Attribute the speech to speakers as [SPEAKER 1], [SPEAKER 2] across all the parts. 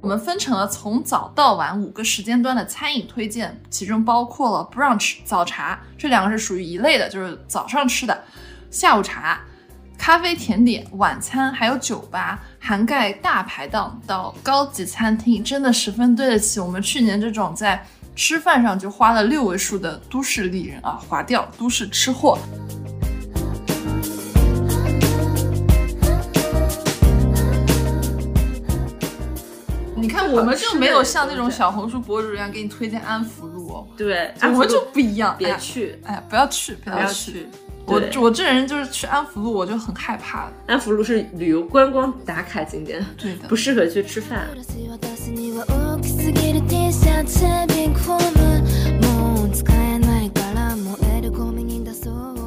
[SPEAKER 1] 我们分成了从早到晚五个时间段的餐饮推荐，其中包括了 brunch 早茶，这两个是属于一类的，就是早上吃的，下午茶、咖啡、甜点、晚餐，还有酒吧，涵盖大排档到高级餐厅，真的十分对得起我们去年这种在吃饭上就花了六位数的都市丽人啊，划掉都市吃货。你看，我们就没有像那种小红书博主一样给你推荐安福路哦，
[SPEAKER 2] 对，
[SPEAKER 1] 我们就不一样。哎
[SPEAKER 2] 别
[SPEAKER 1] 呀，
[SPEAKER 2] 去，
[SPEAKER 1] 哎呀，不要去，不
[SPEAKER 2] 不
[SPEAKER 1] 要
[SPEAKER 2] 要
[SPEAKER 1] 去。
[SPEAKER 2] 去。
[SPEAKER 1] 我
[SPEAKER 2] 对
[SPEAKER 1] 我这人就是去安福路我就很害怕，
[SPEAKER 2] 安福路是旅游观光打卡景点，
[SPEAKER 1] 对的
[SPEAKER 2] 不。适合去吃饭。
[SPEAKER 3] 私には大きすぎる T シャツビッグフォームもう使えないから燃えるゴミに出そう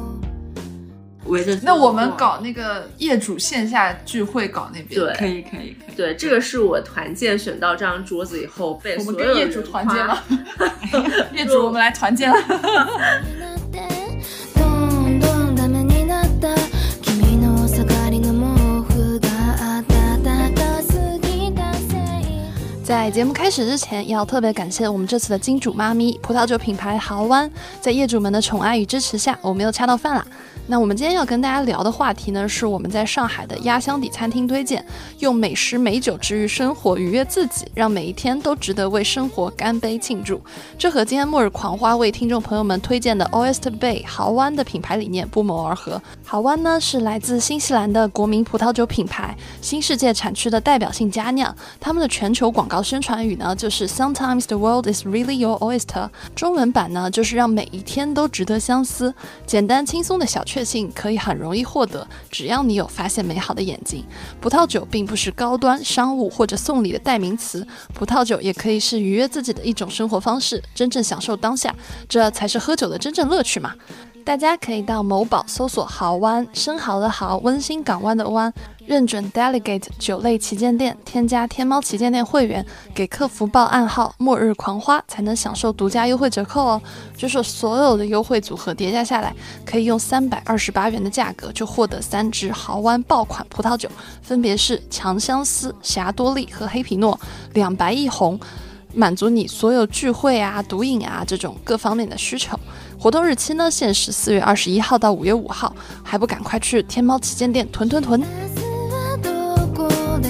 [SPEAKER 4] 围着
[SPEAKER 1] 那我们搞那个业主线下聚会，搞那边
[SPEAKER 2] 对
[SPEAKER 4] 可以可以可以，
[SPEAKER 2] 对，这个是我团建选到这张桌子以后被
[SPEAKER 1] 我
[SPEAKER 2] 所
[SPEAKER 1] 们
[SPEAKER 2] 有
[SPEAKER 1] 跟业
[SPEAKER 2] 人
[SPEAKER 1] 主团
[SPEAKER 2] 夸
[SPEAKER 1] 建 了，业主我们来团建了。
[SPEAKER 3] なってどんどんダメになった君のお下がりの毛布が暖かすぎたせい
[SPEAKER 5] 在节目开始之前，要特别感谢我们这次的金主妈咪葡萄酒品牌豪湾，在业主们的宠爱与支持下，我们又恰到饭啦。那我们今天要跟大家聊的话题呢，是我们在上海的压箱底餐厅推荐，用美食美酒治愈生活，愉悦自己，让每一天都值得为生活干杯庆祝。这和今天末日狂花为听众朋友们推荐的 Oyster Bay 豪湾的品牌理念不谋而合。豪湾呢是来自新西兰的国民葡萄酒品牌，新世界产区的代表性佳酿。他们的全球广告宣传语呢就是 Sometimes the world is really your oyster，中文版呢就是让每一天都值得相思。简单轻松的小确幸可以很容易获得，只要你有发现美好的眼睛。葡萄酒并不是高端商务或者送礼的代名词，葡萄酒也可以是愉悦自己的一种生活方式，真正享受当下，这才是喝酒的真正乐趣嘛。大家可以到某宝搜索“蚝湾”，生蚝的蚝，温馨港湾的湾，认准 Delegate 酒类旗舰店，添加天猫旗舰店会员，给客服报暗号“末日狂花”，才能享受独家优惠折扣哦。就是所有的优惠组合叠加下来，可以用三百二十八元的价格就获得三支蚝湾爆款葡萄酒，分别是长相思、霞多丽和黑皮诺，两白一红。满足你 所有聚会啊、毒瘾啊这种各方面的需求。活动日期呢，限时四月二十一号到五月五号，还不赶快去天猫旗舰店囤囤囤！
[SPEAKER 3] 明日はどこで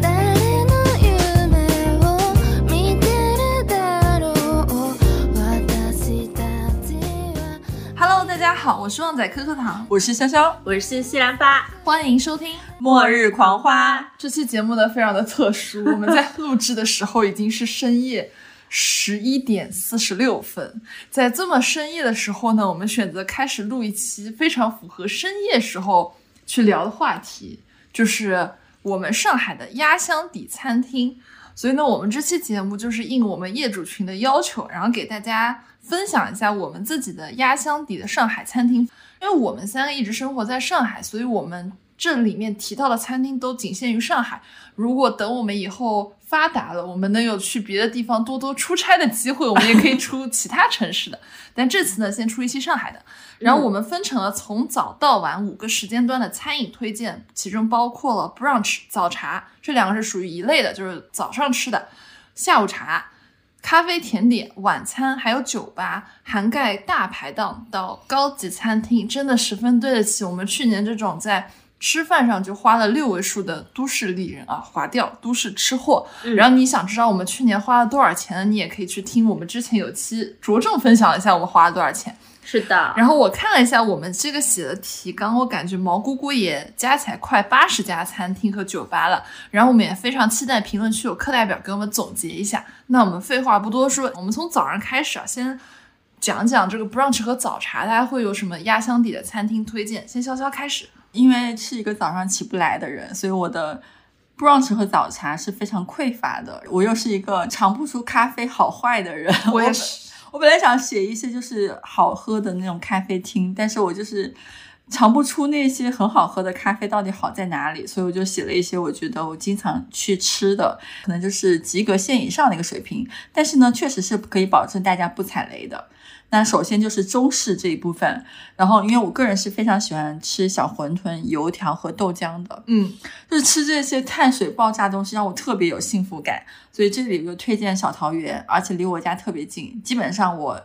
[SPEAKER 3] 誰の夢を見てるだろう私たちは
[SPEAKER 1] Hello，大家好，我是旺仔可可糖，
[SPEAKER 4] 我是潇潇，
[SPEAKER 2] 我是新西兰吧，
[SPEAKER 1] 欢迎收听
[SPEAKER 4] 末日狂花，
[SPEAKER 1] 这期节目呢，非常的特殊，我们在录制的时候已经是深夜十一点四十六分，在这么深夜的时候呢，我们选择开始录一期非常符合深夜时候去聊的话题，就是我们上海的压箱底餐厅。所以呢，我们这期节目就是应我们业主群的要求，然后给大家分享一下我们自己的压箱底的上海餐厅。因为我们三个一直生活在上海，所以我们这里面提到的餐厅都仅限于上海。如果等我们以后发达了，我们能有去别的地方多多出差的机会，我们也可以出其他城市的。但这次呢，先出一期上海的。然后我们分成了从早到晚五个时间段的餐饮推荐，其中包括了 brunch 早茶，这两个是属于一类的，就是早上吃的，下午茶。咖啡、甜点、晚餐，还有酒吧，涵盖大排档到高级餐厅，真的十分对得起我们去年这种在吃饭上就花了六位数的都市丽人啊，划掉都市吃货。
[SPEAKER 2] 嗯
[SPEAKER 1] 然后你想知道我们去年花了多少钱，你也可以去听我们之前有期着重分享一下我们花了多少钱。
[SPEAKER 2] 是的，
[SPEAKER 1] 然后我看了一下我们这个写的提纲，我感觉毛姑姑也加起来快八十家餐厅和酒吧了。然后我们也非常期待评论区有课代表给我们总结一下。那我们废话不多说，我们从早上开始啊，先讲讲这个 brunch 和早茶，大家会有什么压箱底的餐厅推荐？先潇潇开始。
[SPEAKER 4] 因为是一个早上起不来的人，所以我的 brunch 和早茶是非常匮乏的。我又是一个尝不出咖啡好坏的人，
[SPEAKER 1] 我也
[SPEAKER 4] 是。我本来想写一些就是好喝的那种咖啡厅，但是我就是尝不出那些很好喝的咖啡到底好在哪里，所以我就写了一些我觉得我经常去吃的，可能就是及格线以上的一个水平，但是呢，确实是可以保证大家不踩雷的。那首先就是中式这一部分，然后因为我个人是非常喜欢吃小馄饨、油条和豆浆的，
[SPEAKER 1] 嗯，
[SPEAKER 4] 就是吃这些碳水爆炸东西让我特别有幸福感，所以这里我就推荐小桃园，而且离我家特别近，基本上我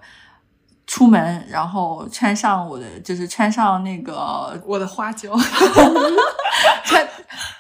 [SPEAKER 4] 出门然后穿上我的就是穿上那个
[SPEAKER 1] 我的花椒，
[SPEAKER 4] 穿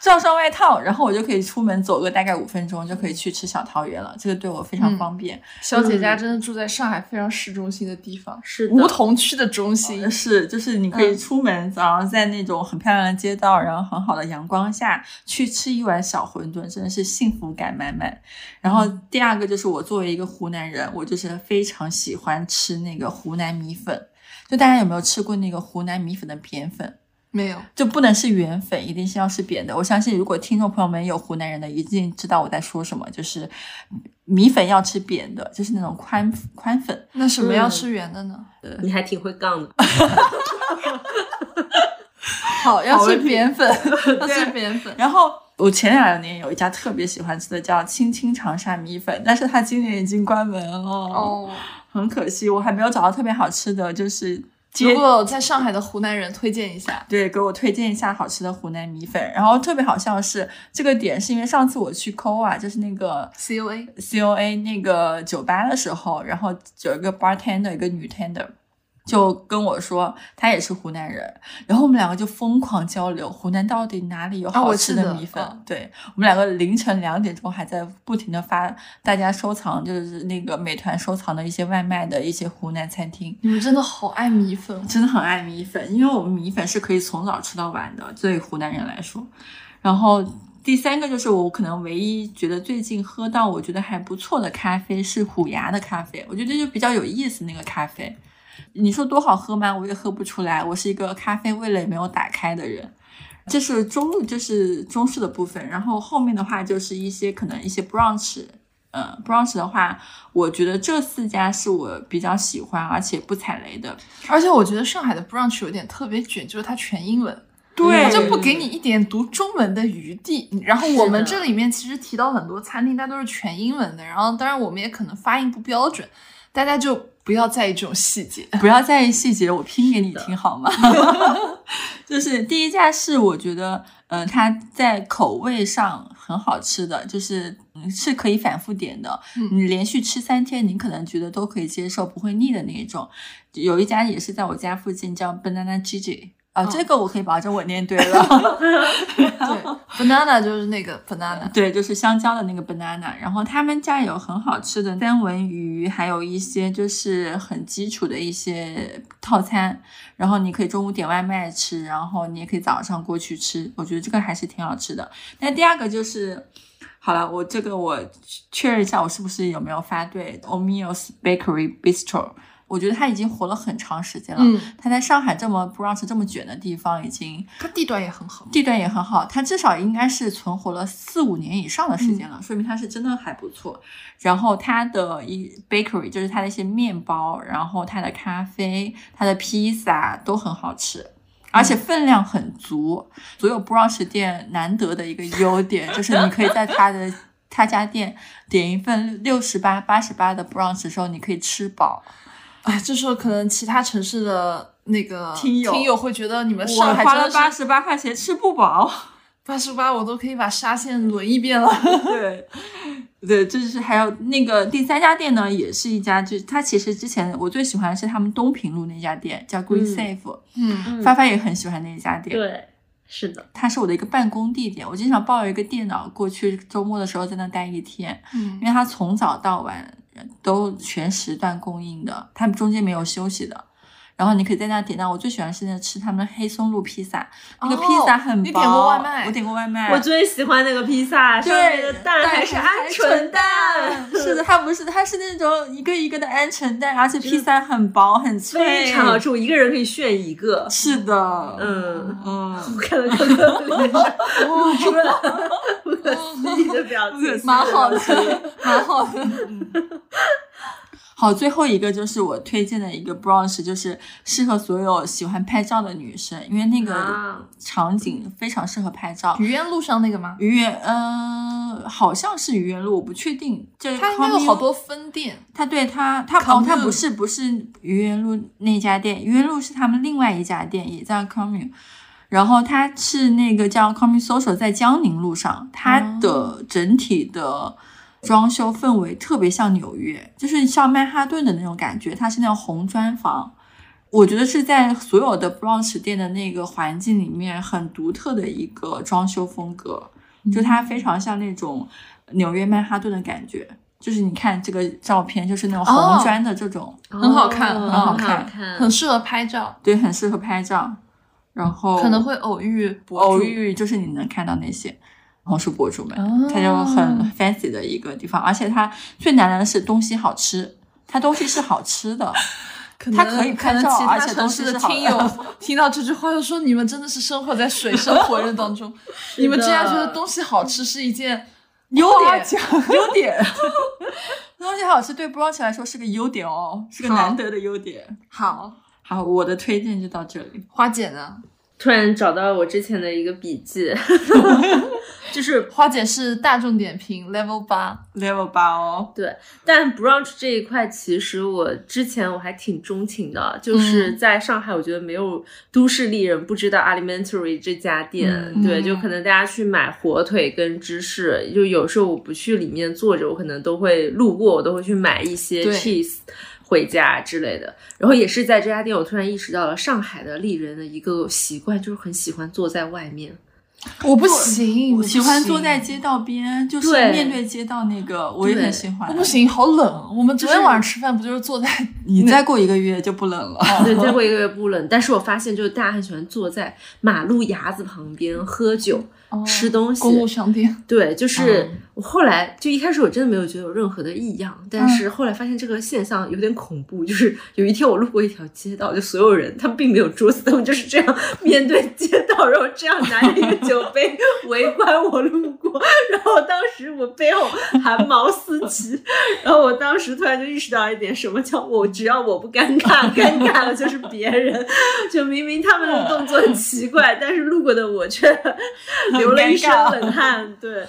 [SPEAKER 4] 罩上外套，然后我就可以出门走个大概五分钟，就可以去吃小桃园了。这个对我非常方便。
[SPEAKER 1] 小姐家真的住在上海非常市中嗯心的地方，
[SPEAKER 2] 是的
[SPEAKER 1] 梧桐区的嗯中心
[SPEAKER 4] 也。是，就是你可以出门，早上在那种很漂亮的街道，然后很好的阳光下去吃一碗小馄饨，真的是幸福感满满。然后
[SPEAKER 1] 嗯
[SPEAKER 4] 第二个就是我作为一个湖南人，我就是非常喜欢吃那个湖南米粉。就大家有没有吃过那个湖南米粉的扁粉？
[SPEAKER 1] 没有，
[SPEAKER 4] 就不能是圆粉，一定是要是扁的。我相信，如果听众朋友们有湖南人的，一定知道我在说什么，就是米粉要吃扁的，就是那种宽宽粉。
[SPEAKER 1] 那什么要
[SPEAKER 2] 嗯
[SPEAKER 1] 吃圆的呢？
[SPEAKER 2] 你还挺会杠的。
[SPEAKER 1] 好，要吃
[SPEAKER 2] 问题
[SPEAKER 1] 扁粉，要吃扁 粉。
[SPEAKER 4] 然后我前两年有一家特别喜欢吃的叫青青长沙米粉，但是它今年已经关门了，哦，
[SPEAKER 1] 哦，
[SPEAKER 4] 很可惜，我还没有找到特别好吃的，就是
[SPEAKER 1] 如
[SPEAKER 4] 街
[SPEAKER 1] 果有在上海的湖南人推荐一下，
[SPEAKER 4] 对，给我推荐一下好吃的湖南米粉。然后特别好笑是这个点，是因为上次我去抠啊，就是那个
[SPEAKER 1] C O A
[SPEAKER 4] C O A 那个酒吧的时候，然后有一个 bartender，一个女 tender。就跟我说，她也是湖南人，然后我们两个就疯狂交流，湖南到底哪里有
[SPEAKER 1] 啊我
[SPEAKER 4] 好
[SPEAKER 1] 记
[SPEAKER 4] 吃
[SPEAKER 1] 得
[SPEAKER 4] 的米粉？
[SPEAKER 1] 嗯
[SPEAKER 4] 对我们两个凌晨两点钟还在不停的发大家收藏，就是那个美团收藏的一些外卖的一些湖南餐厅，
[SPEAKER 1] 你们真的好爱米粉，
[SPEAKER 4] 真的很爱米粉，因为我们米粉是可以从早吃到晚的，对于湖南人来说。然后第三个就是我可能唯一觉得最近喝到我觉得还不错的咖啡是虎牙的咖啡，我觉得就比较有意思那个咖啡。你说多好喝吗？我也喝不出来，我是一个咖啡味蕾没有打开的人。这是中路，就是中式的部分，然后后面的话就是一些可能一些 brunch，呃，brunch 的话，我觉得这四家是我比较喜欢而且不踩雷的。
[SPEAKER 1] 而且我觉得上海的 brunch 有点特别卷，就是它全英文，
[SPEAKER 4] 对
[SPEAKER 1] 就不给你一点读中文的余地。然后我们
[SPEAKER 2] 是
[SPEAKER 1] 这
[SPEAKER 2] 的
[SPEAKER 1] 里面其实提到很多餐厅，它都是全英文的，然后当然我们也可能发音不标准，大家就不要在意这种细节。
[SPEAKER 4] 不要在意细节，我拼给你听好吗？ 就是第一家是我觉得，呃，它在口味上很好吃的，就是嗯是可以反复点的。
[SPEAKER 1] 嗯
[SPEAKER 4] 你连续吃三天，你可能觉得都可以接受，不会腻的那一种。有一家也是在我家附近，叫 Banana Gigi。啊、
[SPEAKER 1] 嗯
[SPEAKER 4] 这个我可以保证我念对了。
[SPEAKER 1] 对，banana 就是那个 banana，
[SPEAKER 4] 对，就是香蕉的那个 banana。然后他们家有很好吃的三文鱼，还有一些就是很基础的一些套餐。然后你可以中午点外卖吃，然后你也可以早上过去吃。我觉得这个还是挺好吃的。那第二个就是，好了，我这个我确认一下，我是不是有没有发对？Omios Bakery Bistro，我觉得它已经活了很长时间了。
[SPEAKER 1] 嗯，
[SPEAKER 4] 它在上海这么 brunch 这么卷的地方，已经
[SPEAKER 1] 它地段也很好。
[SPEAKER 4] 地段也很好，它至少应该是存活了四五年以上的时间了，说明它是真的还不错。然后它的一 bakery 就是它的一些面包，然后它的咖啡、它的披萨都很好吃。而且分量很足，所有 brunch 店难得的一个优点就是你可以在它的他家店点一份六十八、八十八的 brunch 的时候，你可以吃饱。
[SPEAKER 1] 哎，这时候可能其他城市的那个
[SPEAKER 4] 听友
[SPEAKER 1] 听友会觉得你们
[SPEAKER 4] 我
[SPEAKER 1] 上海
[SPEAKER 4] 呃花了
[SPEAKER 1] 真
[SPEAKER 4] 八
[SPEAKER 1] 的是
[SPEAKER 4] 十八块钱吃不饱。
[SPEAKER 1] 八十八，我都可以把沙县轮一遍了。
[SPEAKER 4] 对，对，这就是还有那个第三家店呢，也是一家，就是它其实之前我最喜欢的是他们东平路那家店，叫 Green
[SPEAKER 2] 嗯
[SPEAKER 4] Safe，、
[SPEAKER 1] 嗯，
[SPEAKER 2] 嗯
[SPEAKER 4] 发发也很喜欢那一家店。
[SPEAKER 2] 对，是的，
[SPEAKER 4] 它是我的一个办公地点，我经常抱着一个电脑过去，周末的时候在那待一天，
[SPEAKER 1] 嗯
[SPEAKER 4] 因为它从早到晚都全时段供应的，他们中间没有休息的。然后你可以在那点到，我最喜欢是那吃他们的黑松露披萨，那个披
[SPEAKER 1] 哦
[SPEAKER 4] 萨很薄。
[SPEAKER 1] 你点过外卖
[SPEAKER 4] 我点过外卖。
[SPEAKER 1] 哎
[SPEAKER 2] 我最喜欢那个披 萨，上面的蛋还是鹌鹑蛋，
[SPEAKER 4] 是的，它不是，它是那种一个一个的鹌鹑蛋，而且披萨很薄很脆，
[SPEAKER 2] 非常好吃，我一个人可以炫一个。
[SPEAKER 4] 是的，
[SPEAKER 2] 嗯，
[SPEAKER 4] 嗯，
[SPEAKER 2] 我看到哥哥脸上露出了不可思议的表情，
[SPEAKER 1] 蛮好的，蛮好的。
[SPEAKER 4] 好，最后一个就是我推荐的一个 brunch，就是适合所有喜欢拍照的女生，因为那个
[SPEAKER 2] 啊，
[SPEAKER 4] 场景非常适合拍照。
[SPEAKER 1] 愚园路上那个吗？
[SPEAKER 4] 愚园，嗯、好像是愚园路，我不确定。这
[SPEAKER 1] 它应该
[SPEAKER 4] Commune-
[SPEAKER 1] 有好多分店，
[SPEAKER 4] 他对他他哦，
[SPEAKER 1] Commune
[SPEAKER 4] 他不是不是愚园路那家店，愚园路是他们另外一家店，也叫 Commune。然后它是那个叫 Commune Social，在江宁路上，它的整体的装修氛围特别像纽约，就是像曼哈顿的那种感觉。它是那种红砖房，我觉得是在所有的 brunch 店的那个环境里面很独特的一个装修风格，
[SPEAKER 1] 嗯
[SPEAKER 4] 就它非常像那种纽约曼哈顿的感觉。就是你看这个照片，就是那种
[SPEAKER 1] 哦
[SPEAKER 4] 红砖的这种，
[SPEAKER 1] 很好看
[SPEAKER 2] 哦
[SPEAKER 1] 很
[SPEAKER 4] 好
[SPEAKER 2] 好
[SPEAKER 4] 看
[SPEAKER 1] 很适合拍照，
[SPEAKER 4] 对，很适合拍照。然后
[SPEAKER 1] 可能会偶遇博主
[SPEAKER 4] 偶。遇，就是你能看到那些红薯博主们，
[SPEAKER 1] 哦
[SPEAKER 4] 它就很 fancy 的一个地方。而且它最难的是东西好吃，它东西是好 吃的。
[SPEAKER 1] 可能
[SPEAKER 4] 它可以拍照
[SPEAKER 1] 可能其他
[SPEAKER 4] 而且
[SPEAKER 1] 城
[SPEAKER 4] 都是
[SPEAKER 1] 市的
[SPEAKER 4] 好的
[SPEAKER 1] 听 友听到这句话，就说你们真的是生活在水 深火热当中。你们竟然觉得东西好吃是一件
[SPEAKER 4] 优
[SPEAKER 1] 夸
[SPEAKER 4] 点
[SPEAKER 1] 奖，
[SPEAKER 4] 优点， 东西好吃对 brunch 来说是个优点哦，是个
[SPEAKER 1] 好
[SPEAKER 4] 难得的优点。
[SPEAKER 1] 好？
[SPEAKER 4] 好，我的推荐就到这里。
[SPEAKER 1] 花姐呢？
[SPEAKER 2] 突然找到我之前的一个笔记，就是
[SPEAKER 1] 花姐是大众点评 Level 八，
[SPEAKER 4] level 八哦，
[SPEAKER 2] 对，但 brunch 这一块，其实我之前我还挺钟情的，
[SPEAKER 4] 嗯
[SPEAKER 2] 就是在上海，我觉得没有都市丽人不知道 Alimentary 这家店，
[SPEAKER 4] 嗯
[SPEAKER 2] 对，就可能大家去买火腿跟芝士，就有时候我不去里面坐着，我可能都会路过，我都会去买一些
[SPEAKER 1] 对
[SPEAKER 2] cheese。回家之类的，然后也是在这家店，我突然意识到了上海的丽人的一个习惯，就是很喜欢坐在外面。
[SPEAKER 1] 我不行，
[SPEAKER 4] 我喜欢坐在
[SPEAKER 1] 街。
[SPEAKER 4] 街道边，就是
[SPEAKER 2] 对
[SPEAKER 4] 面对街道那个，我也
[SPEAKER 2] 对
[SPEAKER 4] 很喜欢。
[SPEAKER 1] 我不，行，好冷。我们昨天晚上吃饭不就是坐在
[SPEAKER 4] 你再过一个月就不冷了。
[SPEAKER 2] 对，再过一个月不冷，但是我发现就是大家很喜欢坐在马路牙子旁边喝酒、吃东西。
[SPEAKER 1] 公路商店？
[SPEAKER 2] 对，就是
[SPEAKER 4] 嗯
[SPEAKER 2] 我后来就一开始我真的没有觉得有任何的异样，但是后来发现这个现象有点恐怖，就是有一天我路过一条街道，就所有人他们并没有桌子，他们就是这样 面对街道，然后这样拿着一个酒杯围观我路过，然后当时我背后汗毛四起， 然后我当时突然就意识到一点，什么叫我只要我不尴尬，尴尬的就是别人，就明明他们的动作很奇怪，但是路过的我却流了一身冷汗，对。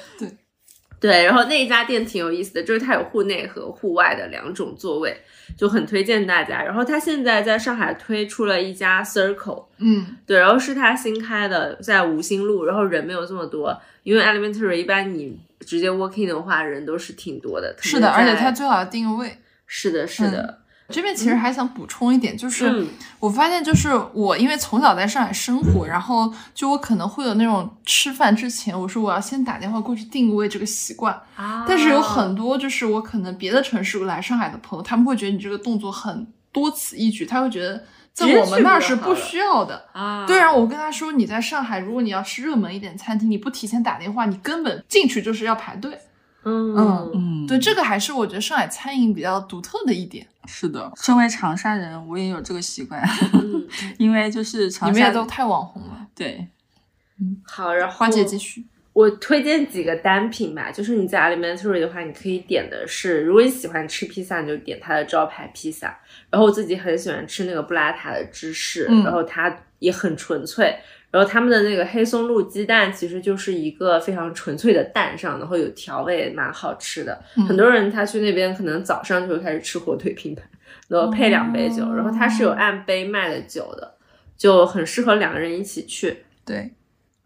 [SPEAKER 2] 对，然后那一家店挺有意思的，就是它有户内和户外的两种座位，就很推荐大家。然后它现在在上海推出了一家 Circle，
[SPEAKER 1] 嗯，
[SPEAKER 2] 对，然后是它新开的，在吴兴路，然后人没有这么多，因为 Elementary 一般你直接 walk in 的话，人都是挺多的。特别
[SPEAKER 1] 是的，而且
[SPEAKER 2] 在
[SPEAKER 1] 它最好的定位。
[SPEAKER 2] 是的，是的，
[SPEAKER 1] 这边其实还想补充一点，就是、
[SPEAKER 2] 嗯
[SPEAKER 1] 我发现，就是我因为从小在上海生活，然后就我可能会有那种吃饭之前，我说我要先打电话过去定位这个习惯。
[SPEAKER 2] 啊
[SPEAKER 1] 但是有很多就是我可能别的城市来上海的朋友，他们会觉得你这个动作很多此一举，他会觉得在
[SPEAKER 2] 直接
[SPEAKER 1] 我
[SPEAKER 2] 去
[SPEAKER 1] 们那儿
[SPEAKER 2] 就是好
[SPEAKER 1] 不
[SPEAKER 2] 了
[SPEAKER 1] 需要的。
[SPEAKER 2] 啊，
[SPEAKER 1] 对啊，我跟他说，你在上海，如果你要吃热门一点餐厅，你不提前打电话，你根本进去就是要排队。
[SPEAKER 2] 嗯
[SPEAKER 1] 嗯
[SPEAKER 4] 嗯
[SPEAKER 1] 对，这个还是我觉得上海餐饮比较独特的一点。
[SPEAKER 4] 是的。身为长沙人，我也有这个习惯，
[SPEAKER 2] 嗯
[SPEAKER 4] 因为就是长
[SPEAKER 1] 你
[SPEAKER 4] 沙
[SPEAKER 1] 们也都太网红了。
[SPEAKER 4] 对
[SPEAKER 2] 好，然后
[SPEAKER 1] 花姐继续，
[SPEAKER 2] 我推荐几个单品吧，就是你在 Elementary 的话，你可以点的是，如果你喜欢吃披萨，你就点它的招牌披萨。然后我自己很喜欢吃那个布拉塔的芝士，
[SPEAKER 1] 嗯
[SPEAKER 2] 然后它也很纯粹。然后他们的那个黑松露鸡蛋其实就是一个非常纯粹的蛋上，然后有调味，蛮好吃的。
[SPEAKER 1] 嗯
[SPEAKER 2] 很多人他去那边可能早上就会开始吃火腿拼盘，然后配两杯酒，
[SPEAKER 1] 哦
[SPEAKER 2] 然后它是有按杯卖的酒的，就很适合两个人一起去。
[SPEAKER 1] 对，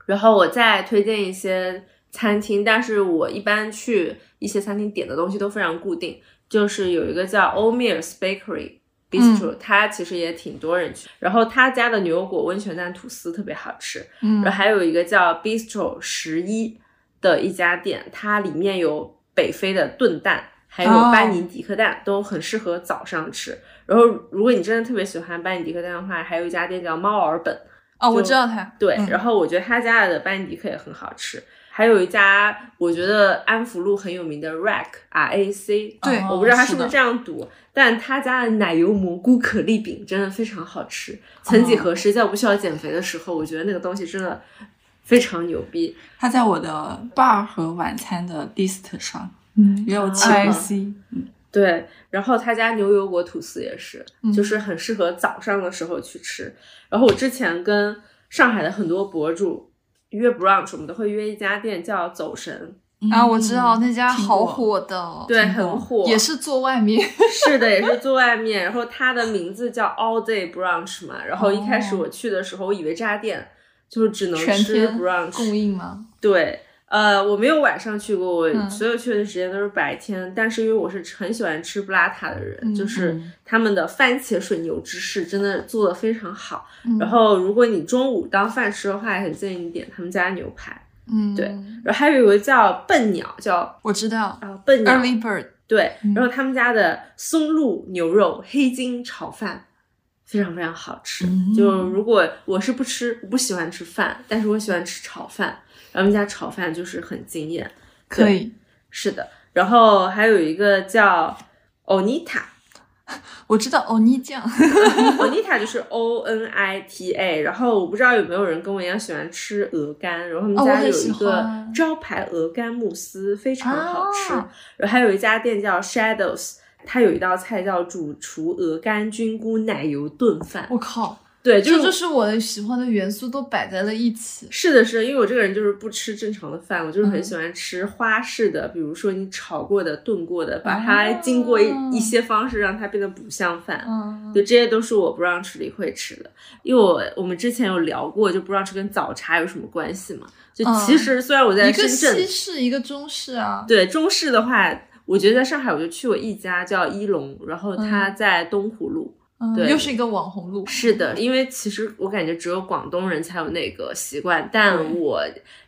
[SPEAKER 2] 然后我再推荐一些餐厅，但是我一般去一些餐厅点的东西都非常固定，就是有一个叫 Omir's Bakery。Bistro，、它
[SPEAKER 1] 嗯
[SPEAKER 2] 其实也挺多人去，然后他家的牛油果温泉蛋吐司特别好吃，
[SPEAKER 1] 嗯
[SPEAKER 2] 然后还有一个叫 Bistro 十一的一家店，它里面有北非的炖蛋，还有
[SPEAKER 1] 哦
[SPEAKER 2] 班尼迪克蛋，都很适合早上吃。然后，如果你真的特别喜欢班尼迪克蛋的话，还有一家店叫猫耳本，
[SPEAKER 1] 哦，我
[SPEAKER 2] 就
[SPEAKER 1] 知道他，
[SPEAKER 2] 对，
[SPEAKER 1] 嗯
[SPEAKER 2] 然后我觉得他家的班尼迪克也很好吃，还有一家我觉得安福路很有名的 Rack R A C，
[SPEAKER 1] 对
[SPEAKER 2] 我不知道他
[SPEAKER 4] 哦是
[SPEAKER 2] 是不是
[SPEAKER 4] 的
[SPEAKER 2] 这样读，但他家的奶油蘑菇可丽饼真的非常好吃。曾
[SPEAKER 4] 哦
[SPEAKER 2] 几何时，在我不需要减肥的时候，我觉得那个东西真的非常牛逼。
[SPEAKER 4] 它在我的 bar 和晚餐的 list 上，
[SPEAKER 1] 嗯
[SPEAKER 4] 也有
[SPEAKER 2] 啊
[SPEAKER 4] 七个。
[SPEAKER 1] ，I C，
[SPEAKER 2] 对，然后他家牛油果吐司也是，
[SPEAKER 1] 嗯
[SPEAKER 2] 就是很适合早上的时候去吃。然后我之前跟上海的很多博主约 brunch，我们都会约一家店叫走神，
[SPEAKER 4] 嗯
[SPEAKER 1] 啊，我知道那家
[SPEAKER 4] 听
[SPEAKER 1] 好
[SPEAKER 4] 过
[SPEAKER 1] 火的，
[SPEAKER 2] 嗯
[SPEAKER 1] 哦
[SPEAKER 2] 对，
[SPEAKER 4] 哦听过
[SPEAKER 2] 很火，
[SPEAKER 1] 也是坐外面，
[SPEAKER 2] 是的，也是坐外面。然后它的名字叫 All Day Brunch 嘛。然后一开始我去的时候，我以为这家店就是只能
[SPEAKER 1] 哦全
[SPEAKER 2] 吃
[SPEAKER 1] 天
[SPEAKER 2] brunch。
[SPEAKER 1] 供应 吗？
[SPEAKER 2] 对，呃，我没有晚上去过，我
[SPEAKER 1] 嗯
[SPEAKER 2] 所有去的时间都是白天。但是因为我是很喜欢吃布拉塔的人，
[SPEAKER 1] 嗯
[SPEAKER 2] 就是
[SPEAKER 4] 嗯
[SPEAKER 2] 他们的番茄水牛芝士真的做的非常好。
[SPEAKER 1] 嗯
[SPEAKER 2] 然后如果你中午当饭吃的话，也很建议你点他们家牛排。
[SPEAKER 1] 嗯，
[SPEAKER 2] 对，然后还有一个叫笨鸟，叫啊、
[SPEAKER 1] 我知道
[SPEAKER 2] 笨鸟。
[SPEAKER 1] ，Early Bird，
[SPEAKER 2] 对
[SPEAKER 1] 嗯，
[SPEAKER 2] 然后他们家的松露牛肉黑金炒饭非常非常好吃。
[SPEAKER 4] 嗯
[SPEAKER 2] 就如果我是不吃，我不喜欢吃饭，但是我喜欢吃炒饭，然后他们家炒饭就是很惊艳。
[SPEAKER 1] 可以，
[SPEAKER 2] 是的，然后还有一个叫 Onita。
[SPEAKER 1] 我知道哦欧尼 酱，
[SPEAKER 2] Onita 就是 O N I T A，然后我不知道有没有人跟我一样喜欢吃鹅肝，然后他们
[SPEAKER 1] 哦我
[SPEAKER 2] 家
[SPEAKER 1] 很
[SPEAKER 2] 有
[SPEAKER 1] 喜
[SPEAKER 2] 一个
[SPEAKER 1] 欢
[SPEAKER 2] 招牌鹅肝慕斯，非常好吃。
[SPEAKER 1] 啊
[SPEAKER 2] 然后还有一家店叫 Shadows，它有一道菜叫主厨鹅肝菌菇奶油炖饭。
[SPEAKER 1] 我靠，
[SPEAKER 2] 对，就
[SPEAKER 1] 这
[SPEAKER 2] 是
[SPEAKER 1] 哦就是我的喜欢的元素都摆在了一起，
[SPEAKER 2] 是的是，的，因为我这个人就是不吃正常的饭，我就是
[SPEAKER 1] 嗯
[SPEAKER 2] 很喜欢吃花式的，比如说你炒过的、炖过的，把它经过一、
[SPEAKER 1] 啊
[SPEAKER 2] 一些方式让它变得不像饭。
[SPEAKER 1] 嗯，
[SPEAKER 2] 对，这些都是我 brunch 里会吃的，因为我我们之前有聊过，就 brunch 跟早茶有什么关系嘛？就其实虽然我在
[SPEAKER 1] 嗯一个
[SPEAKER 2] 深
[SPEAKER 1] 西
[SPEAKER 2] 圳，
[SPEAKER 1] 式，一个中式啊，
[SPEAKER 2] 对中式的话，我觉得在上海我就去过一家叫一龙，然后它在东湖路。
[SPEAKER 1] 嗯
[SPEAKER 2] 对
[SPEAKER 1] 又是一个网红路，
[SPEAKER 2] 是的，因为其实我感觉只有广东人才有那个习惯，但
[SPEAKER 1] 对
[SPEAKER 2] 我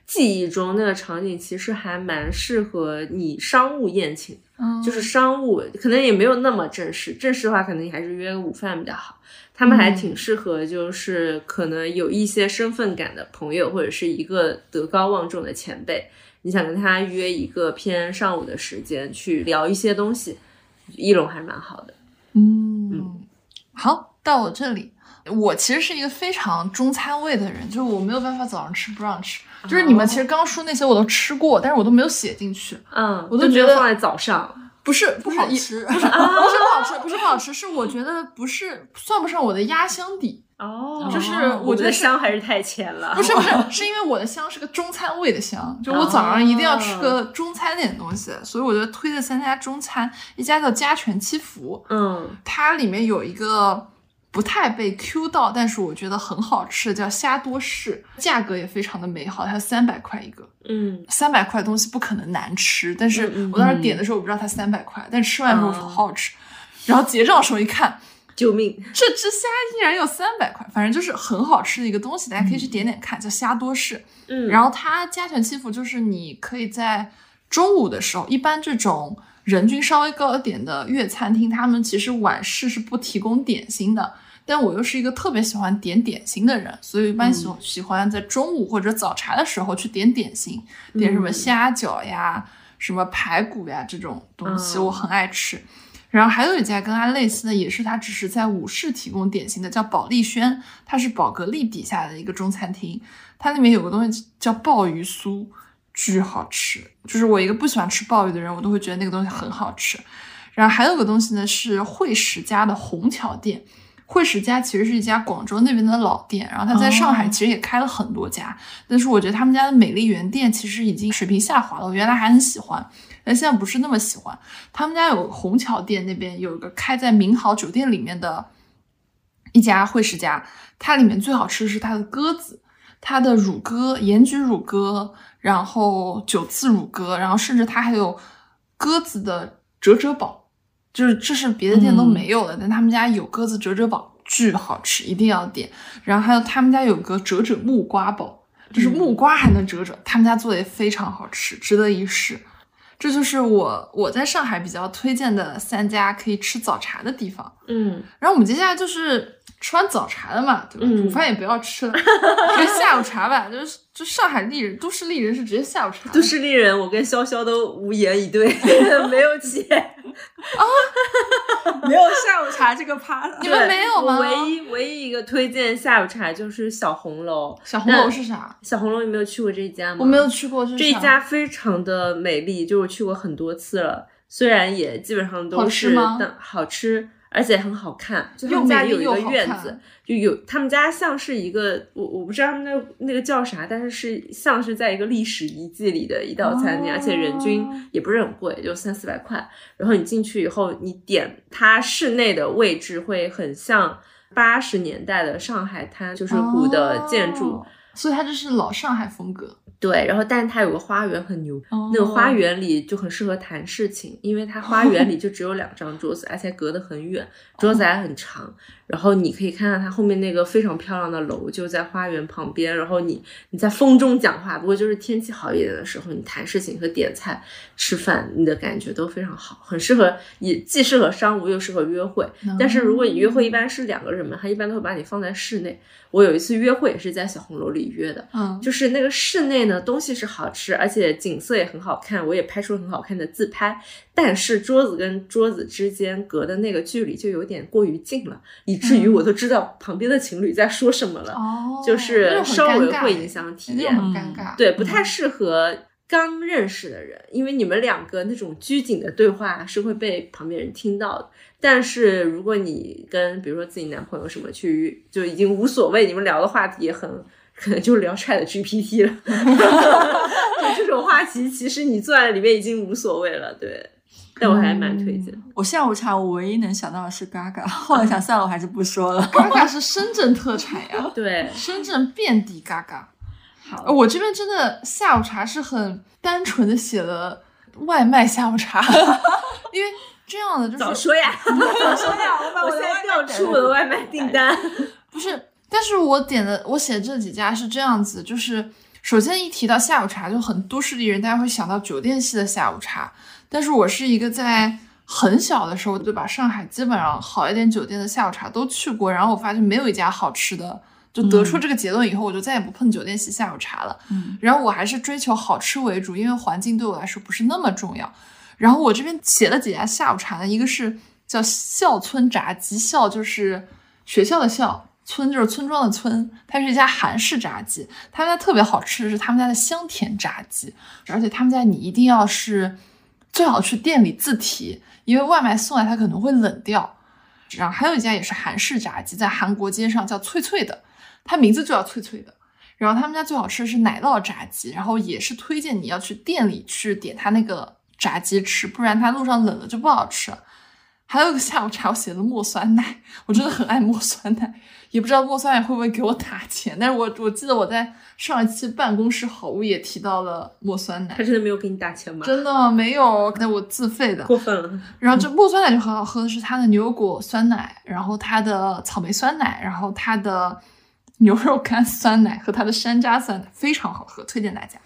[SPEAKER 2] 记忆中那个场景其实还蛮适合你商务宴请的
[SPEAKER 1] 嗯，
[SPEAKER 2] 就是商务，可能也没有那么正式。正式的话，可能你还是约个午饭比较好。他们还
[SPEAKER 1] 嗯
[SPEAKER 2] 挺适合，就是可能有一些身份感的朋友，或者是一个德高望重的前辈，你想跟他约一个偏上午的时间去聊一些东西，一龙还蛮好的。
[SPEAKER 1] 嗯，好，到我这里。我其实是一个非常中餐味的人，就是我没有办法早上吃 brunch，就是你
[SPEAKER 2] 哦
[SPEAKER 1] 们其实刚说那些我都吃过，但是我都没有写进去。
[SPEAKER 2] 嗯，
[SPEAKER 1] 我都
[SPEAKER 2] 就没有
[SPEAKER 1] 觉得
[SPEAKER 2] 放在早上。
[SPEAKER 1] 不是，不
[SPEAKER 4] 不
[SPEAKER 1] 是
[SPEAKER 4] 好
[SPEAKER 1] 一
[SPEAKER 4] 吃，
[SPEAKER 1] 不是不好吃，不是不好吃，是我觉得不是算不上我的压箱底，
[SPEAKER 2] 哦
[SPEAKER 1] 就是
[SPEAKER 2] 我
[SPEAKER 1] 我
[SPEAKER 2] 觉
[SPEAKER 1] 觉
[SPEAKER 2] 得
[SPEAKER 1] 得是
[SPEAKER 2] 香还是太浅了。
[SPEAKER 1] 不是不是，是因为我的香是个中餐味的香，就我早上一定要吃个中餐点东西，所以我就推了三家中餐，一家叫家全七福，
[SPEAKER 2] 嗯，
[SPEAKER 1] 它里面有一个不太被 Q 到，但是我觉得很好吃的叫虾多士，价格也非常的美好，它三百块一个，
[SPEAKER 2] 嗯
[SPEAKER 1] 三百块东西不可能难吃，但是
[SPEAKER 2] 嗯嗯嗯
[SPEAKER 1] 我当时点的时候我不知道它三百块，但吃完之后我说好好吃，然后结账的时候一看，
[SPEAKER 2] 救命！
[SPEAKER 1] 这只虾依然要三百块，反正就是很好吃的一个东西，大家可以去点点看，叫虾多士。
[SPEAKER 2] 嗯，
[SPEAKER 1] 然后它加权欺负就是你可以在中午的时候，一般这种人均稍微高一点的粤餐厅，他们其实晚市是不提供点心的。但我又是一个特别喜欢点点心的人，所以一般
[SPEAKER 2] 嗯
[SPEAKER 1] 喜喜欢在中午或者早茶的时候去点点心，点什么
[SPEAKER 2] 嗯
[SPEAKER 1] 虾饺呀、什么排骨呀这种东西，
[SPEAKER 2] 嗯
[SPEAKER 1] 我很爱吃。然后还有一家跟它类似的，也是它只是在午市提供点心的，叫宝利轩，它是宝格丽底下的一个中餐厅，它里面有个东西叫鲍鱼酥，巨好吃。就是我一个不喜欢吃鲍鱼的人，我都会觉得那个东西很好吃。然后还有个东西呢是惠食家的虹桥店，惠食家其实是一家广州那边的老店，然后它在上海其实也开了很多家，但是我觉得他们家的美丽园店其实已经水平下滑了，我原来还很喜欢。但现在不是那么喜欢。他们家有虹桥店那边有一个开在明豪酒店里面的一家惠食家，它里面最好吃的是它的鸽子，它的乳鸽、盐焗乳鸽，然后九刺乳鸽，然后甚至它还有鸽子的折折堡，就是这是别的店都没有的，但他们家有鸽子折折堡，巨好吃，一定要点。然后还有他们家有个折折木瓜堡。就是木瓜还能折折，他们家做的也非常好吃，值得一试。这就是我我在上海比较推荐的三家可以吃早茶的地方。
[SPEAKER 2] 嗯，
[SPEAKER 1] 然后我们接下来就是吃完早茶了嘛，对吧？
[SPEAKER 2] 嗯
[SPEAKER 1] 午饭也不要吃了， 直接下午茶吧。就是就上海丽人，都市丽人是直接下午茶的。
[SPEAKER 2] 都市丽人，我跟潇潇都无言以 对，没有钱
[SPEAKER 4] 没有下午茶这个趴了。
[SPEAKER 1] 你们
[SPEAKER 2] 对
[SPEAKER 1] 没有
[SPEAKER 2] 我
[SPEAKER 1] 吗
[SPEAKER 2] 唯一唯一一个推荐下午茶就是小红楼。
[SPEAKER 1] 小红楼是啥？
[SPEAKER 2] 小红楼，嗯你没有去过这一家吗？
[SPEAKER 1] 我没有去过，这
[SPEAKER 2] 这一家非常的美丽，就是我去过很多次了。虽然也基本上
[SPEAKER 1] 好
[SPEAKER 2] 都
[SPEAKER 1] 吃
[SPEAKER 2] 是
[SPEAKER 1] 吗
[SPEAKER 2] 但好吃，而且很好看。就他
[SPEAKER 1] 又
[SPEAKER 2] 们家
[SPEAKER 1] 美丽
[SPEAKER 2] 有一
[SPEAKER 1] 又
[SPEAKER 2] 个
[SPEAKER 1] 好
[SPEAKER 2] 院
[SPEAKER 1] 看
[SPEAKER 2] 子，就有他们家像是一个我我不知道他们那那个叫啥，但是是像是在一个历史遗迹里的一道餐厅，而且人均
[SPEAKER 1] 哦
[SPEAKER 2] 也不是很贵，就三四百块。然后你进去以后，你点它室内的位置会很像八十年代的上海滩，就是古的建筑。
[SPEAKER 1] 哦所以它就是老上海风格。
[SPEAKER 2] 对，然后但是它有个花园很牛，
[SPEAKER 1] 哦
[SPEAKER 2] 那个花园里就很适合谈事情，因为它花园里就只有两张桌子，而且隔得很远，桌子还很长。然后你可以看到它后面那个非常漂亮的楼就在花园旁边。然后你你在风中讲话，不过就是天气好一点的时候，你谈事情和点菜、吃饭，你的感觉都非常好，很适合，也既适合商务又适合约会。
[SPEAKER 1] 哦
[SPEAKER 2] 但是如果你约会一般是两个人嘛，他一般都会把你放在室内。我有一次约会也是在小红楼里约的，
[SPEAKER 1] 嗯，
[SPEAKER 2] 就是那个室内呢，东西是好吃，而且景色也很好看，我也拍出了很好看的自拍。但是桌子跟桌子之间隔的那个距离就有点过于近了，以至于我都知道旁边的情侣在说什么了，
[SPEAKER 1] 嗯哦，
[SPEAKER 2] 就是稍微会影
[SPEAKER 1] 响
[SPEAKER 2] 响体
[SPEAKER 1] 那
[SPEAKER 2] 验。嗯
[SPEAKER 1] 种很尴 尬。
[SPEAKER 2] 对，不太适合刚认识的人，因为你们两个那种拘谨的对话是会被旁边人听到的。但是如果你跟比如说自己男朋友什么去，就已经无所谓，你们聊的话题也很。可能就聊 Chat GPT 了， 就这种话题，其实你坐在里面已经无所谓了。对，但我还蛮推荐。
[SPEAKER 4] 我下午茶我唯一能想到的是 Gaga，后来想算了，我还是不说了。
[SPEAKER 1] 嘎嘎是深圳特产呀，
[SPEAKER 2] 对，
[SPEAKER 1] 深圳遍地嘎嘎。
[SPEAKER 4] 好
[SPEAKER 1] 呃我这边真的下午茶是很单纯的写了外卖下午茶，因为这样的就是
[SPEAKER 2] 早说呀！
[SPEAKER 4] 我说呀，我把
[SPEAKER 2] 我现在调出我的外卖订单。
[SPEAKER 1] 不是，但是我点的我写这几家是这样子，就是首先一提到下午茶，就很都市丽人，大家会想到酒店系的下午茶，但是我是一个在。很小的时候就把上海基本上好一点酒店的下午茶都去过，然后我发现没有一家好吃的，就得出这个结论以后，我就再也不碰酒店系下午茶了。
[SPEAKER 4] 嗯
[SPEAKER 1] 然后我还是追求好吃为主，因为环境对我来说不是那么重要。然后我这边写了几家下午茶呢，一个是叫校村炸鸡，校就是学校的校，村就是村庄的村，它是一家韩式炸鸡。他们家特别好吃的是他们家的香甜炸鸡，而且他们家你一定要是最好去店里自提，因为外卖送来它可能会冷掉。然后还有一家也是韩式炸鸡，在韩国街上叫脆脆的，它名字就叫脆脆的。然后他们家最好吃的是奶酪炸鸡，然后也是推荐你要去店里去点它那个炸鸡吃，不然它路上冷了就不好吃了。还有一个下午茶，我写的墨酸奶， 我真的很爱墨酸奶，也不知道墨酸奶会不会给我打钱，但是我我记得我在上一期办公室好物也提到了墨酸奶
[SPEAKER 2] 他，真的没有给你打钱吗？
[SPEAKER 1] 真的没有，那我自费的。
[SPEAKER 2] 过分了。
[SPEAKER 1] 然后这木酸奶就很好喝的是它的牛油果酸奶，然后它的草莓酸奶，然后它的牛肉干酸奶和它的山楂酸奶非常好喝，推荐大家。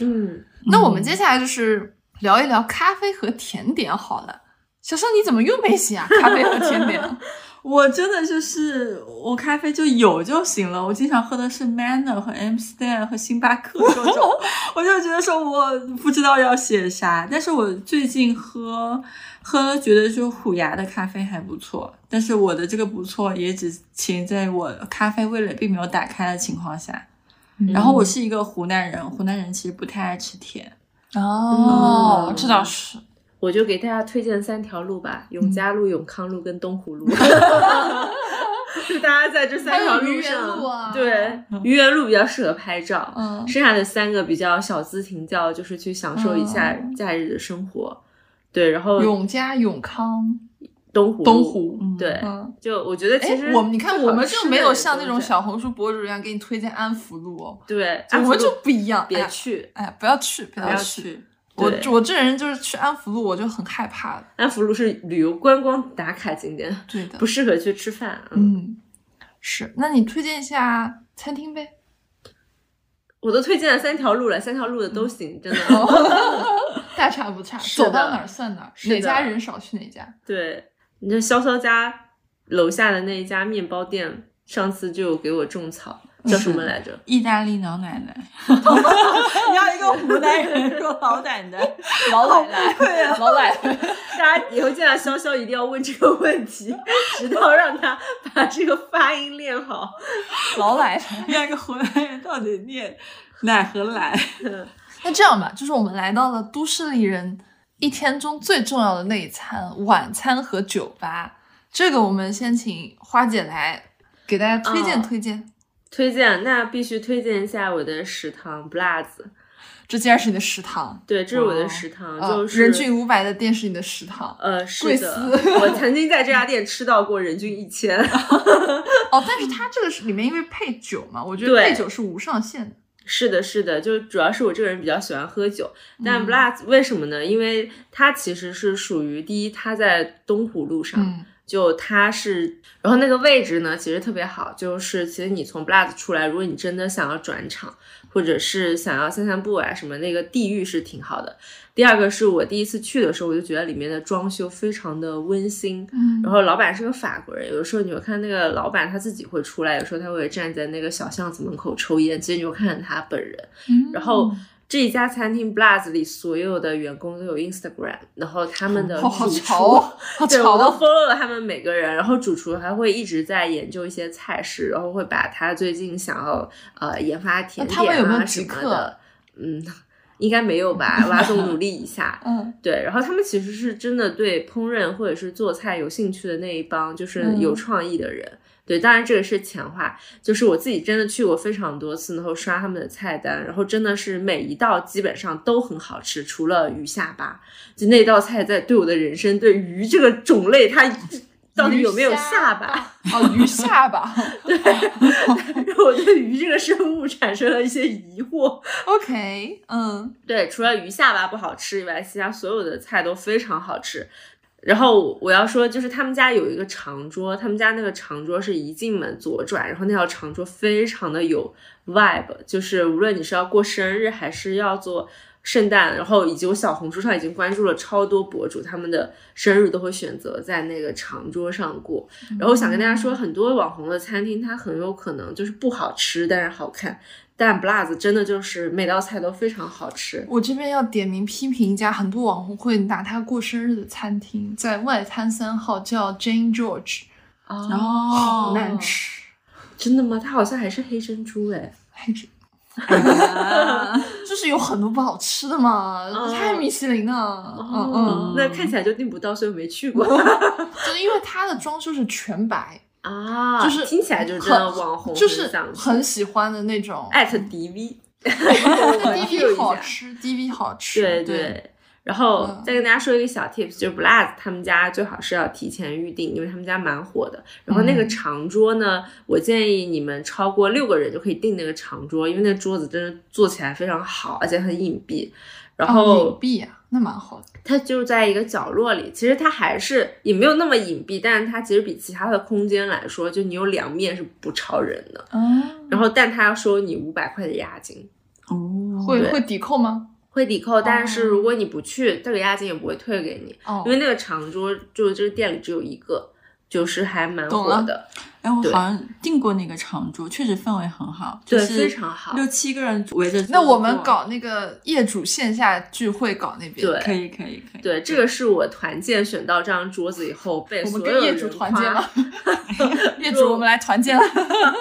[SPEAKER 2] 嗯，
[SPEAKER 1] 那我们接下来就是聊一聊咖啡和甜点好了。小盛，你怎么又没写啊？咖啡和甜
[SPEAKER 2] 哦
[SPEAKER 1] 点？
[SPEAKER 4] 我真的就是我咖啡就有就行了，我经常喝的是 Manner 和 Amstel 和星巴克各种， 我就觉得说我不知道要写啥，但是我最近喝喝觉得就虎牙的咖啡还不错，但是我的这个不错也只停在我咖啡味蕾并没有打开的情况下，
[SPEAKER 1] 嗯
[SPEAKER 4] 嗯然后我是一个湖南人，湖南人其实不太爱吃甜，
[SPEAKER 1] 哦，这倒是。
[SPEAKER 2] 我就给大家推荐三条路吧：
[SPEAKER 1] 嗯
[SPEAKER 2] 永嘉路、永康路跟东湖 路。 就大家在这三条路
[SPEAKER 1] 还有愚园
[SPEAKER 2] 上，
[SPEAKER 1] 路啊
[SPEAKER 2] 对 愚园路比较适合拍照，
[SPEAKER 1] 嗯
[SPEAKER 2] 剩下的三个比较小资停教，就是去享受一下假日的生活。对，然后
[SPEAKER 1] 嗯永嘉、永康、
[SPEAKER 2] 东湖，
[SPEAKER 1] 东，湖。
[SPEAKER 2] 对，
[SPEAKER 1] 嗯，
[SPEAKER 2] 就我觉得
[SPEAKER 1] 哎
[SPEAKER 2] 其实，
[SPEAKER 1] 我们你看，我们就没有像那
[SPEAKER 2] 好
[SPEAKER 1] 种
[SPEAKER 2] 吃的
[SPEAKER 1] 小红书博主一样给你推荐安福路哦，
[SPEAKER 2] 对，
[SPEAKER 1] 我们就不一样。哎
[SPEAKER 2] 别
[SPEAKER 1] 呀
[SPEAKER 2] 去，
[SPEAKER 1] 哎，不要去，不
[SPEAKER 4] 不
[SPEAKER 1] 要
[SPEAKER 4] 要
[SPEAKER 1] 去。
[SPEAKER 4] 去。
[SPEAKER 1] 我
[SPEAKER 2] 对
[SPEAKER 1] 我这人就是去安福路我就很害怕，
[SPEAKER 2] 安福路是旅游观光打卡景点，
[SPEAKER 1] 对的。
[SPEAKER 2] 不适合去吃饭。嗯
[SPEAKER 1] 嗯，是。那你推荐一下餐厅呗？
[SPEAKER 2] 我都推荐了三条路了，三条路的都行，真的。
[SPEAKER 1] 哦大差不差，
[SPEAKER 2] 是的
[SPEAKER 1] 走到哪儿算哪儿，
[SPEAKER 2] 是的
[SPEAKER 1] 哪家人少去哪 家。
[SPEAKER 2] 对，你这潇潇家楼下的那一家面包店，上次就有给我种草，叫什么来着？
[SPEAKER 4] 意大利老奶 奶，你要一个湖南人说老奶奶，啊
[SPEAKER 1] 老奶 奶，老奶奶，
[SPEAKER 2] 大家以后见到潇潇一定要问这个问题， 直到让他把这个发音练好。
[SPEAKER 1] 老奶奶。
[SPEAKER 4] 要一个湖南人到底 念奶和奶？
[SPEAKER 1] 那这样吧，就是我们来到了都市丽人一天中最重要的那一餐——晚餐和酒吧。这个我们先请花姐来给大家推荐
[SPEAKER 2] 哦
[SPEAKER 1] 推荐。
[SPEAKER 2] 推荐那必须推荐一下我的食堂不辣子，
[SPEAKER 1] 这竟然是你的食堂，
[SPEAKER 2] 对，这是我
[SPEAKER 4] 哦
[SPEAKER 2] 的食堂，
[SPEAKER 1] 啊
[SPEAKER 2] 就是
[SPEAKER 1] 人均五百的店是你的食堂
[SPEAKER 2] 呃，是
[SPEAKER 1] 贵
[SPEAKER 2] 的，
[SPEAKER 1] 司
[SPEAKER 2] 我曾经在这家店吃到过人均一千，
[SPEAKER 1] 哦。但是它这个是里面因为配酒嘛，我觉得
[SPEAKER 2] 对
[SPEAKER 1] 配酒是无上限的。
[SPEAKER 2] 是的，是的，就主要是我这个人比较喜欢喝酒，但
[SPEAKER 1] 嗯
[SPEAKER 2] b l a 为什么呢？因为它其实是属于第一，它在东湖路上，
[SPEAKER 1] 嗯
[SPEAKER 2] 就它是，然后那个位置呢，其实特别好，就是其实你从 b l a 出来，如果你真的想要转场，或者是想要散散步啊什么，那个地域是挺好的。第二个是我第一次去的时候，我就觉得里面的装修非常的温馨，
[SPEAKER 1] 嗯
[SPEAKER 2] 然后老板是个法国人，有的时候你会看那个老板他自己会出来，有时候他会站在那个小巷子门口抽烟，其实你会看见他本人。然后
[SPEAKER 1] 嗯
[SPEAKER 2] 这一家餐厅 Blaz 里所有的员工都有 Instagram，然后他们的
[SPEAKER 1] 好好
[SPEAKER 2] 主
[SPEAKER 1] 潮
[SPEAKER 2] 厨
[SPEAKER 1] 哦，好
[SPEAKER 2] 对，我
[SPEAKER 1] 潮
[SPEAKER 2] 都
[SPEAKER 1] 哦。
[SPEAKER 2] follow 了他们每个人，然后主厨还会一直在研究一些菜式，然后会把他最近想要呃研发甜
[SPEAKER 1] 那他们
[SPEAKER 2] 点
[SPEAKER 1] 有没有
[SPEAKER 2] 啊
[SPEAKER 1] 即
[SPEAKER 2] 什么
[SPEAKER 1] 刻
[SPEAKER 2] 的，嗯，应该没有吧？挖洞努力一下，
[SPEAKER 1] 嗯
[SPEAKER 2] 对，然后他们其实是真的对烹饪或者是做菜有兴趣的那一帮，就是
[SPEAKER 1] 嗯
[SPEAKER 2] 有创意的人。对，当然这个是前话，就是我自己真的去过非常多次，然后刷他们的菜单，然后真的是每一道基本上都很好吃，除了鱼下巴，就那道菜在对我的人生对鱼这个种类它到底有没有下巴，
[SPEAKER 1] 哦，鱼下巴。
[SPEAKER 2] 让我对鱼这个生物产生了一些疑惑。
[SPEAKER 1] OK，嗯，
[SPEAKER 2] 对，除了鱼下巴不好吃以外，其他所有的菜都非常好吃。然后我要说，就是他们家有一个长桌，他们家那个长桌是一进门左转，然后那条长桌非常的有 vibe，就是无论你是要过生日还是要做圣诞，然后以及我小红书上已经关注了超多博主，他们的生日都会选择在那个长桌上过。然后我想跟大家说，很多网红的餐厅它很有可能就是不好吃，但是好看。但 Blaz 真的就是每道菜都非常好吃，
[SPEAKER 1] 我这边要点名批评一家很多网红会拿他过生日的餐厅，在外滩三号叫 Jane George，
[SPEAKER 2] 然
[SPEAKER 1] 然
[SPEAKER 2] 后
[SPEAKER 1] 后好
[SPEAKER 4] 哦
[SPEAKER 1] 难吃，
[SPEAKER 2] 真的吗？它好像还是黑珍珠哎。
[SPEAKER 1] 还是
[SPEAKER 4] 啊
[SPEAKER 1] 就是有很多不好吃的嘛，
[SPEAKER 2] 哦
[SPEAKER 1] 太米其林了，嗯嗯，
[SPEAKER 2] 那看起来就订不到，所以我没去过
[SPEAKER 1] 就因为它的装修是全白，
[SPEAKER 2] 啊
[SPEAKER 1] 就是
[SPEAKER 2] 听起来就是真的网红，
[SPEAKER 1] 就是
[SPEAKER 2] 想 去
[SPEAKER 1] 很喜欢的那种。
[SPEAKER 2] 艾特 DV，
[SPEAKER 1] 那 DV 好
[SPEAKER 2] 好
[SPEAKER 1] 吃，DV 好吃，
[SPEAKER 2] 对
[SPEAKER 1] 对，哦
[SPEAKER 2] 对。然后
[SPEAKER 1] 嗯
[SPEAKER 2] 再跟大家说一个小 tips，就是 Blaz 他们家最好是要提前预定，因为他们家蛮火的。然后那个
[SPEAKER 1] 嗯
[SPEAKER 2] 长桌呢，我建议你们超过六个人就可以订那个长桌，因为那桌子真的坐起来非常好，而且很隐蔽。然后、
[SPEAKER 1] 哦，隐蔽啊，那蛮好的。
[SPEAKER 2] 它就在一个角落里，其实它还是也没有那么隐蔽，但是它其实比其他的空间来说，就你有两面是不超人的。
[SPEAKER 1] 嗯，
[SPEAKER 2] 然后，但它要收你五百块的押金，
[SPEAKER 4] 哦，
[SPEAKER 1] 会
[SPEAKER 2] 对
[SPEAKER 1] 会抵扣吗？
[SPEAKER 2] 会抵扣，但是如果你不去，这个押金也不会退给你，
[SPEAKER 1] 哦，
[SPEAKER 2] 因为那个长桌就是这个店里只有一个，就是还蛮
[SPEAKER 1] 懂
[SPEAKER 2] 火
[SPEAKER 1] 了
[SPEAKER 2] 的，
[SPEAKER 4] 哎，我
[SPEAKER 2] 对
[SPEAKER 4] 好像订过那个长桌，确实氛围很好，就
[SPEAKER 2] 对，
[SPEAKER 4] 是
[SPEAKER 2] 非常好
[SPEAKER 4] 六。七个人围着。
[SPEAKER 1] 那我们，搞那个业主线下聚会，搞那边。
[SPEAKER 2] 对
[SPEAKER 4] 可以可以可以。
[SPEAKER 2] 对，这个是我团建选到这张桌子以后被
[SPEAKER 1] 我
[SPEAKER 2] 所
[SPEAKER 1] 们
[SPEAKER 2] 有
[SPEAKER 1] 跟业
[SPEAKER 2] 人
[SPEAKER 1] 主
[SPEAKER 2] 夸。
[SPEAKER 1] 团建了， 业主我们来团建了。啊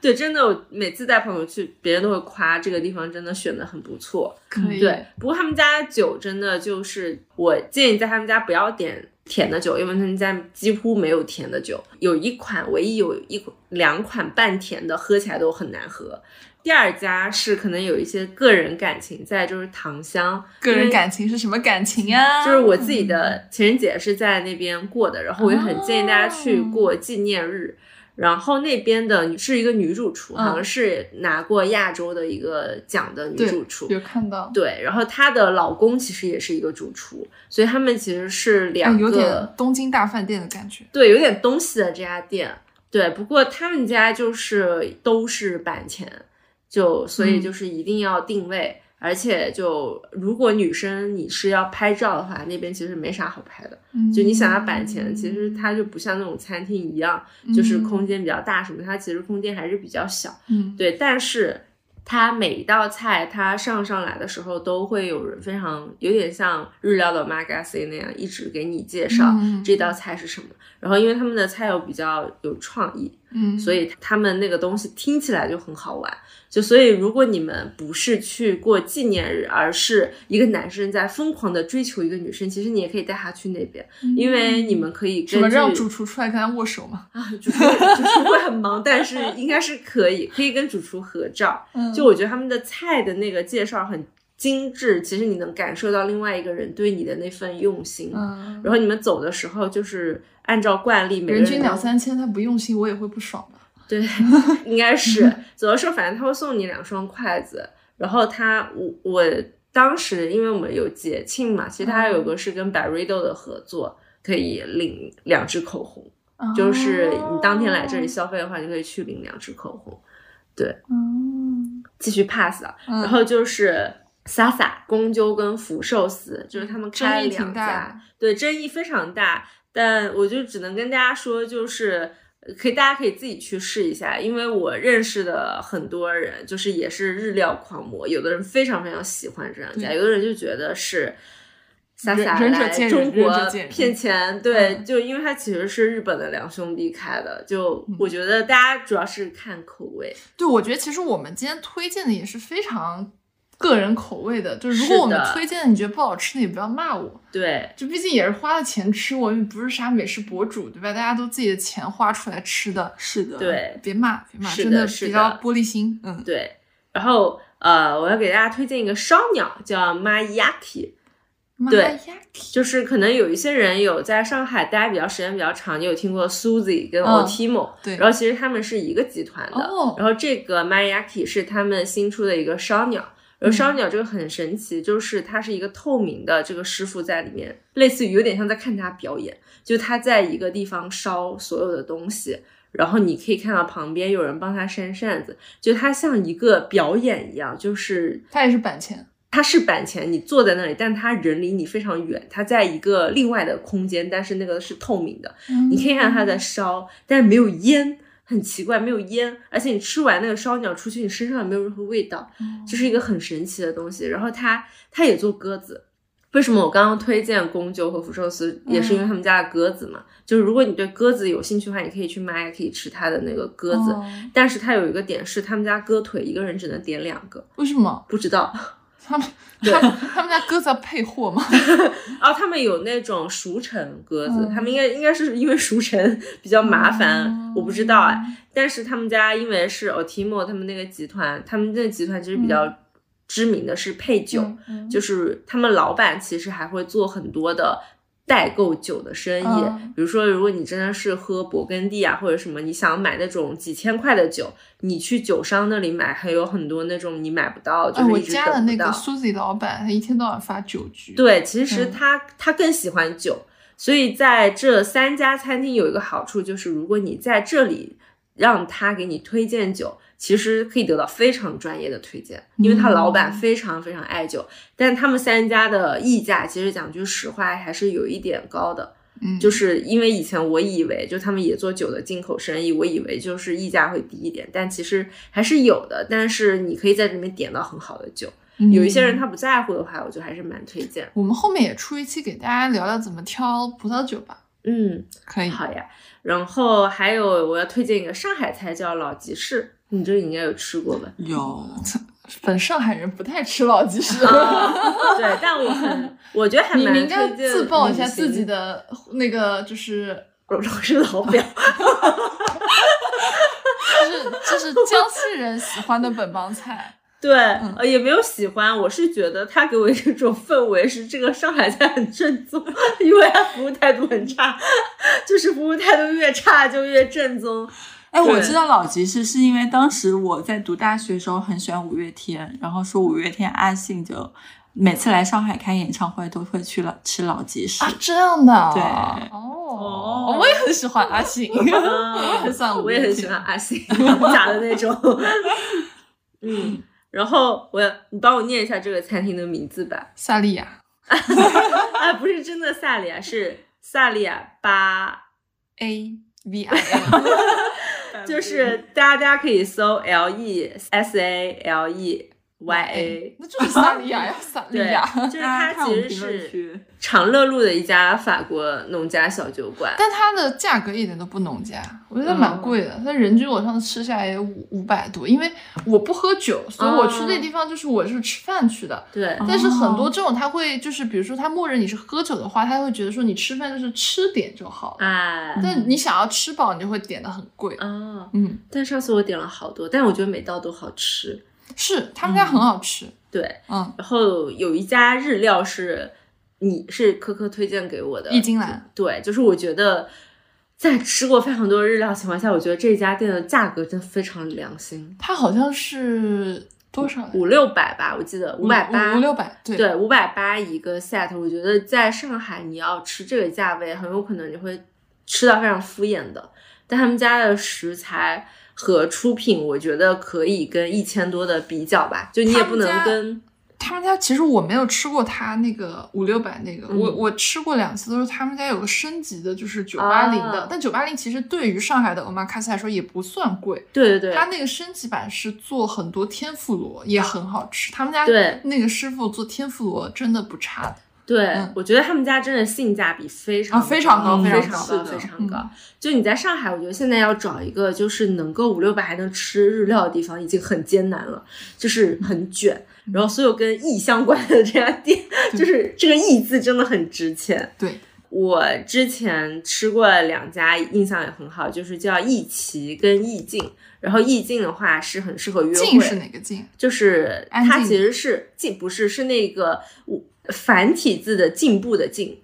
[SPEAKER 2] 对，真的，我每次带朋友去，别人都会夸这个地方真的选的很不错。
[SPEAKER 1] 可以，
[SPEAKER 2] 对，不过他们家酒真的就是，我建议在他们家不要点甜的酒，因为他们家几乎没有甜的酒，有一款，唯一有一款两款半甜的，喝起来都很难喝。第二家是可能有一些个人感情在，就是糖香，
[SPEAKER 1] 个
[SPEAKER 2] 因
[SPEAKER 1] 人
[SPEAKER 2] 为
[SPEAKER 1] 感情是什么感情啊？
[SPEAKER 2] 就是我自己的情人节是在那边过的，然后我也很建议大
[SPEAKER 1] 哦
[SPEAKER 2] 家去过纪念日。然后那边的是一个女主厨，
[SPEAKER 1] 嗯
[SPEAKER 2] 好像是拿过亚洲的一个奖的女
[SPEAKER 1] 对
[SPEAKER 2] 主厨，
[SPEAKER 1] 有看到，
[SPEAKER 2] 对，然后她的老公其实也是一个主厨，所以他们其实
[SPEAKER 1] 哎
[SPEAKER 2] 是两个，
[SPEAKER 1] 有点东京大饭店的感觉。
[SPEAKER 2] 对，有点东西的这家店。对，不过他们家就是都是板前，就所
[SPEAKER 1] 嗯
[SPEAKER 2] 以就是一定要定位，而且就如果女生你是要拍照的话，那边其实没啥好拍的。就你
[SPEAKER 1] 嗯
[SPEAKER 2] 想要板前，其实它就不像那种餐厅一样，就是空间比较大什么，它其实空间还是比较小。
[SPEAKER 1] 嗯，
[SPEAKER 2] 对，但是它每一道菜它上上来的时候，都会有人非常有点像日料的 magazine 那样，一直给你介绍
[SPEAKER 1] 嗯
[SPEAKER 2] 这道菜是什么。然后因为他们的菜又比较有创意，
[SPEAKER 1] 嗯，
[SPEAKER 2] 所以他们那个东西听起来就很好玩。就所以，如果你们不是去过纪念日，而是一个男生在疯狂的追求一个女生，其实你也可以带她去那边，因为你们可以
[SPEAKER 1] 嗯什
[SPEAKER 2] 根
[SPEAKER 1] 么
[SPEAKER 2] 据
[SPEAKER 1] 让 主厨出来跟他握手嘛？
[SPEAKER 2] 啊，主厨主厨会很忙，但是应该是可以，可以跟主厨合照。
[SPEAKER 1] 嗯
[SPEAKER 2] 就我觉得他们的菜的那个介绍很精致，其实你能感受到另外一个人对你的那份用心。
[SPEAKER 1] 嗯，
[SPEAKER 2] 然后你们走的时候，就是按照惯例，每个
[SPEAKER 1] 人
[SPEAKER 2] 人
[SPEAKER 1] 均
[SPEAKER 2] 都
[SPEAKER 1] 两三千，他不用心，我也会不爽的。
[SPEAKER 2] 对，应该是走的时候，反正他会送你两双筷子。然后他，我我当时因为我们有节庆嘛，其
[SPEAKER 1] 嗯
[SPEAKER 2] 实他有个是跟 Barredo 的合作，可以领两支口红，就是你当天来这里消费的话，你可以去领两支口红。
[SPEAKER 1] 嗯，
[SPEAKER 2] 继续 pass 啊，
[SPEAKER 1] 嗯
[SPEAKER 2] 然后就是。萨萨、公鸠跟福寿司，就是他们开
[SPEAKER 1] 争
[SPEAKER 2] 了
[SPEAKER 1] 议挺
[SPEAKER 2] 两
[SPEAKER 1] 大
[SPEAKER 2] 家
[SPEAKER 1] 的，，
[SPEAKER 2] 对，争议非常大，但我就只能跟大家说，就是呃可以，大家可以自己去试一下，因为我认识的很多人，就是也是日料狂魔，有的人非常非常喜欢这两家，
[SPEAKER 1] 对
[SPEAKER 2] 有的人就觉得是。撒
[SPEAKER 1] 仁
[SPEAKER 2] 撒
[SPEAKER 1] 仁者
[SPEAKER 2] 来
[SPEAKER 1] 见仁
[SPEAKER 2] 中
[SPEAKER 1] 仁
[SPEAKER 2] 国
[SPEAKER 1] 者见仁
[SPEAKER 2] 骗钱，对，
[SPEAKER 1] 嗯
[SPEAKER 2] 就因为它其实是日本的两兄弟开的，就
[SPEAKER 1] 嗯
[SPEAKER 2] 我觉得大家主要是看口味，
[SPEAKER 1] 对，我觉得其实我们今天推荐的也是非常个人口味的，就是如
[SPEAKER 2] 是
[SPEAKER 1] 果我们
[SPEAKER 2] 的
[SPEAKER 1] 推荐的你觉得不好吃的，也不要骂我，
[SPEAKER 2] 对，
[SPEAKER 1] 就毕竟也是花了钱吃，我们不是啥美食博主，对吧？大家都自己的钱花出来吃的，
[SPEAKER 4] 是的，？
[SPEAKER 2] 对
[SPEAKER 1] 别骂，别骂，
[SPEAKER 2] 是
[SPEAKER 1] 真
[SPEAKER 2] 的是
[SPEAKER 1] 比较
[SPEAKER 2] 的
[SPEAKER 1] 玻璃心。嗯，
[SPEAKER 2] 对，然后呃，我要给大家推荐一个烧鸟，叫 Mayaki，
[SPEAKER 1] 妈
[SPEAKER 2] 对
[SPEAKER 1] 呀，
[SPEAKER 2] 就是可能有一些人有在上海待比较时间比较长，你有听过 Suzy 跟
[SPEAKER 1] 嗯
[SPEAKER 2] Otimo，、
[SPEAKER 1] 对
[SPEAKER 2] 然后其实他们是一个集团的，
[SPEAKER 1] 哦
[SPEAKER 2] 然后这个 Mayaki 是他们新出的一个烧鸟。然后
[SPEAKER 1] 嗯
[SPEAKER 2] 烧鸟这个很神奇，就是它是一个透明的，这个师傅在里面，类似于有点像在看他表演，就他在一个地方烧所有的东西，然后你可以看到旁边有人帮他扇扇子，就他像一个表演一样，就是
[SPEAKER 1] 他也是板前，
[SPEAKER 2] 他是板前，你坐在那里，但他人离你非常远，他在一个另外的空间，但是那个是透明的，你可以看到他在烧，但是没有烟，很奇怪，没有烟，而且你吃完那个烧鸟出去，你身上也没有任何味道，这是一个很神奇的东西。然后他他也做鸽子。为什么我刚刚推荐公鸠和福寿司，也是因为他们家的鸽子嘛？就是如果你对鸽子有兴趣的话，你可以去买，也可以吃它的那个鸽子。
[SPEAKER 1] 哦
[SPEAKER 2] 但是它有一个点是，他们家鸽腿一个人只能点两个，
[SPEAKER 1] 为什么？
[SPEAKER 2] 不知道
[SPEAKER 1] 他们他们他们家鸽子要配货 吗？
[SPEAKER 2] 然后哦他们有那种熟成鸽子，
[SPEAKER 1] 嗯
[SPEAKER 2] 他们应该应该是因为熟成比较麻烦，
[SPEAKER 1] 嗯
[SPEAKER 2] 我不知道哎。但是他们家因为是 Otimo 他们那个集团，他们那个集团其实比较知名的是配酒，
[SPEAKER 1] 嗯嗯
[SPEAKER 2] 就是他们老板其实还会做很多的。代购酒的生意，
[SPEAKER 1] 嗯
[SPEAKER 2] 比如说，如果你真的是喝勃艮第啊，或者什么，你想买那种几千块的酒，你去酒商那里买，还有很多那种你买不到，就
[SPEAKER 1] 哎，
[SPEAKER 2] 是
[SPEAKER 1] 我
[SPEAKER 2] 一直
[SPEAKER 1] 家的
[SPEAKER 2] 等
[SPEAKER 1] 那
[SPEAKER 2] 不
[SPEAKER 1] 个
[SPEAKER 2] 到。
[SPEAKER 1] Suzy 老板，他一天到晚发酒局。，
[SPEAKER 2] 对，其实
[SPEAKER 1] 嗯
[SPEAKER 2] 他、他更喜欢酒，所以在这三家餐厅有一个好处就是，如果你在这里让他给你推荐酒，其实可以得到非常专业的推荐，因为他老
[SPEAKER 1] 嗯
[SPEAKER 2] 板非常非常爱酒。但他们三家的溢价，其实讲句实话还是有一点高的，
[SPEAKER 1] 嗯，
[SPEAKER 2] 就是因为以前我以为就他们也做酒的进口生意，我以为就是溢价会低一点，但其实还是有的。但是你可以在里面点到很好的酒，有一些人
[SPEAKER 1] 嗯
[SPEAKER 2] 他不在乎的话，我就还是蛮推荐。
[SPEAKER 1] 我们后面也出一期给大家聊聊怎么挑葡萄酒吧。
[SPEAKER 2] 嗯，
[SPEAKER 1] 可以，
[SPEAKER 2] 好呀。然后还有我要推荐一个上海菜叫老集市，你这应该有吃过吧
[SPEAKER 4] 有
[SPEAKER 1] 本上海人不太吃老鸡翅。
[SPEAKER 2] 啊对，但我很，我觉得还
[SPEAKER 1] 你
[SPEAKER 2] 蛮
[SPEAKER 1] 们
[SPEAKER 2] 推
[SPEAKER 1] 应该
[SPEAKER 2] 荐
[SPEAKER 1] 自曝一下
[SPEAKER 2] 旅行
[SPEAKER 1] 自己，的那个，就是
[SPEAKER 2] 我是 老表，
[SPEAKER 1] 就是就是江西人喜欢的本帮 菜。
[SPEAKER 2] 对，
[SPEAKER 1] 嗯
[SPEAKER 2] 呃，也没有喜欢，我是觉得他给我一种氛围是这个上海菜很正宗，因为他服务态度很差， 就是服务态度越差就越正宗。
[SPEAKER 4] 哎，我
[SPEAKER 2] 对
[SPEAKER 4] 知道老集市是因为当时我在读大学的时候很喜欢五月天，然后说五月天阿信就每次来上海开演唱会都会去老吃老集市。
[SPEAKER 1] 啊，这样的啊。
[SPEAKER 4] 对
[SPEAKER 1] 哦，我也很喜欢阿信，
[SPEAKER 2] 啊
[SPEAKER 1] 很喜欢
[SPEAKER 2] 我
[SPEAKER 1] 五
[SPEAKER 2] 也
[SPEAKER 1] 月天
[SPEAKER 2] 很喜欢阿信 假的那种。 嗯，然后我你帮我念一下这个餐厅的名字吧。
[SPEAKER 1] 萨莉亚
[SPEAKER 2] 哎，不是真的萨利亚，是萨利亚巴，
[SPEAKER 1] A V I L，
[SPEAKER 2] 就是大家大家可以搜 L E S A L E Y A。
[SPEAKER 1] 那就是萨莉亚呀，萨莉
[SPEAKER 2] 对，
[SPEAKER 1] 亚。
[SPEAKER 2] 就是
[SPEAKER 4] 哎大家
[SPEAKER 2] 它
[SPEAKER 4] 看
[SPEAKER 2] 其
[SPEAKER 4] 我
[SPEAKER 2] 实
[SPEAKER 4] 们评论
[SPEAKER 2] 是
[SPEAKER 4] 区，
[SPEAKER 2] 长乐路的一家法国农家小酒馆。
[SPEAKER 1] 但它的价格一点都不农家，我觉得
[SPEAKER 2] 嗯
[SPEAKER 1] 蛮贵的。它人均我上次吃下来也五五百多，因为我不喝酒，所以我去
[SPEAKER 2] 嗯
[SPEAKER 1] 那地方就是我是吃饭去的。
[SPEAKER 2] 对，
[SPEAKER 1] 但是很多这种他会就是，比如说他默认你是喝酒的话，他会觉得说你吃饭就是吃点就好了。
[SPEAKER 2] 哎，
[SPEAKER 1] 但你想要吃饱，你就会点的很贵。
[SPEAKER 2] 哦，
[SPEAKER 1] 嗯，
[SPEAKER 2] 但上次我点了好多，但我觉得每道都好吃。
[SPEAKER 1] 是他们
[SPEAKER 2] 嗯
[SPEAKER 1] 家很好吃。
[SPEAKER 2] 对，
[SPEAKER 1] 嗯，
[SPEAKER 2] 然后有一家日料是你是科科推荐给我的，
[SPEAKER 1] 易金兰
[SPEAKER 2] 对，呃就是我觉得在吃过非常多日料的情况下，我觉得这家店的价格真的非常良心，
[SPEAKER 1] 它好像是多少来着？
[SPEAKER 2] 五六百吧，我记得五百八，
[SPEAKER 1] 五六百，对
[SPEAKER 2] 对，五百八一个 set，我觉得在上海你要吃这个价位，很有可能你会吃到非常敷衍的。但他们家的食材和出品，我觉得可以跟一千多的比较吧，就你也
[SPEAKER 1] 他们
[SPEAKER 2] 不能
[SPEAKER 1] 家
[SPEAKER 2] 跟
[SPEAKER 1] 他们家其实我没有吃过他那个五六百那个，
[SPEAKER 2] 嗯
[SPEAKER 1] 我我吃过两次，都是他们家有个升级的，就是九八零的。
[SPEAKER 2] 啊
[SPEAKER 1] 但九八零其实对于上海的 omakase 来说也不算贵，
[SPEAKER 2] 对对对，
[SPEAKER 1] 他那个升级版是做很多天妇罗，也很好吃。他们家
[SPEAKER 2] 对
[SPEAKER 1] 那个师傅做天妇罗真的不差的。
[SPEAKER 2] 对、
[SPEAKER 1] 嗯
[SPEAKER 2] 我觉得他们家真的性价比非常
[SPEAKER 1] 啊非常高
[SPEAKER 2] 非
[SPEAKER 1] 非
[SPEAKER 2] 常
[SPEAKER 1] 常
[SPEAKER 2] 高，
[SPEAKER 1] 高
[SPEAKER 2] 非常
[SPEAKER 1] 嗯
[SPEAKER 2] 高。就你在上海，我觉得现在要找一个就是能够五六百还能吃日料的地方，已经很艰难了，
[SPEAKER 1] 嗯
[SPEAKER 2] 就是很卷。然后所有跟异相关的这家店，就是这个“异”字真的很值钱。
[SPEAKER 1] 对，
[SPEAKER 2] 我之前吃过两家，印象也很好，就是叫意奇跟意境。然后意境的话是很适合约会，
[SPEAKER 1] 静是哪个静？
[SPEAKER 2] 就是
[SPEAKER 1] 安
[SPEAKER 2] 它
[SPEAKER 1] 静
[SPEAKER 2] 其实是进不是是那个我繁体字的进步的进，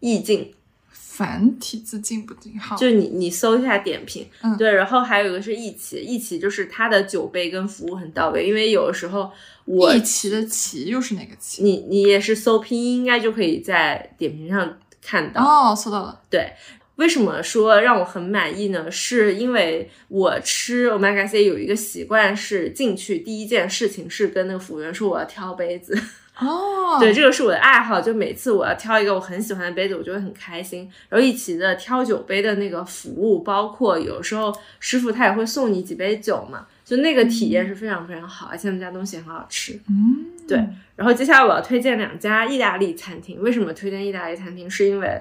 [SPEAKER 2] 意境，
[SPEAKER 1] 繁体字静不静？好，
[SPEAKER 2] 就是你你搜一下点评，
[SPEAKER 1] 哦嗯
[SPEAKER 2] 对，然后还有一个是一起，一起就是它的酒杯跟服务很到位，因为有的时候我
[SPEAKER 1] 一旗的旗又是哪个旗？
[SPEAKER 2] 你你也是搜拼音，应该就可以在点评上看到，
[SPEAKER 1] 哦，搜到了。
[SPEAKER 2] 对，为什么说让我很满意呢？是因为我吃 omakase 有一个习惯是进去第一件事情是跟那个服务员说我要挑杯子。
[SPEAKER 1] 哦，
[SPEAKER 2] 对，，这个是我的爱好，就每次我要挑一个我很喜欢的杯子，我就会很开心。然后一起的挑酒杯的那个服务，包括有时候师傅他也会送你几杯酒嘛，就那个体验是非常非常好，而且他们家东西也很好吃。
[SPEAKER 1] 嗯，
[SPEAKER 2] 对然后接下来我要推荐两家意大利餐厅。为什么推荐意大利餐厅？是因为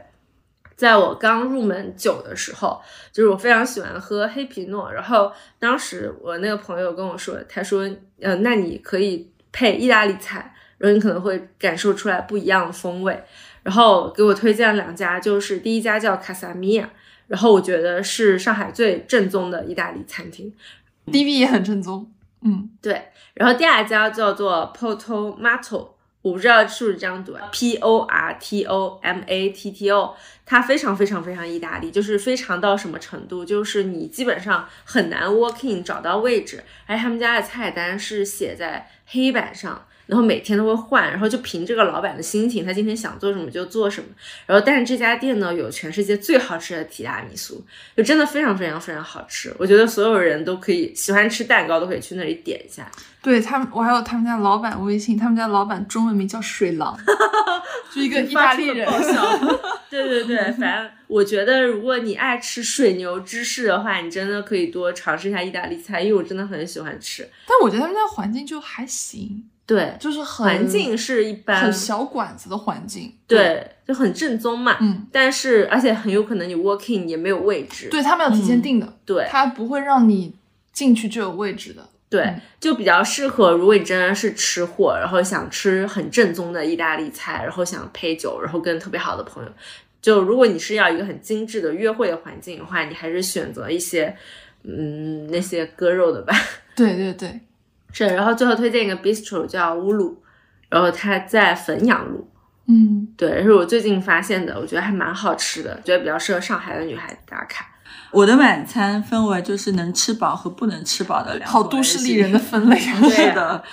[SPEAKER 2] 在我刚入门酒的时候，就是我非常喜欢喝黑皮诺。然后当时我那个朋友跟我说，他说：“呃，那你可以配意大利菜，然后你可能会感受出来不一样的风味。”然后给我推荐了两家，就是第一家叫卡萨米亚，然后我觉得是上海最正宗的意大利餐厅。
[SPEAKER 1] ，DV 也很正宗。嗯，
[SPEAKER 2] 对，然后第二家叫做 Potomato，我不知道是不是这样读啊，P O R T O M A T T O，它非常非常非常意大利，就是非常到什么程度，就是你基本上很难 walk in 找到位置，而且他们家的菜单是写在黑板上。然后每天都会换，然后就凭这个老板的心情，他今天想做什么就做什么。然后，但是这家店呢，有全世界最好吃的提拉米苏，就真的非常非常非常好吃。我觉得所有人都可以喜欢吃蛋糕，都可以去那里点一下。
[SPEAKER 1] 对他们，我还有他们家老板微信，他们家老板中文名叫水 狼，就一个意大利人。
[SPEAKER 2] 对对对，反正我觉得，如果你爱吃水牛芝士的话，你真的可以多尝试一下意大利菜，因为我真的很喜欢吃。
[SPEAKER 1] 但我觉得他们家环境就还行，
[SPEAKER 2] 对，
[SPEAKER 1] 就是很
[SPEAKER 2] 环境是一般
[SPEAKER 1] 很，小馆子的环境。，
[SPEAKER 2] 对，就很正宗嘛。
[SPEAKER 1] 嗯，
[SPEAKER 2] 但是，而且很有可能你 walking 也没有位置。
[SPEAKER 1] 对他们要提前订的，
[SPEAKER 2] 嗯对
[SPEAKER 1] 他不会让你进去就有位置的。
[SPEAKER 2] 对
[SPEAKER 1] 嗯，
[SPEAKER 2] 就比较适合，如果你真的是吃货，然后想吃很正宗的意大利菜，然后想配酒，然后跟特别好的朋友，就如果你是要一个很精致的约会的环境的话，你还是选择一些，嗯，那些割肉的吧。
[SPEAKER 1] 对对对，
[SPEAKER 2] 是，然后最后推荐一个 bistro 叫乌鲁，然后它在汾阳路，
[SPEAKER 1] 嗯，
[SPEAKER 2] 对，是我最近发现的，我觉得还蛮好吃的，觉得比较适合上海的女孩打卡。
[SPEAKER 4] 我的晚餐分为就是能吃饱和不能吃饱的两
[SPEAKER 1] 好
[SPEAKER 4] 种
[SPEAKER 1] 都
[SPEAKER 4] 类
[SPEAKER 1] 市
[SPEAKER 4] 型
[SPEAKER 1] 丽人的分类啊。
[SPEAKER 2] 对
[SPEAKER 4] 是的，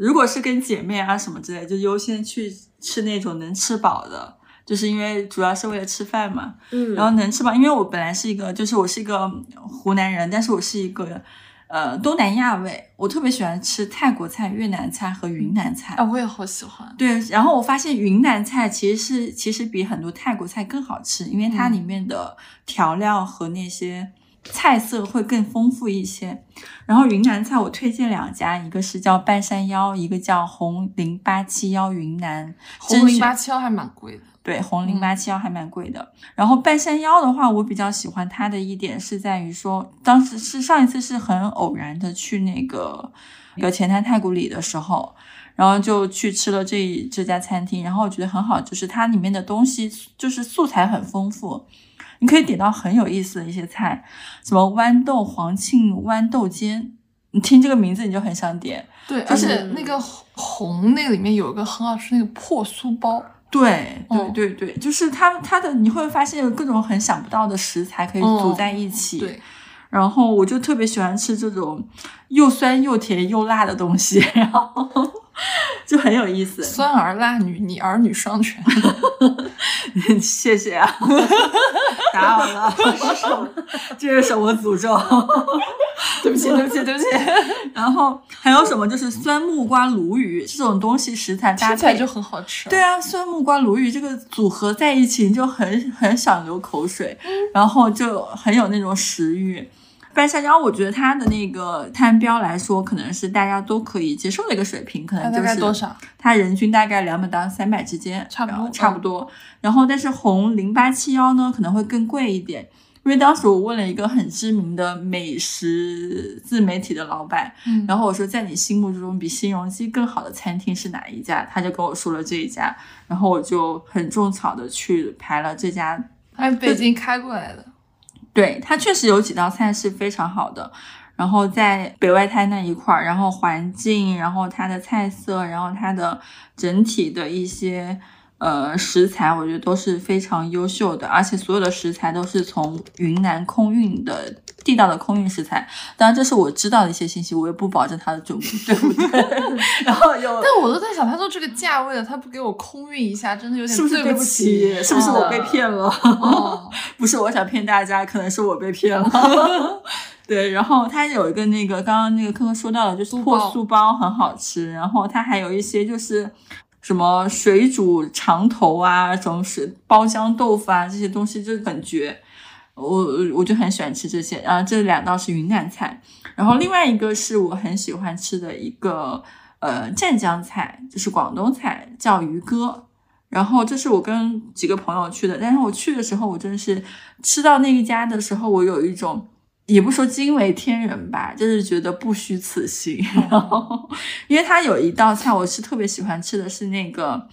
[SPEAKER 4] 如果是跟姐妹啊什么之类，就优先去吃那种能吃饱的，就是因为主要是为了吃饭嘛。
[SPEAKER 2] 嗯
[SPEAKER 4] 然后能吃饱，因为我本来是一个，就是我是一个湖南人，但是我是一个呃东南亚胃，我特别喜欢吃泰国菜、越南菜和云南菜。
[SPEAKER 1] 啊，我也好喜欢。
[SPEAKER 4] 对，然后我发现云南菜其实是其实比很多泰国菜更好吃，因为它
[SPEAKER 1] 嗯
[SPEAKER 4] 里面的调料和那些菜色会更丰富一些。然后云南菜我推荐两家，一个是叫半山腰，一个叫红零八七幺云南。
[SPEAKER 1] 红
[SPEAKER 4] 甄
[SPEAKER 1] 零
[SPEAKER 4] 选
[SPEAKER 1] 八七幺还蛮贵的，
[SPEAKER 4] 对，红零八七幺还蛮贵的。然后半山腰的话，我比较喜欢它的一点是在于说，当时是上一次是很偶然的去那个有前滩太古里的时候，然后就去吃了这这家餐厅，然后我觉得很好，就是它里面的东西就是素材很丰富。你可以点到很有意思的一些菜，什么豌豆黄庆豌豆尖，你听这个名字你就很想点。
[SPEAKER 1] 对，
[SPEAKER 4] 就
[SPEAKER 1] 而
[SPEAKER 4] 是
[SPEAKER 1] 且那个红红那里面有一个很好吃那个破酥包，
[SPEAKER 4] 对对
[SPEAKER 1] 嗯
[SPEAKER 4] 对对，就是它它的你会发现有各种很想不到的食材可以组在一
[SPEAKER 1] 嗯
[SPEAKER 4] 起。
[SPEAKER 1] 对，
[SPEAKER 4] 然后我就特别喜欢吃这种又酸又甜又辣的东西，然后 就很有意思。
[SPEAKER 1] 酸儿辣女，你儿女双 全。
[SPEAKER 4] 谢谢 啊，打扰了， 这是什么诅咒？
[SPEAKER 1] 对不起，对不起，对不起，
[SPEAKER 4] 然后还有什么就是酸木瓜鲈鱼这种东西食材搭
[SPEAKER 1] 听起来
[SPEAKER 4] 配
[SPEAKER 1] 就很好吃。
[SPEAKER 4] 对，啊，酸木瓜鲈鱼这个组合在一起，你就很很想流口水，然后就很有那种食欲。半山腰，我觉得它的那个碳标来说，可能是大家都可以接受的一个水平，可
[SPEAKER 1] 它
[SPEAKER 4] 能
[SPEAKER 1] 大
[SPEAKER 4] 就
[SPEAKER 1] 概
[SPEAKER 4] 是
[SPEAKER 1] 多少？
[SPEAKER 4] 它人均大概两百到三百之间，
[SPEAKER 1] 差不多
[SPEAKER 4] 然后差不多。然后，但是红零八七幺呢，可能会更贵一点，因为当时我问了一个很知名的美食自媒体的老板，
[SPEAKER 1] 嗯
[SPEAKER 4] 然后我说在你心目中比新荣记更好的餐厅是哪一家，他就跟我说了这一家，然后我就很种草的去排了这家
[SPEAKER 1] 它是北京开过 来的。
[SPEAKER 4] 对，它确实有几道菜是非常好的。然后在北外滩那一块儿，然后环境，然后它的菜色，然后它的整体的一些呃食材，我觉得都是非常优秀的，而且所有的食材都是从云南空运的地道的空运食材。当然，这是我知道的一些信息，我也不保证它的准对不对。 然后有
[SPEAKER 1] 但我都在想，他都这个价位了，他不给我空运一下，真的有点
[SPEAKER 4] 是不是
[SPEAKER 1] 对
[SPEAKER 4] 不
[SPEAKER 1] 起？嗯
[SPEAKER 4] 起？是不是我被骗了？
[SPEAKER 1] 哦，
[SPEAKER 4] 不是我想骗大家，可能是我被骗了。 对，然后它有一个那个刚刚那个科科说到的，就是
[SPEAKER 1] 酥
[SPEAKER 4] 破
[SPEAKER 1] 包
[SPEAKER 4] 酥包很好吃，然后它还有一些就是什么水煮肠头啊，什么水包浆豆腐啊，这些东西就很绝。我我就很喜欢吃这些，然后这两道是云南菜，然后另外一个是我很喜欢吃的一个呃湛江菜，就是广东菜，叫鱼哥。然后这是我跟几个朋友去的，但是我去的时候，我真是吃到那一家的时候，我有一种也不说惊为天人吧，就是觉得不虚此行。 然后，因为它有一道菜我是特别喜欢吃的是那个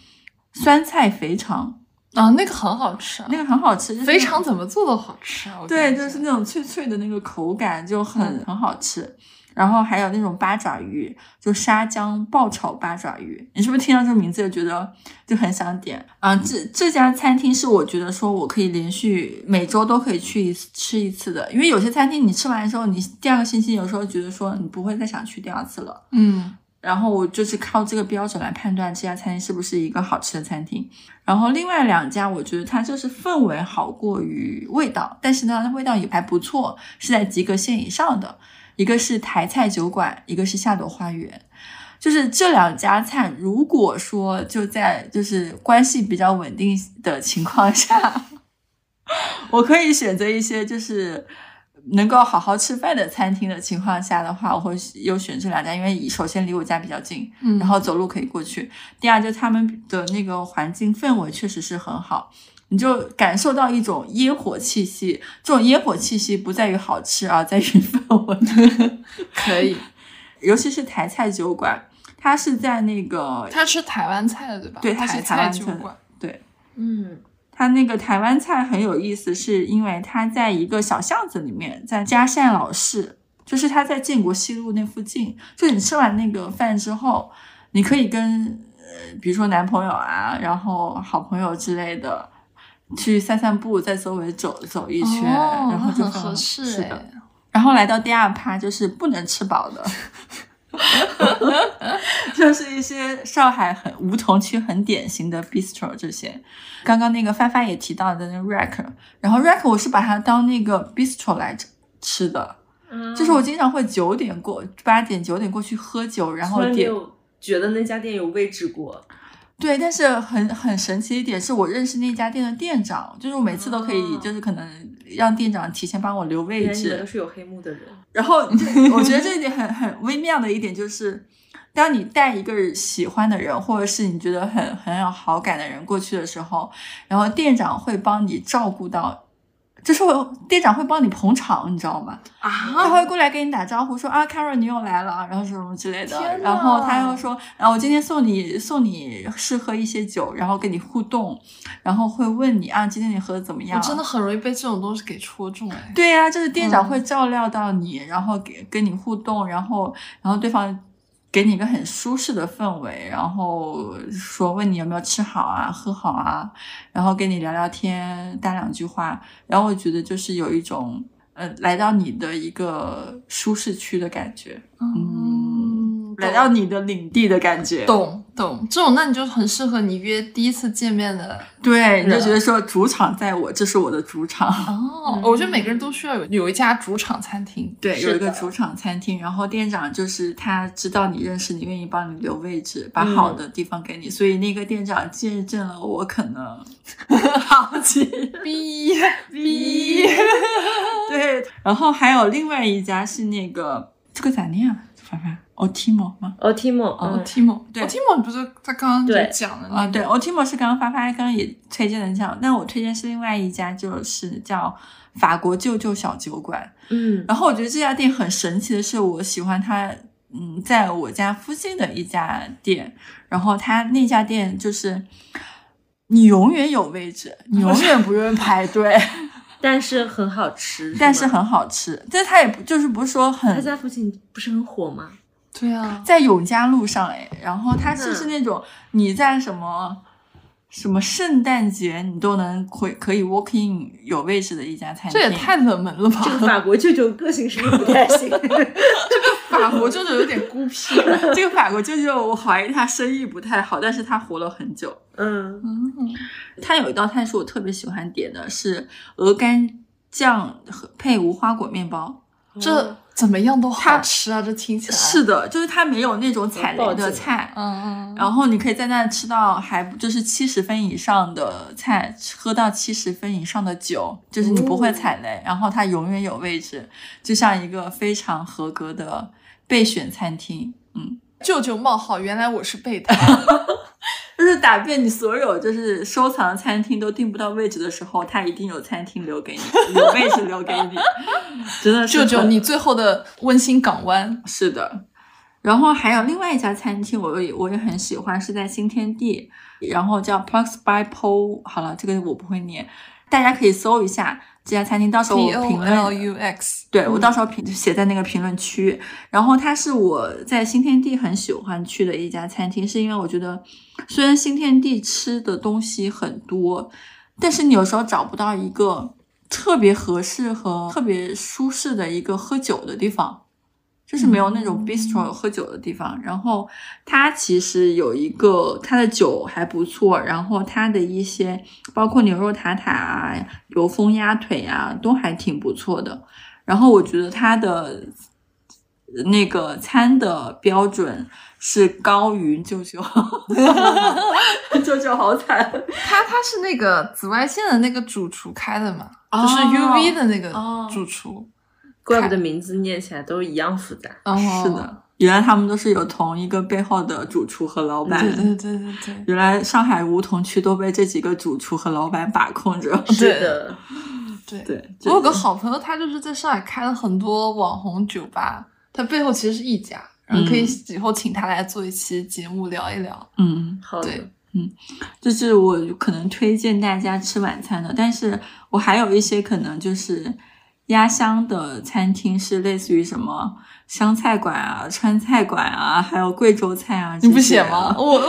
[SPEAKER 4] 酸菜肥肠，
[SPEAKER 1] 啊，那个很好吃啊，
[SPEAKER 4] 那个很好吃，就是
[SPEAKER 1] 肥肠怎么做都好吃啊。我
[SPEAKER 4] 对，
[SPEAKER 1] 感
[SPEAKER 4] 就
[SPEAKER 1] 觉
[SPEAKER 4] 是那种脆脆的那个口感就很、
[SPEAKER 1] 嗯
[SPEAKER 4] 很好吃。然后还有那种八爪鱼，就沙姜爆炒八爪鱼，你是不是听到这个名字就觉得就很想点？啊，这这家餐厅是我觉得说我可以连续每周都可以去一次吃一次的，因为有些餐厅你吃完之后，你第二个星期有时候觉得说你不会再想去第二次了。
[SPEAKER 1] 嗯，
[SPEAKER 4] 然后我就是靠这个标准来判断这家餐厅是不是一个好吃的餐厅。然后另外两家，我觉得它就是氛围好过于味道，但是呢，它味道也还不错，是在及格线以上的。一个是台菜酒馆，一个是夏朵花园。就是这两家菜，如果说就在就是关系比较稳定的情况下，我可以选择一些就是能够好好吃饭的餐厅的情况下的话，我会优选这两家，因为首先离我家比较近，
[SPEAKER 1] 嗯
[SPEAKER 4] 然后走路可以过去。第二，就他们的那个环境氛围确实是很好，你就感受到一种烟火气息。这种烟火气息不在于好吃，而在于氛围。
[SPEAKER 1] 可以。
[SPEAKER 4] 尤其是台菜酒馆，它是在那个
[SPEAKER 1] 他吃台湾菜的对吧？
[SPEAKER 4] 对它是台
[SPEAKER 1] 台
[SPEAKER 4] 湾
[SPEAKER 1] 菜酒
[SPEAKER 4] 菜的
[SPEAKER 1] 馆。
[SPEAKER 2] 嗯，
[SPEAKER 4] 它那个台湾菜很有意思，是因为它在一个小巷子里面，在嘉善老市，就是它在建国西路那附近。就你吃完那个饭之后，你可以跟呃，比如说男朋友啊，然后好朋友之类的。去散散步，在周围走走一圈，
[SPEAKER 1] 哦
[SPEAKER 4] 然后
[SPEAKER 1] 那
[SPEAKER 4] 就
[SPEAKER 1] 很
[SPEAKER 4] 放
[SPEAKER 1] 合适
[SPEAKER 4] 是
[SPEAKER 1] 哎
[SPEAKER 4] 的，然后来到第二趴就是不能吃饱的， 就是一些上海很梧桐区很典型的 bistro 这些。刚刚那个发发也提到的那个 rack，然后 rack 我是把它当那个 bistro 来着吃的，就是
[SPEAKER 2] 啊
[SPEAKER 4] 我经常会九点过八点九点过去喝酒，然后
[SPEAKER 2] 从来没
[SPEAKER 4] 点
[SPEAKER 2] 有觉得那家店有位置过，
[SPEAKER 4] 对，但是很很神奇一点是我认识那家店的店长，就是我每次都可以，
[SPEAKER 2] 哦
[SPEAKER 4] 就是可能让店长提前帮我留位
[SPEAKER 2] 原来你们都
[SPEAKER 4] 置。
[SPEAKER 2] 是有黑幕的人，
[SPEAKER 4] 然后这我觉得这一点很很微妙的一点就是，当你带一个喜欢的人，或者是你觉得很很有好感的人过去的时候，然后店长会帮你照顾到，就是我店长会帮你捧场，你知道吗？他
[SPEAKER 1] 啊，
[SPEAKER 4] 会过来跟你打招呼，说啊，Karen 你又来了啊，然后什么之类的。
[SPEAKER 1] 天哪
[SPEAKER 4] 然后他又说，啊，我今天送你送你试喝一些酒，然后跟你互动，然后会问你啊，今天你喝的怎么
[SPEAKER 1] 我
[SPEAKER 4] 样？
[SPEAKER 1] 真的很容易被这种东西给戳中哎。
[SPEAKER 4] 对呀、就是店
[SPEAKER 1] 嗯
[SPEAKER 4] 长会照料到你，然后给跟你互动，然后然后对方给你一个很舒适的氛围，然后说问你有没有吃好啊、喝好啊，然后跟你聊聊天、搭两句话，然后我觉得就是有一种呃来到你的一个舒适区的感觉，嗯来到你的领地的感觉，
[SPEAKER 1] 懂懂，这种那你就很适合你约第一次见面的
[SPEAKER 4] 对，
[SPEAKER 1] 是
[SPEAKER 4] 你就
[SPEAKER 1] 的
[SPEAKER 4] 觉得说主场在我，这是我的主场。
[SPEAKER 1] 哦。我觉得每个人都需要有有一家主场餐厅，
[SPEAKER 4] 对，
[SPEAKER 2] 是
[SPEAKER 4] 有一个
[SPEAKER 2] 的
[SPEAKER 4] 主场餐厅，然后店长就是他知道你认识你，愿意帮你留位置，把
[SPEAKER 2] 嗯
[SPEAKER 4] 好的地方给你，所以那个店长见证了我可能好 奇
[SPEAKER 1] 逼
[SPEAKER 4] 逼。对，然后还有另外一家是那个这个咋念啊？凡凡，Otimo 吗？
[SPEAKER 2] 哦，Timo，
[SPEAKER 1] 哦
[SPEAKER 2] 哦
[SPEAKER 1] Timo，
[SPEAKER 4] 对
[SPEAKER 1] 哦 Timo 不是他刚刚
[SPEAKER 2] 对
[SPEAKER 1] 就讲了
[SPEAKER 4] 啊，
[SPEAKER 1] 那个
[SPEAKER 4] 对，Otimo 是刚刚发发刚刚也推荐了这样，但我推荐是另外一家，就是叫法国舅舅小酒馆。
[SPEAKER 2] 嗯，
[SPEAKER 4] 然后我觉得这家店很神奇的是，我喜欢它，嗯，在我家附近的一家店，然后它那家店就是你永远有位置，你永远不用排 队，
[SPEAKER 2] 但是很好吃，
[SPEAKER 4] 但是
[SPEAKER 2] 吗
[SPEAKER 4] 很好吃。但它也不就是不是说
[SPEAKER 2] 他
[SPEAKER 4] 很
[SPEAKER 2] 家附近不是很 火吗？
[SPEAKER 1] 对啊，
[SPEAKER 4] 在永嘉路上哎，然后它
[SPEAKER 2] 天
[SPEAKER 4] 就
[SPEAKER 2] 呐
[SPEAKER 1] 嗯
[SPEAKER 4] 是那种你在什么。什么圣诞节你都能会可以 walk in 有位置的一家餐厅，
[SPEAKER 1] 这也太冷门了吧？
[SPEAKER 2] 这个法国舅舅个性是不是不太 行？
[SPEAKER 1] 法国真的有点孤僻。
[SPEAKER 4] 这个法国舅舅，我怀疑他生意不太好，但是他活了很久。
[SPEAKER 2] 嗯，
[SPEAKER 4] 它有一道菜是我特别喜欢点的，是鹅肝酱和配无花果面包。
[SPEAKER 2] 哦
[SPEAKER 1] 这怎么样都好
[SPEAKER 4] 它
[SPEAKER 1] 吃啊！这听起来
[SPEAKER 4] 是，的，就是它没有那种踩
[SPEAKER 2] 爆
[SPEAKER 4] 雷
[SPEAKER 2] 炸
[SPEAKER 4] 的菜，
[SPEAKER 1] 嗯嗯，
[SPEAKER 4] 然后你可以在那吃到还不就是七十分以上的菜，喝到七十分以上的酒，就是你不会踩雷，然后它永远有位置，就像一个非常合格的备选餐厅。嗯，
[SPEAKER 1] 舅舅冒号，原来我 是备胎。
[SPEAKER 4] 就是打遍你所有就是收藏餐厅都订不到位置的时候，它一定有餐厅留 给你，有位置留给你，真的是
[SPEAKER 1] 舅
[SPEAKER 4] 很
[SPEAKER 1] 舅，你最后的温馨港湾，
[SPEAKER 4] 是的。然后还有另外一家餐厅，我也我也很喜欢，是在新天地，然后叫 Parks by Po。好了，这个我不会念，大家可以搜一下这家餐厅，到时候
[SPEAKER 1] P
[SPEAKER 4] 我评
[SPEAKER 1] O
[SPEAKER 4] 论
[SPEAKER 1] L U X，
[SPEAKER 4] 对我到时候评写在那个评论区。然后它是我在新天地很喜欢去的一家餐厅，是因为我觉得虽然新天地吃的东西很多，但是你有时候找不到一个特别合适和特别舒适的一个喝酒的地方。就是没有那种 bistro 喝酒的地方，然后它其实有一个它的酒还不错，然后它的一些包括牛肉塔塔啊、油封鸭腿啊，都还挺不错的。然后我觉得它的那个餐的标准是高于舅舅，舅舅好惨
[SPEAKER 1] 他他是那个紫外线的那个主厨开的嘛，
[SPEAKER 4] 哦
[SPEAKER 1] 就是 U V 的那个
[SPEAKER 4] 哦
[SPEAKER 1] 主厨。
[SPEAKER 2] 怪不得名字念起来都一样复杂。
[SPEAKER 1] 哦
[SPEAKER 4] 是，的，原来他们都是有同一个背后的主厨和老板。
[SPEAKER 1] 对对对对对。
[SPEAKER 4] 原来上海梧桐区都被这几个主厨和老板把控着。
[SPEAKER 2] 是
[SPEAKER 1] 对
[SPEAKER 2] 的，
[SPEAKER 1] 对
[SPEAKER 4] 对，
[SPEAKER 1] 我哦有个好朋友，他就是在上海开了很多网红酒吧，他背后其实是一家，然后可以以后请他来做一期节目聊一聊。
[SPEAKER 4] 嗯，
[SPEAKER 2] 好的
[SPEAKER 1] 对，
[SPEAKER 4] 这是我可能推荐大家吃晚餐的，但是我还有一些可能就是压箱的餐厅是类似于什么湘菜馆啊、川菜馆啊，还有贵州菜啊。
[SPEAKER 1] 你不
[SPEAKER 4] 这些
[SPEAKER 1] 写
[SPEAKER 4] 啊
[SPEAKER 1] 吗？？我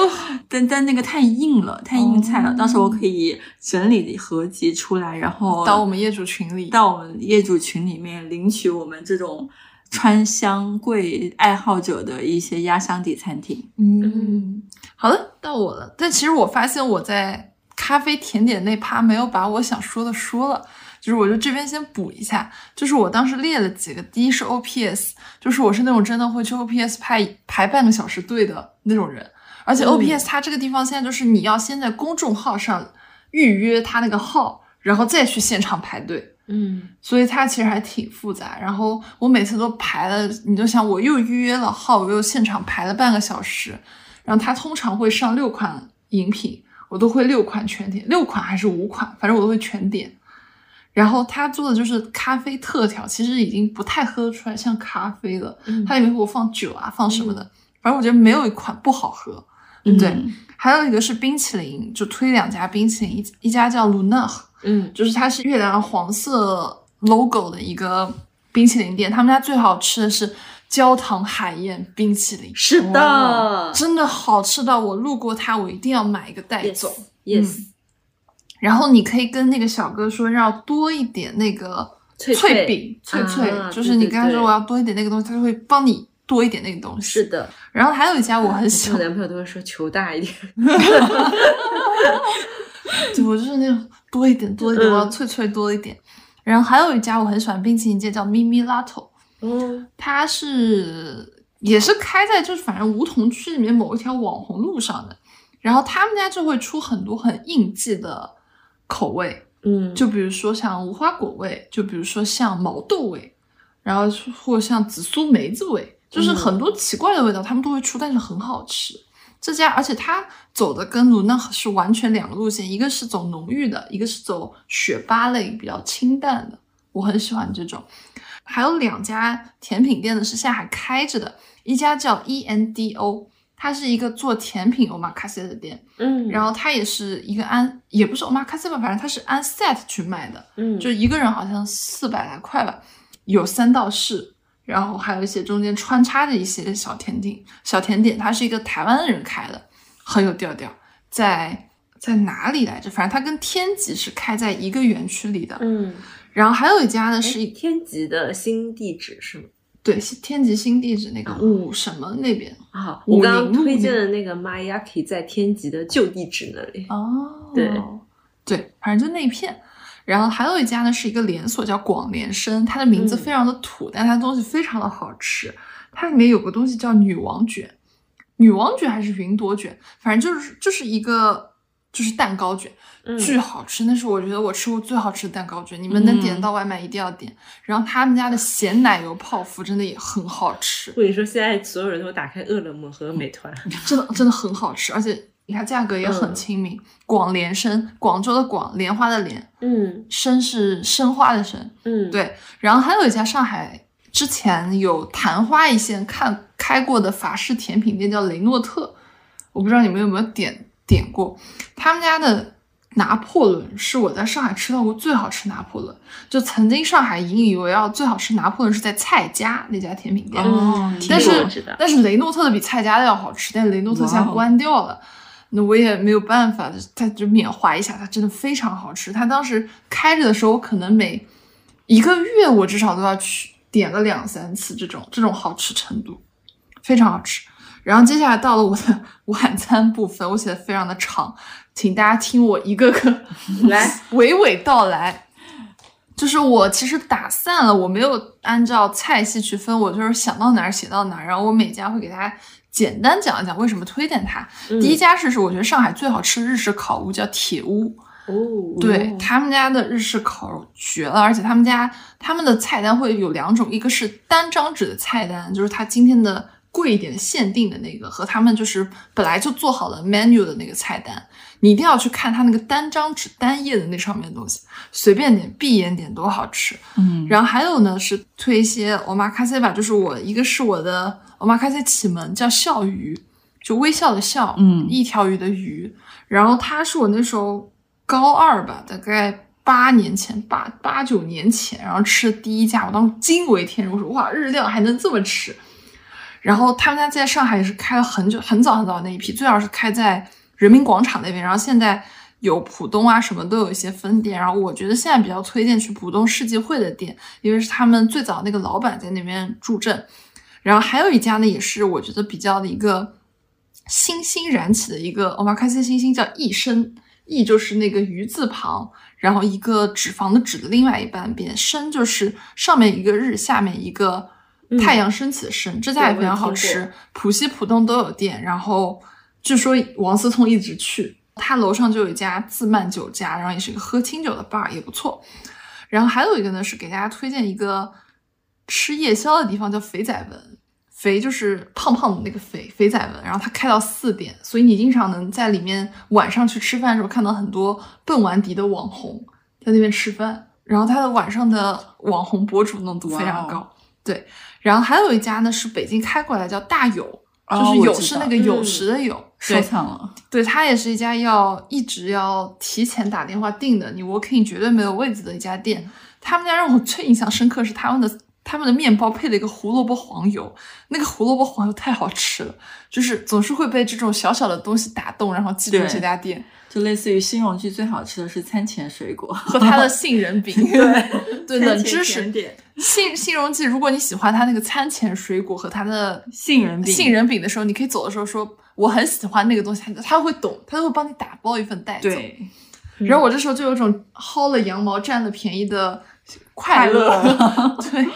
[SPEAKER 4] 但但那个太硬了，太硬菜了，
[SPEAKER 1] 哦
[SPEAKER 4] 到时候我可以整理合集出来，然后
[SPEAKER 1] 到我们业主群里，
[SPEAKER 4] 到我们业主群里面领取我们这种川湘桂爱好者的一些压箱底餐厅。
[SPEAKER 1] 嗯，好的，到我了。但其实我发现我在咖啡甜点那趴没有把我想说的说了，就是我就这边先补一下，就是我当时列了几个，第一是 OPS，就是我是那种真的会去 OPS 排排半个小时队的那种人。而且 OPS 它这个地方现在就是你要先在公众号上预约它那个号，然后再去现场排队，
[SPEAKER 2] 嗯，
[SPEAKER 1] 所以它其实还挺复杂。然后我每次都排了，你就想我又预约了号，我又现场排了半个小时。然后它通常会上六款饮品，我都会六款全点，六款还是五款，反正我都会全点。然后它做的就是咖啡特调，其实已经不太喝得出来像咖啡了。它里面会有放酒啊，放什么的，反正我觉得没有一款不好喝。
[SPEAKER 4] 嗯
[SPEAKER 1] 对，还有一个是冰淇淋，就推两家冰淇淋，一一家叫 Luna，
[SPEAKER 2] 嗯
[SPEAKER 1] 就是它是越南黄色 logo 的一个冰淇淋店，他们家最好吃的是焦糖海燕冰淇淋，
[SPEAKER 2] 是的、
[SPEAKER 1] 哦真的好吃到我路过它，我一定要买一个带
[SPEAKER 2] y e
[SPEAKER 1] 走。
[SPEAKER 2] s yes，、
[SPEAKER 1] 嗯然后你可以跟那个小哥说，要多一点那个
[SPEAKER 2] 脆脆
[SPEAKER 1] 脆饼，脆脆，
[SPEAKER 2] 啊
[SPEAKER 1] 就是你
[SPEAKER 2] 对对
[SPEAKER 1] 跟他说
[SPEAKER 2] 对
[SPEAKER 1] 我要多一点那个东西，他就会帮你多一点那个东西。
[SPEAKER 2] 是的，
[SPEAKER 1] 然后还有一家我很喜
[SPEAKER 2] 我
[SPEAKER 1] 欢，
[SPEAKER 2] 男朋友都会说求大一点，
[SPEAKER 1] 对我就是那种多一点多一点，
[SPEAKER 2] 嗯
[SPEAKER 1] 我要脆脆多一点。然后还有一家我很喜欢冰淇淋街叫咪咪拉头，
[SPEAKER 2] 哦，
[SPEAKER 1] 它是也是开在就是反正梧桐区里面某一条网红路上的。然后他们家就会出很多很应季的口味，
[SPEAKER 2] 嗯，
[SPEAKER 1] 就比如说像无花果味，就比如说像毛豆味，然后或像紫苏梅子味，就是
[SPEAKER 2] 嗯
[SPEAKER 1] 很多奇怪的味道，他们都会出，但是很好吃。这家，而且它走的跟卢娜是完全两个路线，一个是走浓郁的，一个是走雪巴类比较清淡的，我很喜欢这种。还有两家甜品店呢，是现在还开着的，一家叫 E N D O，它是一个做甜品 omakase 的店，
[SPEAKER 2] 嗯，
[SPEAKER 1] 然后它也是一个按，也不是 omakase 吧，反正它是按 set 去卖的，
[SPEAKER 2] 嗯，
[SPEAKER 1] 就一个人好像四百来块吧，有三道式，然后还有一些中间穿插着一些小甜点，小甜点，它是一个台湾人开的，很有调调，在在哪里来着？反正它跟天极是开在一个园区里的，
[SPEAKER 2] 嗯，哎
[SPEAKER 1] 然后还有一家呢是
[SPEAKER 2] 是天极的新地址是吗？
[SPEAKER 1] 对是天极新地址那个五什么那边
[SPEAKER 2] 啊，
[SPEAKER 1] 武
[SPEAKER 2] 我刚刚
[SPEAKER 1] 陵路
[SPEAKER 2] 推
[SPEAKER 1] 那
[SPEAKER 2] 荐的那个 Mayaki 在天极的旧地址那里，
[SPEAKER 1] 哦，
[SPEAKER 2] 对
[SPEAKER 1] 对，反正就那一片。然后还有一家呢是一个连锁叫广联生，它的名字
[SPEAKER 2] 嗯
[SPEAKER 1] 非常的土，但它东西非常的好吃。它里面有个东西叫女王卷，女王卷还是云朵卷，反正就是就是一个就是蛋糕卷，
[SPEAKER 2] 嗯
[SPEAKER 1] 巨好吃，那是我觉得我吃过最好吃的蛋糕卷。你们能点
[SPEAKER 4] 嗯
[SPEAKER 1] 到外卖一定要点。然后他们家的咸奶油泡芙真的也很好吃
[SPEAKER 2] 我，跟你说，现在所有人都打开饿了么和美团，
[SPEAKER 1] 真的真的很好吃，而且它价格也很
[SPEAKER 2] 嗯
[SPEAKER 1] 亲民。广联生，广州的广，莲花的莲。
[SPEAKER 2] 嗯
[SPEAKER 1] 生是生花的生，
[SPEAKER 2] 嗯，
[SPEAKER 1] 对。然后还有一家上海之前有昙花一现看开过的法式甜品店叫雷诺特，我不知道你们有没有点点过，他们家的。拿破仑是我在上海吃到过最好吃拿破仑，就曾经上海引以为傲最好吃拿破仑是在蔡家那家甜品店，
[SPEAKER 4] 哦
[SPEAKER 2] 嗯，
[SPEAKER 4] 听
[SPEAKER 1] 但
[SPEAKER 4] 过
[SPEAKER 2] 我知
[SPEAKER 1] 是
[SPEAKER 2] 道
[SPEAKER 1] 但是雷诺特的比蔡家的要好吃，但雷诺特现
[SPEAKER 4] 哇
[SPEAKER 1] 在
[SPEAKER 4] 哦
[SPEAKER 1] 关掉了，那我也没有办法，他就缅怀一下，它真的非常好吃。它当时开着的时候，我可能每一个月我至少都要去点个两三次，这种这种好吃程度非常好吃。然后接下来到了我的晚餐部分，我写的非常的长，请大家听我一个个
[SPEAKER 2] 来
[SPEAKER 1] 娓娓道来。就是我其实打散了，我没有按照菜系去分，我就是想到哪儿写到哪儿，然后我每家会给大家简单讲一讲为什么推荐它。第一
[SPEAKER 2] 嗯
[SPEAKER 1] 家是是我觉得上海最好吃的日式烤屋，叫铁屋，
[SPEAKER 2] 哦，
[SPEAKER 1] 对他们家的日式烤肉绝了，而且他们家他们的菜单会有两种，一个是单张纸的菜单，就是他今天的贵一点的限定的那个，和他们就是本来就做好了 menu 的那个菜单，你一定要去看他那个单张纸单页的那上面的东西，随便点闭眼点多好吃。
[SPEAKER 4] 嗯，
[SPEAKER 1] 然后还有呢是推一些 omakase 吧，就是我一个是我的 omakase 启蒙叫笑鱼，就微笑的笑，
[SPEAKER 4] 嗯
[SPEAKER 1] 一条鱼的鱼。然后它是我那时候高二吧，大概八年前，八八九年前，然后吃的第一家，我当时惊为天人，我说哇，日料还能这么吃。然后他们家在上海也是开了很久，很早很早那一批，最早是开在人民广场那边，然后现在有浦东啊什么都有一些分店。然后我觉得现在比较推荐去浦东世纪汇的店，因为是他们最早那个老板在那边助阵。然后还有一家呢，也是我觉得比较的一个新兴燃起的一个 omakase 新星，叫益生，益就是那个鱼字旁，然后一个脂肪的脂的另外一半边，生就是上面一个日，下面一个太阳升起的升，这家也非常好
[SPEAKER 2] 对我也听
[SPEAKER 1] 吃，浦西浦东都有店，然后据说王思聪一直去，他楼上就有一家自慢酒家，然后也是个喝清酒的 bar，也不错。然后还有一个呢，是给大家推荐一个吃夜宵的地方，叫肥仔文。肥就是胖胖的那个肥，肥仔文。然后它开到四点，所以你经常能在里面晚上去吃饭的时候看到很多蹦完迪的网红在那边吃饭。然后它的晚上的网红博主弄度非常高，
[SPEAKER 4] 哇哦
[SPEAKER 1] 对。然后还有一家呢是北京开过来叫大有，
[SPEAKER 4] 哦
[SPEAKER 1] 就是
[SPEAKER 4] 我
[SPEAKER 1] 有
[SPEAKER 4] 知
[SPEAKER 1] 是
[SPEAKER 4] 道嗯
[SPEAKER 1] 那个有时的有，
[SPEAKER 4] 收
[SPEAKER 1] 对
[SPEAKER 4] 藏了。
[SPEAKER 1] 对，它也是一家要一直要提前打电话订的，你 walk in 绝对没有位子的一家店。他们家让我最印象深刻是他们的他们的面包配了一个胡萝卜黄油，那个胡萝卜黄油太好吃了，就是总是会被这种小小的东西打动，然后记住
[SPEAKER 4] 对
[SPEAKER 1] 这家店
[SPEAKER 4] 就类似于新荣记最好吃的是餐前水果，
[SPEAKER 1] 和它的杏仁 饼。对对，冷知识
[SPEAKER 4] 甜，点，
[SPEAKER 1] 杏杏仁记，如果你喜欢它那个餐前水果和它的
[SPEAKER 4] 杏仁饼，
[SPEAKER 1] 杏仁饼的时候，你可以走的时候说我很喜欢那个东西，他他会懂，他会帮你打包一份带走。
[SPEAKER 4] 对，
[SPEAKER 1] 然后我这时候就有种薅了羊毛占了便宜的快乐。 对，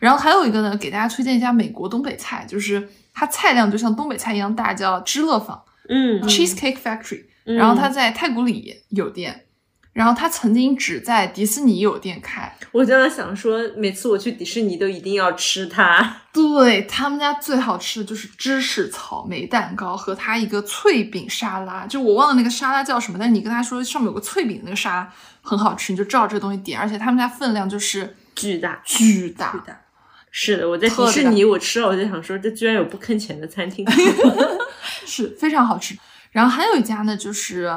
[SPEAKER 1] 然后还有一个呢，给大家推荐一下美国东北菜，就是它菜量就像东北菜一样大，叫知乐坊
[SPEAKER 2] 嗯
[SPEAKER 1] （Cheesecake Factory）。然后它在太古里有店，然后它曾经只在迪士尼有店开。
[SPEAKER 2] 我刚刚想说，每次我去迪士尼都一定要吃它。
[SPEAKER 1] 对他们家最好吃的就是芝士草莓蛋糕和它一个脆饼沙拉，就我忘了那个沙拉叫什么，但是你跟他说上面有个脆饼的那个沙拉很好吃，你就照这个东西点，而且他们家分量就是
[SPEAKER 2] 巨大
[SPEAKER 1] 巨大，
[SPEAKER 4] 巨大
[SPEAKER 2] 是的，我在
[SPEAKER 1] 特
[SPEAKER 2] 迪
[SPEAKER 1] 别
[SPEAKER 2] 士尼我吃了，我就想说，这居然有不坑钱的餐厅。
[SPEAKER 1] 是非常好吃。然后还有一家呢，就是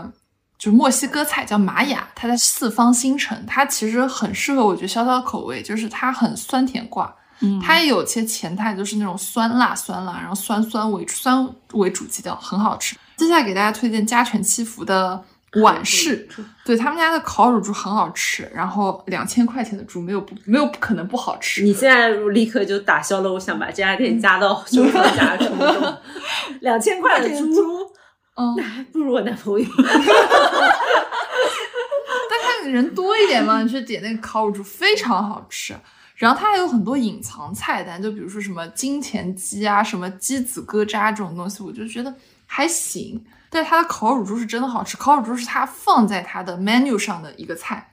[SPEAKER 1] 就是墨西哥菜叫玛雅，它在四方新城，它其实很适合我觉得小小口味，就是它很酸甜挂，
[SPEAKER 4] 嗯
[SPEAKER 1] 它也有些前菜就是那种酸辣酸辣，然后酸酸为主酸为主基调，很好吃。接下来给大家推荐家全七福的晚市，对他们家的烤乳猪很好吃，然后两千块钱的猪没有不没有不可能不好吃。
[SPEAKER 2] 你现在立刻就打消了我想把这家店加到收藏夹的冲动。两千块的猪，
[SPEAKER 1] 嗯，
[SPEAKER 2] 不如我男朋友。
[SPEAKER 1] 但看人多一点嘛，你去点那个烤乳猪非常好吃。然后它还有很多隐藏菜单，就比如说什么金钱鸡啊、什么鸡子疙瘩这种东西，我就觉得还行。但是它的烤乳猪是真的好吃，烤乳猪是它放在它的 menu 上的一个菜。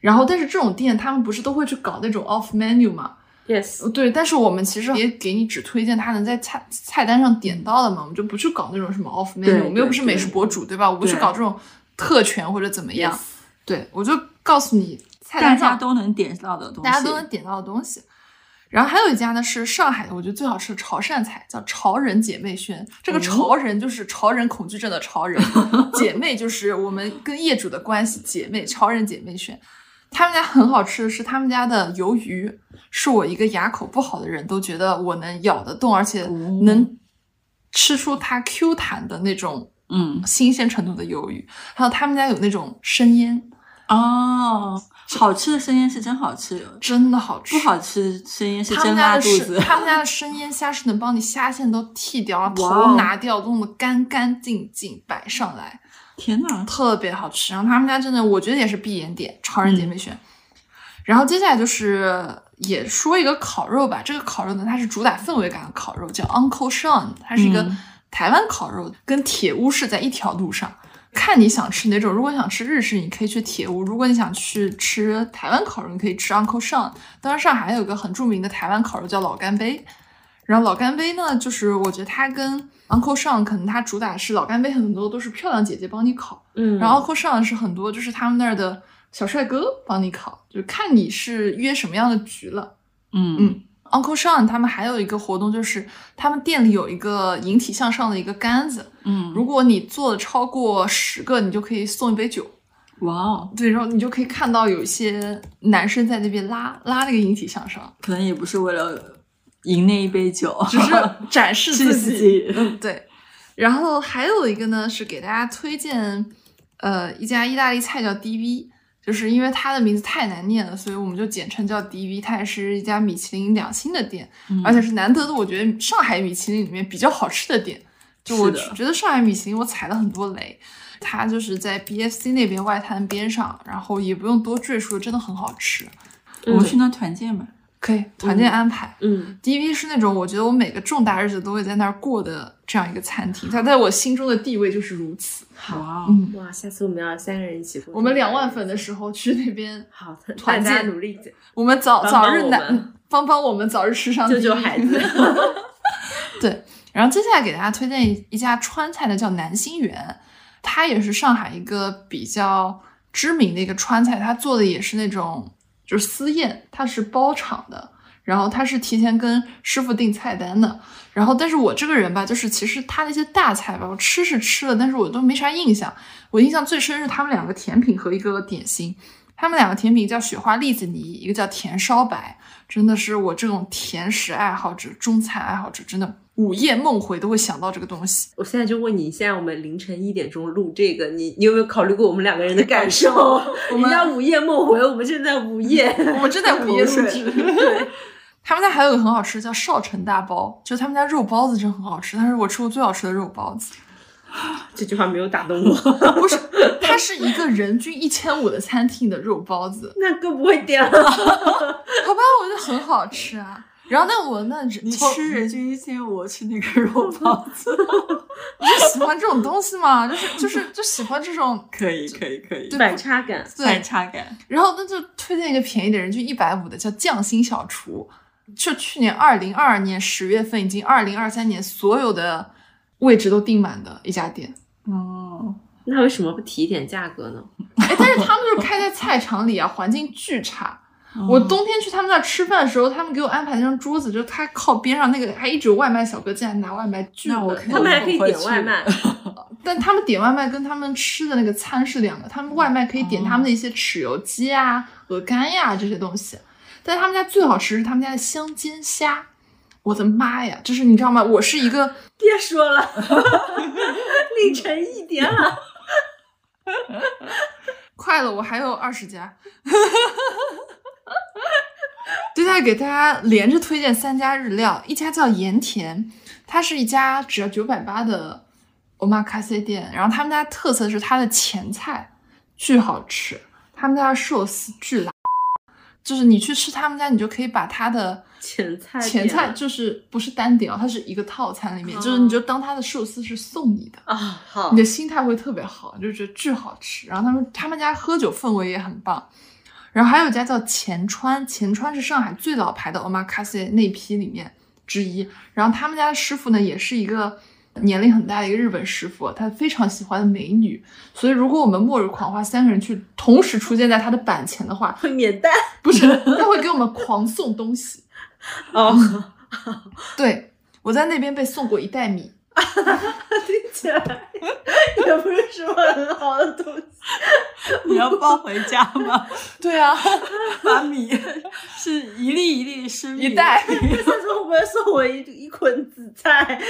[SPEAKER 1] 然后，但是这种店他们不是都会去搞那种 off menu 嘛？
[SPEAKER 2] Yes，
[SPEAKER 1] 呃对，但是我们其实也给你只推荐他能在菜菜单上点到的嘛，我们就不去搞那种什么 off menu，
[SPEAKER 4] 对
[SPEAKER 1] 我们又不是
[SPEAKER 4] 对
[SPEAKER 1] 美食博主，对吧？我不去
[SPEAKER 4] 对
[SPEAKER 1] 搞这种特权或者怎么样。
[SPEAKER 2] Yes
[SPEAKER 1] 对，我就告诉你，菜
[SPEAKER 4] 大
[SPEAKER 1] 单
[SPEAKER 4] 家
[SPEAKER 1] 上
[SPEAKER 4] 都能点到的东西，
[SPEAKER 1] 大家都能点到的东西。然后还有一家呢是上海的，我觉得最好吃的潮汕菜，叫潮人姐妹轩。这
[SPEAKER 4] 哦
[SPEAKER 1] 个潮人就是潮人恐惧症的潮 人，姐妹就是我们跟业主的关系，姐妹潮人姐妹轩。他们家很好吃的是他们家的鱿鱼，是我一个牙口不好的人都觉得我能咬得动，而且
[SPEAKER 4] 哦
[SPEAKER 1] 能吃出它 Q 弹的那种
[SPEAKER 4] 嗯
[SPEAKER 1] 新鲜程度的鱿鱼。还有他们家有那种生腌，
[SPEAKER 4] 哦，好吃的生腌是真好吃，
[SPEAKER 1] 真的好吃，
[SPEAKER 4] 不好吃生腌是
[SPEAKER 1] 他
[SPEAKER 4] 真
[SPEAKER 1] 们家
[SPEAKER 4] 拉
[SPEAKER 1] 的
[SPEAKER 4] 肚
[SPEAKER 1] 是
[SPEAKER 4] 子。
[SPEAKER 1] 他们家的生腌虾是能帮你虾线都剃掉，然后
[SPEAKER 4] 哇
[SPEAKER 1] 头
[SPEAKER 4] 哦
[SPEAKER 1] 拿掉，弄得干干净净摆上来，
[SPEAKER 4] 天哪，
[SPEAKER 1] 特别好吃。然后他们家真的，我觉得也是必点点，超人姐妹选。然后接下来就是也说一个烤肉吧，这个烤肉呢，它是主打氛围感的烤肉，叫 Uncle Sean，它是一个
[SPEAKER 4] 嗯
[SPEAKER 1] 台湾烤肉，跟铁屋是在一条路上。看你想吃哪种，如果想吃日式，你可以去铁屋；如果你想去吃台湾烤肉，你可以吃 Uncle Sean。当然，上海还有一个很著名的台湾烤肉叫老干杯。然后老干杯呢，就是我觉得它跟 Uncle Sean 可能它主打是老干杯，很多都是漂亮姐姐帮你烤，
[SPEAKER 2] 嗯
[SPEAKER 1] 然后 Uncle Sean 是很多就是他们那儿的小帅哥帮你烤，就看你是约什么样的局了。
[SPEAKER 4] 嗯
[SPEAKER 1] 嗯 Uncle Sean 他们还有一个活动，就是他们店里有一个引体向上的一个杆子，
[SPEAKER 4] 嗯，
[SPEAKER 1] 如果你做的超过十个，你就可以送一杯酒。
[SPEAKER 4] 哇哦，
[SPEAKER 1] 对，然后你就可以看到有一些男生在那边拉拉那个引体向上，
[SPEAKER 4] 可能也不是为了赢那一杯酒，
[SPEAKER 1] 只 是展示
[SPEAKER 4] 是
[SPEAKER 1] 自
[SPEAKER 4] 自
[SPEAKER 1] 己。
[SPEAKER 4] 己。
[SPEAKER 2] 嗯
[SPEAKER 1] 对，然后还有一个呢是给大家推荐，呃，一家意大利菜叫 DV，就是因为它的名字太难念了，所以我们就简称叫 DV。它也是一家米其林两星的店，
[SPEAKER 4] 嗯
[SPEAKER 1] 而且是难得的，我觉得上海米其林里面比较好吃的店。就我
[SPEAKER 4] 是的
[SPEAKER 1] 觉得上海米其林我踩了很多雷，它就是在 BFC 那边外滩边上，然后也不用多赘述，真的很好吃。
[SPEAKER 4] 我们去那团建吧。
[SPEAKER 1] 可以团建安排。
[SPEAKER 2] 嗯
[SPEAKER 1] DV 是那种我觉得我每个重大日子都会在那儿过的这样一个餐厅，它在我心中的地位就是如此。
[SPEAKER 4] 哇哦，
[SPEAKER 1] 嗯，
[SPEAKER 2] 哇，下次我们要三个人一起过去。
[SPEAKER 1] 我们两万粉的时候去那边，
[SPEAKER 2] 好的，大
[SPEAKER 1] 团
[SPEAKER 2] 家
[SPEAKER 1] 建
[SPEAKER 2] 努力点，
[SPEAKER 1] 我们早
[SPEAKER 2] 帮帮
[SPEAKER 1] 早日
[SPEAKER 2] 我
[SPEAKER 1] 南
[SPEAKER 2] 们
[SPEAKER 1] 帮帮我们早日吃上
[SPEAKER 2] 救救
[SPEAKER 1] 第一
[SPEAKER 2] 孩子。
[SPEAKER 1] 对，然后接下来给大家推荐一一家川菜的，叫南星园，它也是上海一个比较知名的一个川菜，它做的也是那种就是私宴，它是包场的，然后它是提前跟师傅定菜单的，然后但是我这个人吧，就是其实它那些大菜吧，我吃是吃了，但是我都没啥印象，我印象最深是他们两个甜品和一个点心。他们两个甜品叫雪花栗子泥，一个叫甜烧白，真的是我这种甜食爱好者、中餐爱好者，真的午夜梦回都会想到这个东西。
[SPEAKER 2] 我现在就问你，现在我们凌晨一点钟录这个，你你有没有考虑过我们两个人的感受？我
[SPEAKER 1] 们
[SPEAKER 2] 们在午夜梦回，我们正在午夜，
[SPEAKER 1] 我们正在午夜录
[SPEAKER 2] 口
[SPEAKER 1] 制
[SPEAKER 2] 水对，
[SPEAKER 1] 他们家还有一个很好吃的叫少城大包，就是他们家肉包子真的很好吃，它是我吃过最好吃的肉包子。
[SPEAKER 2] 这句话没有打动我，
[SPEAKER 1] 不是，它是一个人均一千五的餐厅的肉包子，
[SPEAKER 2] 那更不会点了。
[SPEAKER 1] 好吧，我觉得很好吃啊。然后那我那你
[SPEAKER 4] 你吃人均一千，我吃那个肉包子，
[SPEAKER 1] 就喜欢这种东西嘛，就是就是就喜欢这种
[SPEAKER 4] 可以可以可以，
[SPEAKER 1] 对
[SPEAKER 2] 反差感，
[SPEAKER 1] 对
[SPEAKER 4] 反差感，
[SPEAKER 1] 然后那就推荐一个便宜点，人均一百五的，叫匠心小厨。就去年二零二二年十月份，已经二零二三年所有的位置都订满的一家店。
[SPEAKER 4] 哦，
[SPEAKER 2] 那为什么不提一点价 格呢？
[SPEAKER 1] 哎， 但是他们就是开在菜场里啊，环境巨差。我冬天去他们那儿吃饭的时候，他们给我安排那张桌子，就他靠边上那个，还一直有外卖小哥进来拿外卖，巨
[SPEAKER 4] 那我
[SPEAKER 1] 冷
[SPEAKER 4] 肯定
[SPEAKER 2] 他们还可以
[SPEAKER 4] 不会
[SPEAKER 2] 点外
[SPEAKER 4] 去
[SPEAKER 2] 卖，
[SPEAKER 1] 但他们点外卖跟他们吃的那个餐是两个，他们外卖可以点他们的一些豉油鸡啊、鹅肝呀、这些东西，但他们家最好吃是他们家的香煎虾，我的妈呀！就是你知道吗？我是一个
[SPEAKER 2] 别说了， 凌晨一点了，
[SPEAKER 1] 快了，我还有二十家。对，再给大家连着推荐三家日料，一家叫盐田，它是一家只要九百八的 omakase 店，然后他们家特色是它的前菜巨好吃，他们家的寿司巨辣，就是你去吃他们家，你就可以把它的
[SPEAKER 2] 前菜
[SPEAKER 1] 前
[SPEAKER 2] 点哦
[SPEAKER 1] 菜
[SPEAKER 2] 了
[SPEAKER 1] 就是不是单点哦，它是一个套餐里面，就是你就当它的寿司是送你的。
[SPEAKER 2] 啊，好
[SPEAKER 1] 你，的心态会特别好，你就觉得巨好吃。然后他们他们家喝酒氛围也很棒。然后还有一家叫前川，前川是上海最老牌的 omakase 那批里面之一。然后他们家的师傅呢，也是一个年龄很大的一个日本师傅，他非常喜欢美女。所以如果我们《末日狂花》三个人去同时出现在他的板前的话，
[SPEAKER 2] 会免单
[SPEAKER 1] 不是他会给我们狂送东西。
[SPEAKER 2] 哦，
[SPEAKER 1] 对我在那边被送过一袋米，
[SPEAKER 2] 听起来也不是什么很好的东西。
[SPEAKER 4] 嗯 你要抱回家吗？
[SPEAKER 1] 对啊，
[SPEAKER 4] 把米是一粒一粒是米
[SPEAKER 1] 一袋。
[SPEAKER 2] 下次会不会送我一一捆紫 菜？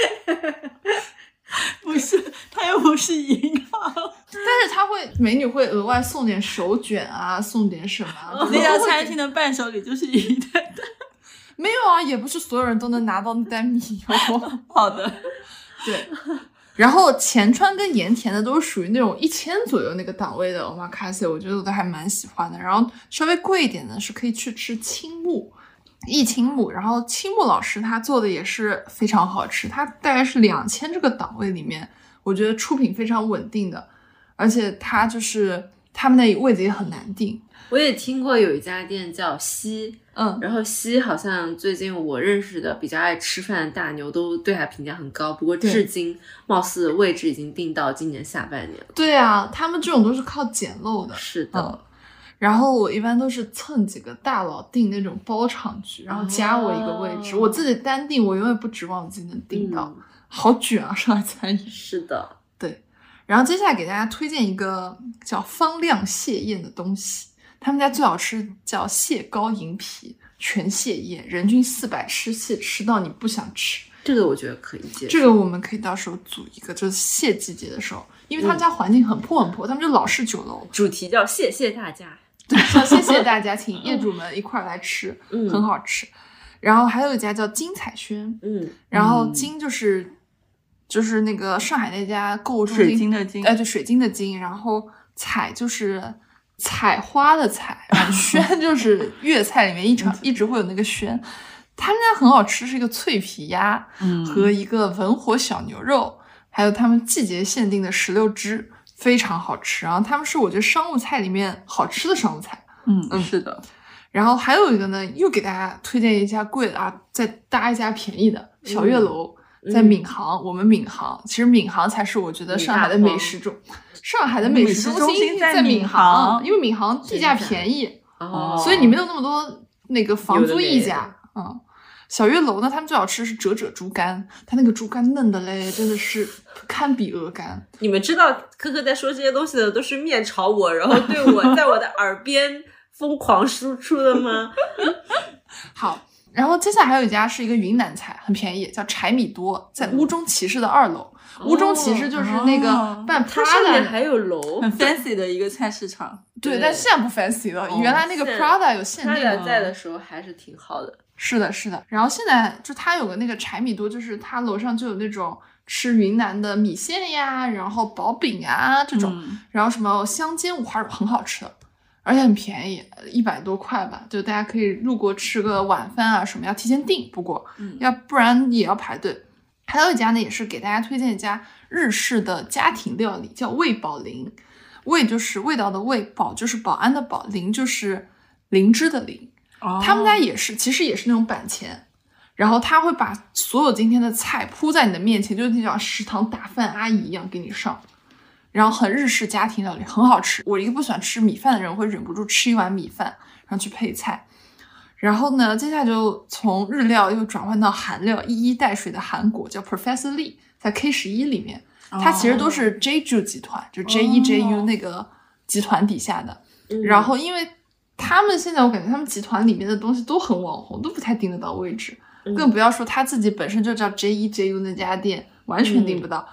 [SPEAKER 4] 不是，它又不是银行。
[SPEAKER 1] 但是他会美女会额外送点手卷啊，送点什么、啊？
[SPEAKER 4] 那家餐厅的伴手礼就是一袋。
[SPEAKER 1] 没有啊，也不是所有人都能拿到那袋米哦。
[SPEAKER 4] 好的，
[SPEAKER 1] 对，然后前川跟盐田的都是属于那种一千左右那个档位的 omakase，我觉得我都还蛮喜欢的。然后稍微贵一点的是可以去吃青木。一青木，然后青木老师他做的也是非常好吃，他大概是两千这个档位里面，我觉得出品非常稳定的，而且他就是他们那位子也很难定，
[SPEAKER 2] 我也听过有一家店叫西，
[SPEAKER 1] 嗯，
[SPEAKER 2] 然后西好像最近我认识的比较爱吃饭的大牛都对他评价很高，不过
[SPEAKER 1] 对
[SPEAKER 2] 至今貌似位置已经定到今年下半年了。
[SPEAKER 1] 对啊，他们这种都是靠捡漏的。
[SPEAKER 2] 是的，
[SPEAKER 1] 嗯，然后我一般都是蹭几个大佬订那种包场局，然后加我一个位置，
[SPEAKER 2] 哦
[SPEAKER 1] 我自己单订，我永远不指望我自己能订到，
[SPEAKER 2] 嗯
[SPEAKER 1] 好卷啊！上海餐饮。
[SPEAKER 2] 是的，
[SPEAKER 1] 然后接下来给大家推荐一个叫方亮蟹宴的东西，他们家最好吃叫蟹膏银皮全蟹宴，人均四百，吃蟹吃到你不想吃。
[SPEAKER 2] 这个我觉得可以接受。
[SPEAKER 1] 这个我们可以到时候组一个，就是蟹季节的时候，因为
[SPEAKER 2] 嗯
[SPEAKER 1] 他们家环境很破很破，他们就老式酒楼，
[SPEAKER 2] 主题叫谢谢大家，
[SPEAKER 1] 想谢谢大家，请业主们一块儿来吃，
[SPEAKER 2] 嗯
[SPEAKER 1] 很好吃。然后还有一家叫金彩轩，
[SPEAKER 2] 嗯，
[SPEAKER 1] 然后
[SPEAKER 4] 嗯
[SPEAKER 1] 金就是、就是那个上海那家购物中心，
[SPEAKER 4] 水晶的晶
[SPEAKER 1] 哎，对，水晶的晶，然后彩就是 采花的采，然后轩就是粤菜里面一场一直会有那个轩。他们家很好吃，是一个脆皮鸭
[SPEAKER 4] 嗯
[SPEAKER 1] 和一个文火小牛肉，还有他们季节限定的石榴汁，非常好吃。然后他们是我觉得商务菜里面好吃的商务菜。
[SPEAKER 4] 嗯，是的，
[SPEAKER 1] 然后还有一个呢，又给大家推荐一家贵的啊，再搭一家便宜的小月楼，在闵行。我们闵行，其实闵行才是我觉得上海的美食中，上海的美食
[SPEAKER 4] 美食中
[SPEAKER 1] 心
[SPEAKER 4] 心在
[SPEAKER 1] 在
[SPEAKER 4] 闵
[SPEAKER 1] 行，嗯
[SPEAKER 4] 行
[SPEAKER 1] 因为闵行地价便宜，
[SPEAKER 2] 哦，
[SPEAKER 1] 所以你没有那么多那个房租溢
[SPEAKER 2] 有的
[SPEAKER 1] 价。嗯，小月楼呢，他们最好吃的是折褶猪肝，它那个猪肝嫩的嘞，真的是堪比鹅肝。
[SPEAKER 2] 你们知道科科在说这些东西的都是面朝我，然后对 我在我的耳边疯狂输出的 吗？
[SPEAKER 1] 好。然后接下来还有一家是一个云南菜，很便宜，叫柴米多，在乌中骑士的二楼。吴中骑士就是那个
[SPEAKER 4] 哦
[SPEAKER 1] 办
[SPEAKER 2] 哦它上
[SPEAKER 1] Prada，
[SPEAKER 2] 面
[SPEAKER 1] 的、
[SPEAKER 2] 还有楼，
[SPEAKER 4] 很 fancy 的一个菜市场。
[SPEAKER 1] 对，
[SPEAKER 2] 对
[SPEAKER 1] 但现在不 fancy 了。
[SPEAKER 2] 哦
[SPEAKER 1] 原来那个
[SPEAKER 2] 是
[SPEAKER 1] Prada 有限
[SPEAKER 2] 它
[SPEAKER 1] 定的，
[SPEAKER 2] 俩在的时候还是挺好的。
[SPEAKER 1] 是的，是的。然后现在就它有个那个柴米多，就是它楼上就有那种吃云南的米线呀，然后薄饼啊这种，
[SPEAKER 4] 嗯
[SPEAKER 1] 然后什么香煎五花肉很好吃的，而且很便宜，一百多块吧，就大家可以路过吃个晚饭啊什么，要提前订，不过、
[SPEAKER 4] 嗯
[SPEAKER 1] 要不然也要排队。还有一家呢，也是给大家推荐一家日式的家庭料理，叫味宝林。味就是味道的味，保就是保安的保，林就是灵芝的灵。他
[SPEAKER 4] 哦
[SPEAKER 1] 们家也是，其实也是那种板前，然后他会把所有今天的菜铺在你的面前，就是那种食堂打饭阿姨一样给你上，然后很日式家庭料理，很好吃。我一个不喜欢吃米饭的人，我会忍不住吃一碗米饭，然后去配菜。然后呢，接下来就从日料又转换到韩料，一衣带水的韩国叫 Professor Lee，在 K 十一里面，它其实都是 JU 集团，就 JE、JU 那个集团底下的。
[SPEAKER 2] 嗯
[SPEAKER 1] 然后因为他们现在我感觉他们集团里面的东西都很网红，都不太订得到位置，
[SPEAKER 2] 嗯
[SPEAKER 1] 更不要说他自己本身就叫 J 一 J U 那家店，完全订不到。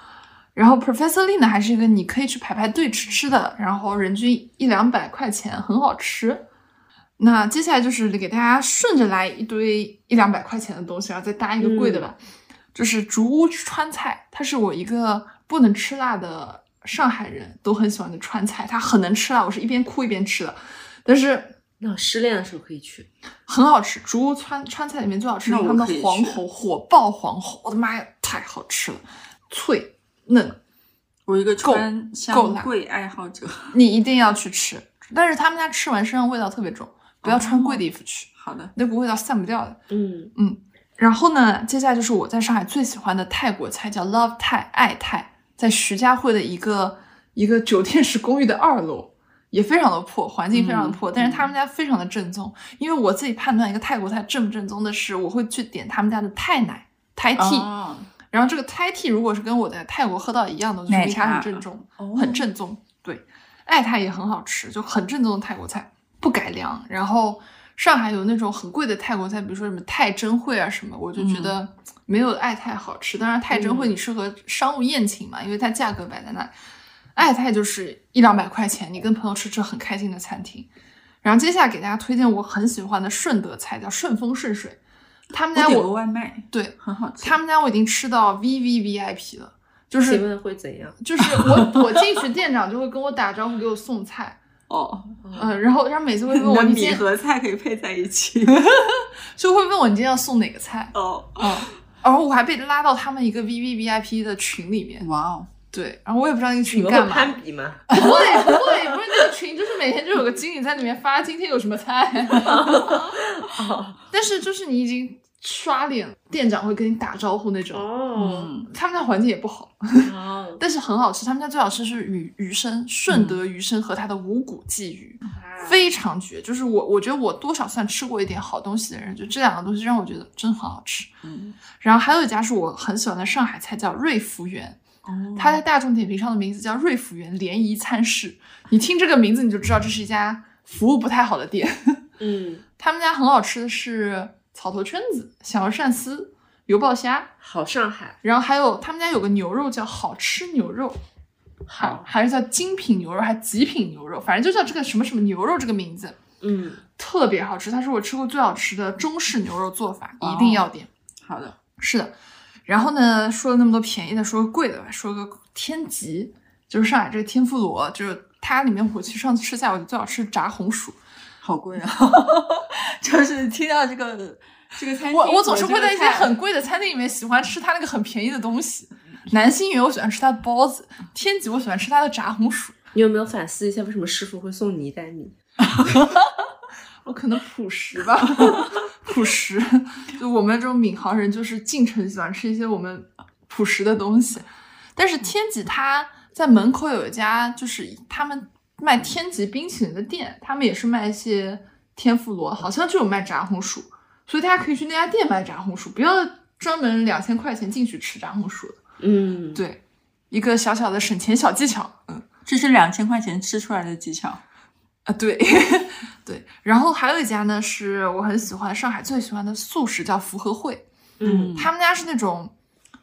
[SPEAKER 1] 然后 Professor Lee 呢，还是一个你可以去排排队吃吃的，然后人均一两百块钱，很好吃。那接下来就是给大家顺着来一堆一两百块钱的东西，然后再搭一个贵的吧。
[SPEAKER 4] 嗯
[SPEAKER 1] 就是竹屋川菜，它是我一个不能吃辣的上海人都很喜欢的川菜，它很能吃辣，我是一边哭一边吃的，但是
[SPEAKER 2] 那我失恋的时候可以去，
[SPEAKER 1] 很好吃。竹屋川川菜里面最好吃的
[SPEAKER 4] 那
[SPEAKER 1] 是
[SPEAKER 4] 我
[SPEAKER 1] 他们
[SPEAKER 4] 可
[SPEAKER 1] 的
[SPEAKER 4] 以去
[SPEAKER 1] 黄喉，火爆黄喉，我的妈呀，太好吃了，脆嫩，
[SPEAKER 4] 我一个川
[SPEAKER 1] 够够
[SPEAKER 4] 湘
[SPEAKER 1] 辣
[SPEAKER 4] 桂爱好者，
[SPEAKER 1] 你一定要去吃。但是他们家吃完身上味道特别重，不要穿贵的衣服去，
[SPEAKER 4] 好的，
[SPEAKER 1] 那股味道散不掉的。
[SPEAKER 2] 嗯，
[SPEAKER 1] 然后呢，接下来就是我在上海最喜欢的泰国菜，叫 Love 泰爱泰，在徐家汇的一个一个酒店式公寓的二楼，也非常的破，环境非
[SPEAKER 4] 嗯
[SPEAKER 1] 常的破，但是他们家非常的正宗。因为我自己判断一个泰国菜正不正宗的是，我会去点他们家的泰奶 Thai tea，、
[SPEAKER 4] 哦
[SPEAKER 1] 然后这个 Thai tea 如果是跟我在泰国喝到一样的，就是
[SPEAKER 4] 奶
[SPEAKER 1] 离它
[SPEAKER 4] 茶
[SPEAKER 1] 很正宗，很正宗。对，爱它也很好吃，就很正宗的泰国菜，不改良。然后上海有那种很贵的泰国菜，比如说什么泰珍烩啊什么，我就觉得没有爱泰好吃。当然，泰珍烩你适合商务宴请嘛，因为它价格摆在那里。爱泰就是一两百块钱，你跟朋友吃吃很开心的餐厅。然后接下来给大家推荐我很喜欢的顺德菜，叫顺风顺水。他们
[SPEAKER 4] 我
[SPEAKER 1] 家
[SPEAKER 4] 点过
[SPEAKER 1] 我
[SPEAKER 4] 外卖，
[SPEAKER 1] 对
[SPEAKER 4] 很好吃。
[SPEAKER 1] 他们家我已经吃到 V V V I P 了，就
[SPEAKER 2] 请
[SPEAKER 1] 是
[SPEAKER 2] 问会怎样？
[SPEAKER 1] 就是我我进去店长就会跟我打招呼，给我送菜，
[SPEAKER 4] 哦，
[SPEAKER 1] 嗯、然后他每次会问
[SPEAKER 4] 你
[SPEAKER 1] 我
[SPEAKER 4] 的
[SPEAKER 1] 你今
[SPEAKER 4] 米
[SPEAKER 1] 天
[SPEAKER 4] 和菜可以配在一 起。
[SPEAKER 1] 就会问我你今天要送哪个菜，
[SPEAKER 4] 哦，
[SPEAKER 1] 嗯，然后我还被拉到他们一个 V V V I P 的群里面，
[SPEAKER 4] 哇哦，
[SPEAKER 1] 对，然后我也不知道那个
[SPEAKER 2] 你
[SPEAKER 1] 群
[SPEAKER 2] 们
[SPEAKER 1] 干
[SPEAKER 2] 会
[SPEAKER 1] 嘛，
[SPEAKER 2] 攀比吗？
[SPEAKER 1] 不会不会不是那个群，就是每天就有个经理在里面发今天有什么 菜，但是就是你已经刷脸，店长会跟你打招呼那种，
[SPEAKER 2] 哦
[SPEAKER 4] 嗯，
[SPEAKER 1] 他们家环境也不好。
[SPEAKER 2] 哦，
[SPEAKER 1] 但是很好吃。他们家最好吃是鱼鱼生，顺
[SPEAKER 4] 嗯
[SPEAKER 1] 德鱼生和它的五谷鲫鱼、非常绝。就是我，我觉得我多少算吃过一点好东西的人，就这两个东西让我觉得真很好吃。
[SPEAKER 4] 嗯，
[SPEAKER 1] 然后还有一家是我很喜欢的上海菜，叫瑞福园。
[SPEAKER 4] 嗯
[SPEAKER 1] 它在大众点评上的名字叫瑞福园联谊餐室。你听这个名字你就知道这是一家服务不太好的店。
[SPEAKER 2] 嗯，
[SPEAKER 1] 他们家很好吃的是草头圈子、响油鳝丝、油爆虾，
[SPEAKER 2] 好上海，
[SPEAKER 1] 然后还有他们家有个牛肉叫好吃牛肉，还
[SPEAKER 2] 好，
[SPEAKER 1] 还是叫精品牛肉，还极品牛肉，反正就叫这个什么什么牛肉这个名字，
[SPEAKER 2] 嗯，
[SPEAKER 1] 特别好吃。它是我吃过最好吃的中式牛肉做法，
[SPEAKER 4] 哦
[SPEAKER 1] 一定要点。
[SPEAKER 4] 好的，
[SPEAKER 1] 是的，然后呢，说了那么多便宜的，说个贵的吧，说个天极，就是上海这个天妇罗，就是它里面我去上次吃 下，我觉得最好吃是炸红薯，
[SPEAKER 4] 好贵啊！就是听到这个这个餐厅
[SPEAKER 1] 我我总是会在一些
[SPEAKER 4] 这个菜
[SPEAKER 1] 很贵的餐厅里面喜欢吃它那个很便宜的东西。南星园我喜欢吃它的包子，天极我喜欢吃它的炸红薯。
[SPEAKER 2] 你有没有反思一下，为什么师傅会送你一袋米？
[SPEAKER 1] 我哦可能朴实吧， 朴实。就我们这种闵行人，就是进城喜欢吃一些我们朴实的东西。但是天极它在门口有一家，就是他们卖天极冰淇淋的店，他们也是卖一些天妇罗，好像就有卖炸红薯，所以大家可以去那家店买炸红薯，不要专门两千块钱进去吃炸红薯的。
[SPEAKER 2] 嗯，
[SPEAKER 1] 对，一个小小的省钱小技巧。嗯。
[SPEAKER 4] 这是两千块钱吃出来的技巧。
[SPEAKER 1] 啊，对 对，然后还有一家呢，是我很喜欢上海最喜欢的素食，叫福和汇。
[SPEAKER 2] 嗯
[SPEAKER 1] 他们家是那种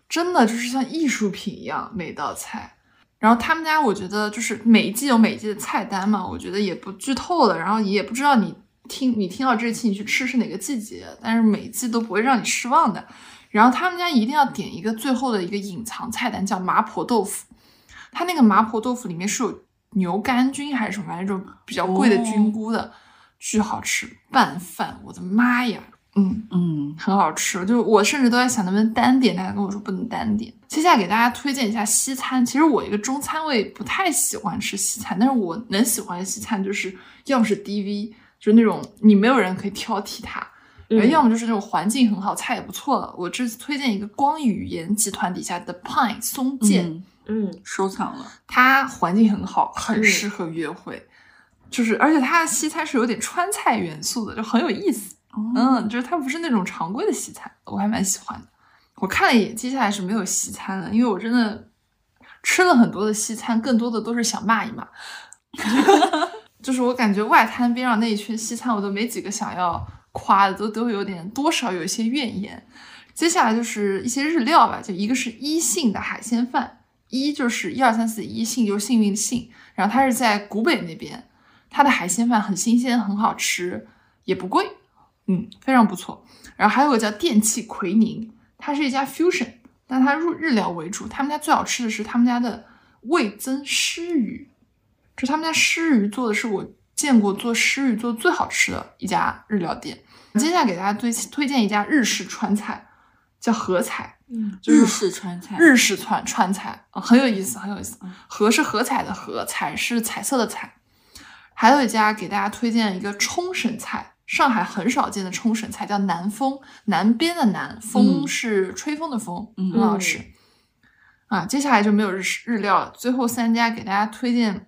[SPEAKER 1] 真的就是像艺术品一样每道菜。然后他们家我觉得就是每一季有每一季的菜单嘛，我觉得也不剧透了，然后也不知道你听你听到这一期你去吃是哪个季节，但是每一季都不会让你失望的。然后他们家一定要点一个最后的一个隐藏菜单，叫麻婆豆腐。它那个麻婆豆腐里面是有牛肝菌还是什么玩意儿，那种比较贵的菌菇的，巨好吃，拌饭，我的妈呀！嗯，
[SPEAKER 4] 嗯，
[SPEAKER 1] 很好吃，就是我甚至都在想能不能单点，大家跟我说不能单点。接下来给大家推荐一下西餐，其实我一个中餐胃不太喜欢吃西餐，但是我能喜欢的西餐就是要么是 DV，就是那种你没有人可以挑剔它，
[SPEAKER 2] 嗯
[SPEAKER 1] 哎要么就是那种环境很好，菜也不错了。我这次推荐一个光语言集团底下的 Pine 松健，
[SPEAKER 4] 嗯
[SPEAKER 2] 嗯
[SPEAKER 4] 收藏了。
[SPEAKER 1] 它环境很好，很
[SPEAKER 2] 嗯
[SPEAKER 1] 适合约会。就是，而且它的西餐是有点川菜元素的，就很有意思。嗯，就是它不是那种常规的西餐，我还蛮喜欢的。我看了一眼，接下来是没有西餐了，因为我真的吃了很多的西餐，更多的都是想骂一骂。 就是我感觉外滩边上那一圈西餐，我都没几个想要夸的，都都有点多少有一些怨言。接下来就是一些日料吧，就一个是一信的海鲜饭，一就是一二三四一信就是幸运的幸，然后它是在古北那边，它的海鲜饭很新鲜，很好吃，也不贵，嗯，非常不错。然后还有个叫电器奎宁，它是一家 fusion，但它入日料为主。他们家最好吃的是他们家的味增湿鱼，就他们家湿鱼做的是我见过做湿鱼做最好吃的一家日料店。接下来给大家推推荐一家日式川菜，叫和彩，
[SPEAKER 2] 嗯
[SPEAKER 1] 就是
[SPEAKER 4] 日式川菜，
[SPEAKER 1] 日式川川菜、嗯呃很有意思，很有意思。和是和彩的和，彩是彩色的彩。还有一家给大家推荐一个冲绳菜，上海很少见的冲绳菜，叫南风，南边的南，风
[SPEAKER 4] 嗯
[SPEAKER 1] 是吹风的风，
[SPEAKER 4] 嗯
[SPEAKER 1] 很好吃。啊，接下来就没有日式日料了，最后三家给大家推荐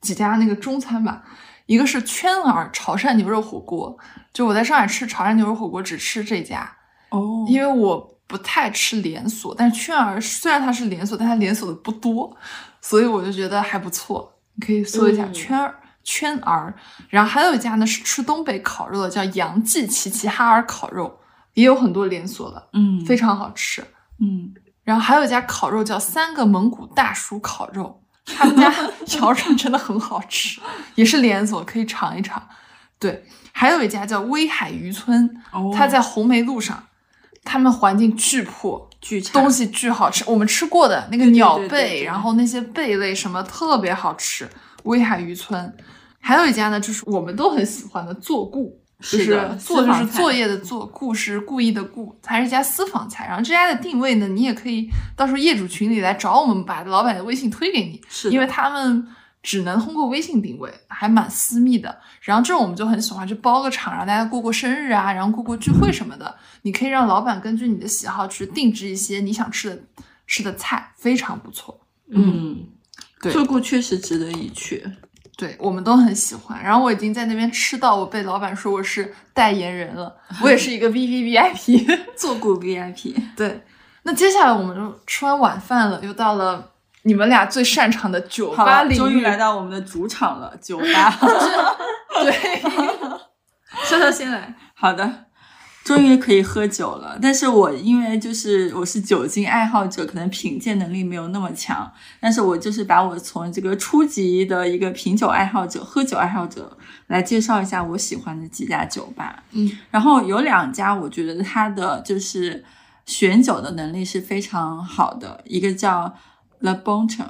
[SPEAKER 1] 几家那个中餐吧。一个是圈儿潮汕牛肉火锅，就我在上海吃潮汕牛肉火锅只吃这家，
[SPEAKER 4] 哦，
[SPEAKER 1] 因为我不太吃连锁，但是圈儿虽然它是连锁，但它连锁的不多，所以我就觉得还不错。你可以搜一下
[SPEAKER 2] 嗯
[SPEAKER 1] 圈儿、圈儿，然后还有一家呢是吃东北烤肉的，叫杨记齐齐哈尔烤肉，也有很多连锁的，
[SPEAKER 4] 嗯
[SPEAKER 1] 非常好吃。
[SPEAKER 4] 嗯，
[SPEAKER 1] 然后还有一家烤肉叫三个蒙古大叔烤肉，他们家 羊肉真的很好吃，也是连锁，可以尝一尝。对，还有一家叫威海渔村，
[SPEAKER 4] 哦
[SPEAKER 1] 它在红梅路上，他们环境巨破，
[SPEAKER 4] 巨差
[SPEAKER 1] 东西巨好吃，我们吃过的那个
[SPEAKER 4] 对对
[SPEAKER 1] 鸟
[SPEAKER 4] 对对
[SPEAKER 1] 贝，
[SPEAKER 4] 对
[SPEAKER 1] 然后那些贝类什么特别好吃。威海渔村，还有一家呢，就是我们都很喜欢的做顾，就是
[SPEAKER 4] 的
[SPEAKER 1] 做就
[SPEAKER 4] 私
[SPEAKER 1] 是
[SPEAKER 4] 房菜
[SPEAKER 1] 作业的做，顾是故意的顾，它是一家私房菜。然后这家的定位呢，你也可以到时候业主群里来找我们，把老板的微信推给你，
[SPEAKER 4] 是的
[SPEAKER 1] 因为他们只能通过微信定位，还蛮私密的。然后这种我们就很喜欢，就包个场，让大家过过生日啊，然后过过聚会什么的。你可以让老板根据你的喜好去定制一些你想吃的吃的菜，非常不错。
[SPEAKER 4] 嗯，
[SPEAKER 1] 对
[SPEAKER 4] 做过确实值得一去。
[SPEAKER 1] 对我们都很喜欢。然后我已经在那边吃到，我被老板说我是代言人了，我也是一个 V V V I P。
[SPEAKER 4] 做过 VIP，
[SPEAKER 1] 对，那接下来我们就吃完晚饭了，又到了你们俩最擅长的酒
[SPEAKER 4] 好
[SPEAKER 1] 吧
[SPEAKER 4] 了，
[SPEAKER 1] 领域。
[SPEAKER 4] 终于来到我们的主场了，酒 吧。
[SPEAKER 1] 对，潇潇先来。
[SPEAKER 4] 好的，终于可以喝酒了。但是我因为就是我是酒精爱好者，可能品鉴能力没有那么强，但是我就是把我从这个初级的一个品酒爱好者、喝酒爱好者来介绍一下我喜欢的几家酒吧。
[SPEAKER 1] 嗯，
[SPEAKER 4] 然后有两家我觉得它的就是选酒的能力是非常好的，一个叫 La Bonte。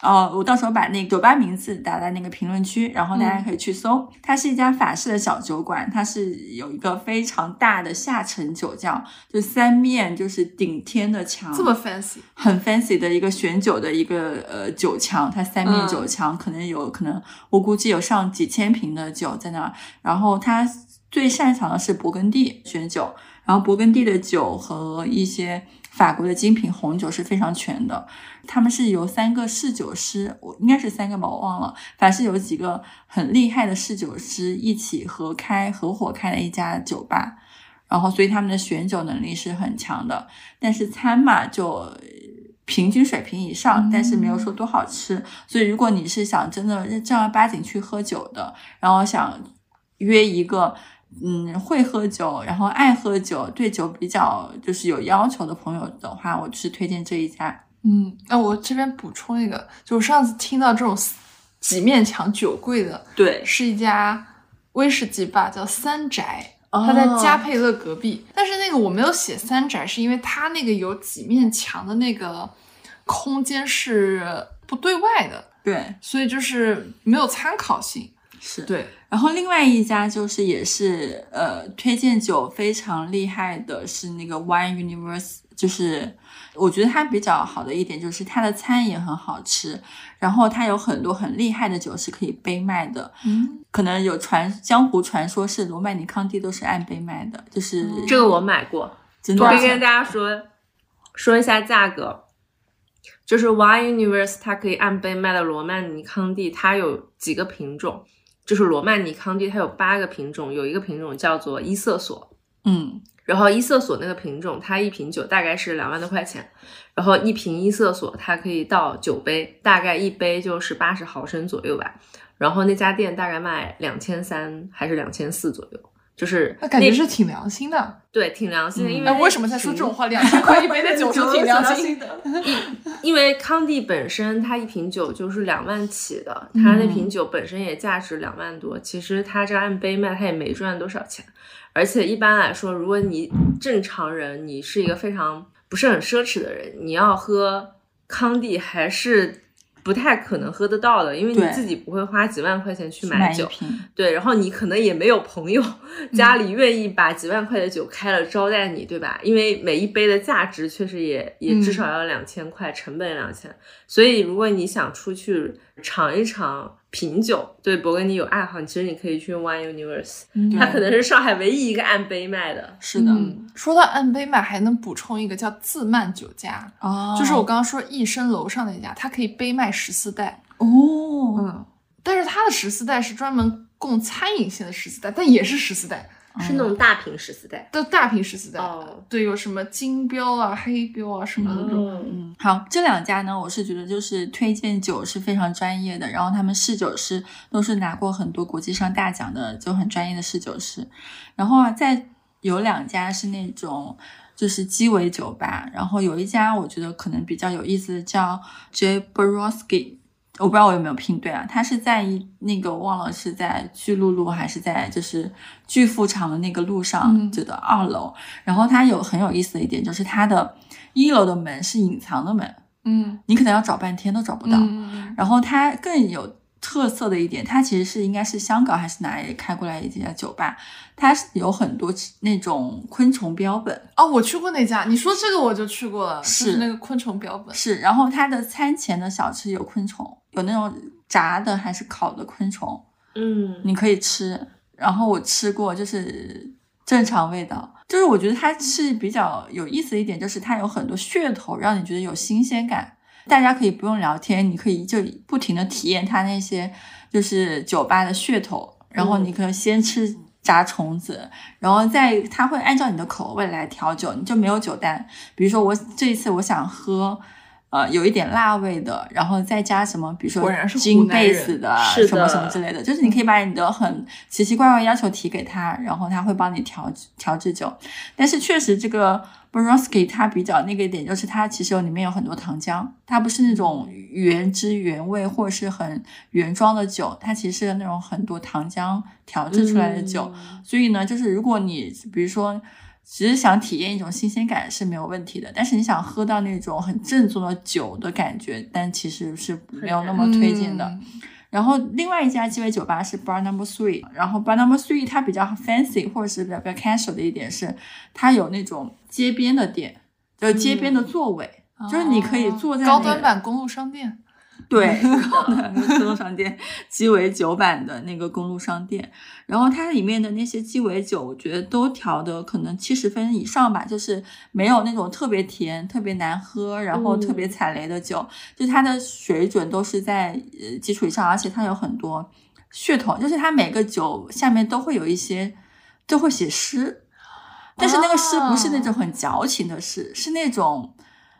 [SPEAKER 4] 呃，我到时候把那个酒吧名字打在那个评论区，然后大家可以去搜。它是一家法式的小酒馆，它是有一个非常大的下沉酒窖，就三面就是顶天的墙，
[SPEAKER 1] 这么 fancy，
[SPEAKER 4] 很 fancy 的一个选酒的一个呃酒墙，它三面酒墙、可能有可能我估计有上几千瓶的酒在那儿。然后它最擅长的是勃艮第选酒，然后勃艮第的酒和一些法国的精品红酒是非常全的。他们是由三个侍酒师，我应该是三个吧，我忘了，反正是有几个很厉害的侍酒师一起合开合伙开了一家酒吧。然后，所以他们的选酒能力是很强的。但是餐嘛就平均水平以上，但是没有说多好吃。所以如果你是想真的正儿八经去喝酒的，然后想约一个嗯会喝酒，然后爱喝酒，对酒比较就是有要求的朋友的话，我是推荐这一家。
[SPEAKER 1] 嗯，那、我这边补充一个，就我上次听到这种几面墙酒柜的，
[SPEAKER 4] 对，
[SPEAKER 1] 是一家威士忌吧，叫三宅。它在加佩勒隔壁，但是那个我没有写三宅，是因为它那个有几面墙的那个空间是不对外的，
[SPEAKER 4] 对
[SPEAKER 1] 所以就是没有参考性。
[SPEAKER 4] 是。
[SPEAKER 1] 对，
[SPEAKER 4] 然后另外一家就是也是呃推荐酒非常厉害的是那个 Wine Universe，就是我觉得它比较好的一点就是它的餐也很好吃，然后它有很多很厉害的酒是可以杯卖的，
[SPEAKER 1] 嗯，
[SPEAKER 4] 可能有传江湖传说是罗曼尼康帝都是按杯卖的，就是
[SPEAKER 1] 嗯
[SPEAKER 2] 这个我买过，
[SPEAKER 4] 真的
[SPEAKER 2] 我可以跟大家说说一下价格，就是 Y Universe 它可以按杯卖的罗曼尼康帝，它有几个品种，就是罗曼尼康帝它有八个品种，有一个品种叫做伊瑟索，
[SPEAKER 4] 嗯
[SPEAKER 2] 然后伊瑟索那个品种它一瓶酒大概是两万多块钱，然后一瓶伊瑟索它可以倒酒杯，大概一杯就是八十毫升左右吧，然后那家店大概卖两千三还是两千四左右。就是
[SPEAKER 1] 那感觉
[SPEAKER 2] 那
[SPEAKER 1] 是挺良心的。
[SPEAKER 2] 对挺良心的，
[SPEAKER 4] 嗯
[SPEAKER 2] 因为
[SPEAKER 1] 哎，为什么在说这种话？两千块一杯的酒是挺 良心的。
[SPEAKER 4] 的，
[SPEAKER 2] 因为康帝本身它一瓶酒就是两万起的，它那
[SPEAKER 4] 嗯
[SPEAKER 2] 瓶酒本身也价值两万多，其实它这按杯卖，它也没赚多少钱。而且一般来说，如果你正常人，你是一个非常不是很奢侈的人，你要喝康帝还是不太可能喝得到的，因为你
[SPEAKER 4] 对
[SPEAKER 2] 自己不会花几万块钱去买
[SPEAKER 4] 买一
[SPEAKER 2] 酒。
[SPEAKER 4] 瓶，
[SPEAKER 2] 对，然后你可能也没有朋友，家里愿意把几万块的酒开了招待你，对吧？因为每一杯的价值确实也也至少要两千块，成本两千。所以如果你想出去尝一尝品酒，对勃艮第有爱好，其实你可以去 Wine Universe，
[SPEAKER 4] 对
[SPEAKER 2] 它可能是上海唯一一个按杯卖的。
[SPEAKER 4] 是的，
[SPEAKER 1] 嗯，说到按杯卖，还能补充一个叫自慢酒家，
[SPEAKER 4] 哦
[SPEAKER 1] 就是我刚刚说益生楼上那家，它可以杯卖十四代。
[SPEAKER 4] 哦，
[SPEAKER 1] 嗯，但是它的十四代是专门供餐饮线的十四代，但嗯也是十四代，
[SPEAKER 2] 是那种大瓶十四代，
[SPEAKER 1] 都大瓶十四代。
[SPEAKER 2] 哦
[SPEAKER 1] 对，有什么金标啊、黑标啊什么的那种。
[SPEAKER 2] 嗯，
[SPEAKER 4] 嗯，好，这两家呢，我是觉得就是推荐酒是非常专业的，然后他们侍酒师都是拿过很多国际上大奖的，就很专业的侍酒师。然后啊，再有两家是那种就是鸡尾酒吧，然后有一家我觉得可能比较有意思，叫 J Borowski。我不知道我有没有拼对啊，它是在一那个我忘了是在巨鹿路还是在就是巨富场的那个路上，
[SPEAKER 1] 嗯
[SPEAKER 4] 就的二楼。然后它有很有意思的一点就是它的一楼的门是隐藏的门，
[SPEAKER 1] 嗯，
[SPEAKER 4] 你可能要找半天都找不到。
[SPEAKER 1] 嗯，
[SPEAKER 4] 然后它更有特色的一点，它其实是应该是香港还是哪里开过来一家酒吧，它是有很多那种昆虫标本，
[SPEAKER 1] 哦，我去过那家，你说这个我就去过了，就是那个昆虫标本。
[SPEAKER 4] 是，然后它的餐前的小吃有昆虫，有那种炸的还是烤的昆虫，
[SPEAKER 2] 嗯，
[SPEAKER 4] 你可以吃。然后我吃过，就是正常味道。就是我觉得它是比较有意思的一点，就是它有很多噱头，让你觉得有新鲜感。大家可以不用聊天，你可以就不停的体验它那些就是酒吧的噱头。然
[SPEAKER 1] 嗯
[SPEAKER 4] 后你可能先吃炸虫子，然后再它会按照你的口味来调酒，你就没有酒单。比如说我这一次我想喝。呃，有一点辣味的，然后再加什么，比如说
[SPEAKER 1] 果然是湖
[SPEAKER 4] 金
[SPEAKER 1] 南
[SPEAKER 4] 贝
[SPEAKER 1] 人
[SPEAKER 4] 斯的
[SPEAKER 2] 是
[SPEAKER 4] 什么
[SPEAKER 2] 的
[SPEAKER 4] 什么之类的，就是你可以把你的很奇奇怪怪的要求提给他，然后他会帮你调调制酒。但是确实，这个 Borowski 它比较那个一点就是它其实有里面有很多糖浆，它不是那种原汁原味或者是很原装的酒，它其实是那种很多糖浆调制出来的酒。所以呢，就是如果你比如说只是想体验一种新鲜感是没有问题的，但是你想喝到那种很正宗的酒的感觉，但其实是没有那么推荐的。
[SPEAKER 1] 嗯
[SPEAKER 4] 然后另外一家鸡尾酒吧是 Bar Number Three，然后 Bar Number Three 它比较 fancy 或者是比较 casual 的一点是，它有那种街边的店，就是街边的座位，就是你可以坐在、那
[SPEAKER 1] 嗯哦高
[SPEAKER 4] 个
[SPEAKER 1] 端版公路商店，
[SPEAKER 4] 对，公路商店鸡尾酒版的那个公路商店，然后它里面的那些鸡尾酒，我觉得都调的可能七十分以上吧，就是没有那种特别甜、特别难喝，然后特别踩雷的酒，就它的水准都是在呃基础以上，而且它有很多噱头，就是它每个酒下面都会有一些，都会写诗，但是那个诗不是那种很矫情的诗，是那种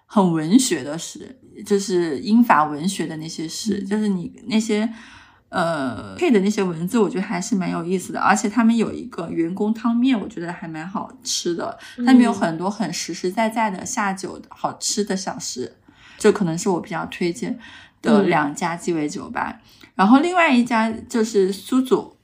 [SPEAKER 4] 很文学的诗，就是英法文学的那些诗，就是你那些呃配的那些文字，我觉得还是蛮有意思的。而且他们有一个员工汤面，我觉得还蛮好吃的，
[SPEAKER 2] 嗯
[SPEAKER 4] 他们有很多很实实在在的下酒的好吃的小吃，这可能是我比较推荐的
[SPEAKER 2] 嗯
[SPEAKER 4] 两家鸡尾酒吧。然后另外一家就是苏祖，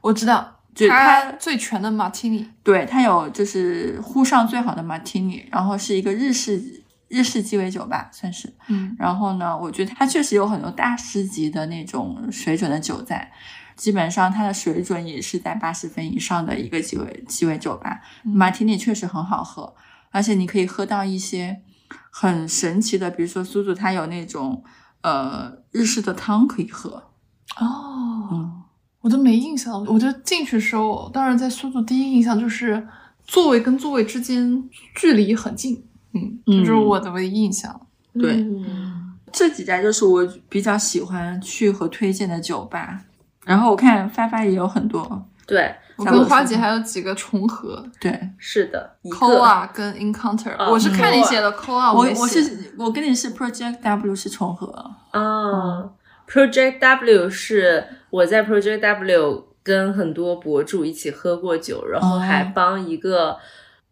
[SPEAKER 1] 我知道，
[SPEAKER 4] 就是
[SPEAKER 1] 它
[SPEAKER 4] 它
[SPEAKER 1] 最全的马提尼，
[SPEAKER 4] 对，它有就是沪上最好的马提尼，然后是一个日式日式鸡尾酒吧，算是。
[SPEAKER 1] 嗯，
[SPEAKER 4] 然后呢，我觉得它确实有很多大师级的那种水准的酒在，基本上它的水准也是在八十分以上的一个鸡尾鸡尾酒吧。马提尼确实很好喝，而且你可以喝到一些很神奇的，比如说苏祖它有那种呃日式的汤可以喝，
[SPEAKER 1] 哦，
[SPEAKER 4] 嗯，
[SPEAKER 1] 我都没印象了，我就进去的时候，我当时在苏组第一印象就是座位跟座位之间距离很近，嗯，这、
[SPEAKER 4] 嗯
[SPEAKER 1] 是我的唯一印象。
[SPEAKER 4] 对。
[SPEAKER 2] 嗯
[SPEAKER 4] 这几家就是我比较喜欢去和推荐的酒吧。然后我看发发也有很多，
[SPEAKER 2] 对，
[SPEAKER 1] 我
[SPEAKER 4] 咱
[SPEAKER 1] 跟
[SPEAKER 4] 们
[SPEAKER 1] 花姐还有几个重合
[SPEAKER 4] 对
[SPEAKER 2] 是的，一
[SPEAKER 1] ，Co
[SPEAKER 2] 个
[SPEAKER 1] 啊跟 Encounter，、
[SPEAKER 2] 啊
[SPEAKER 1] 我是看你写的 Co 啊，
[SPEAKER 4] 我
[SPEAKER 1] 没
[SPEAKER 4] 我
[SPEAKER 1] 写
[SPEAKER 4] 是我跟你是 Project W 是重合，
[SPEAKER 2] 啊，Project W 是我在 Project W 跟很多博主一起喝过酒，然后
[SPEAKER 4] 哦
[SPEAKER 2] 还帮一个。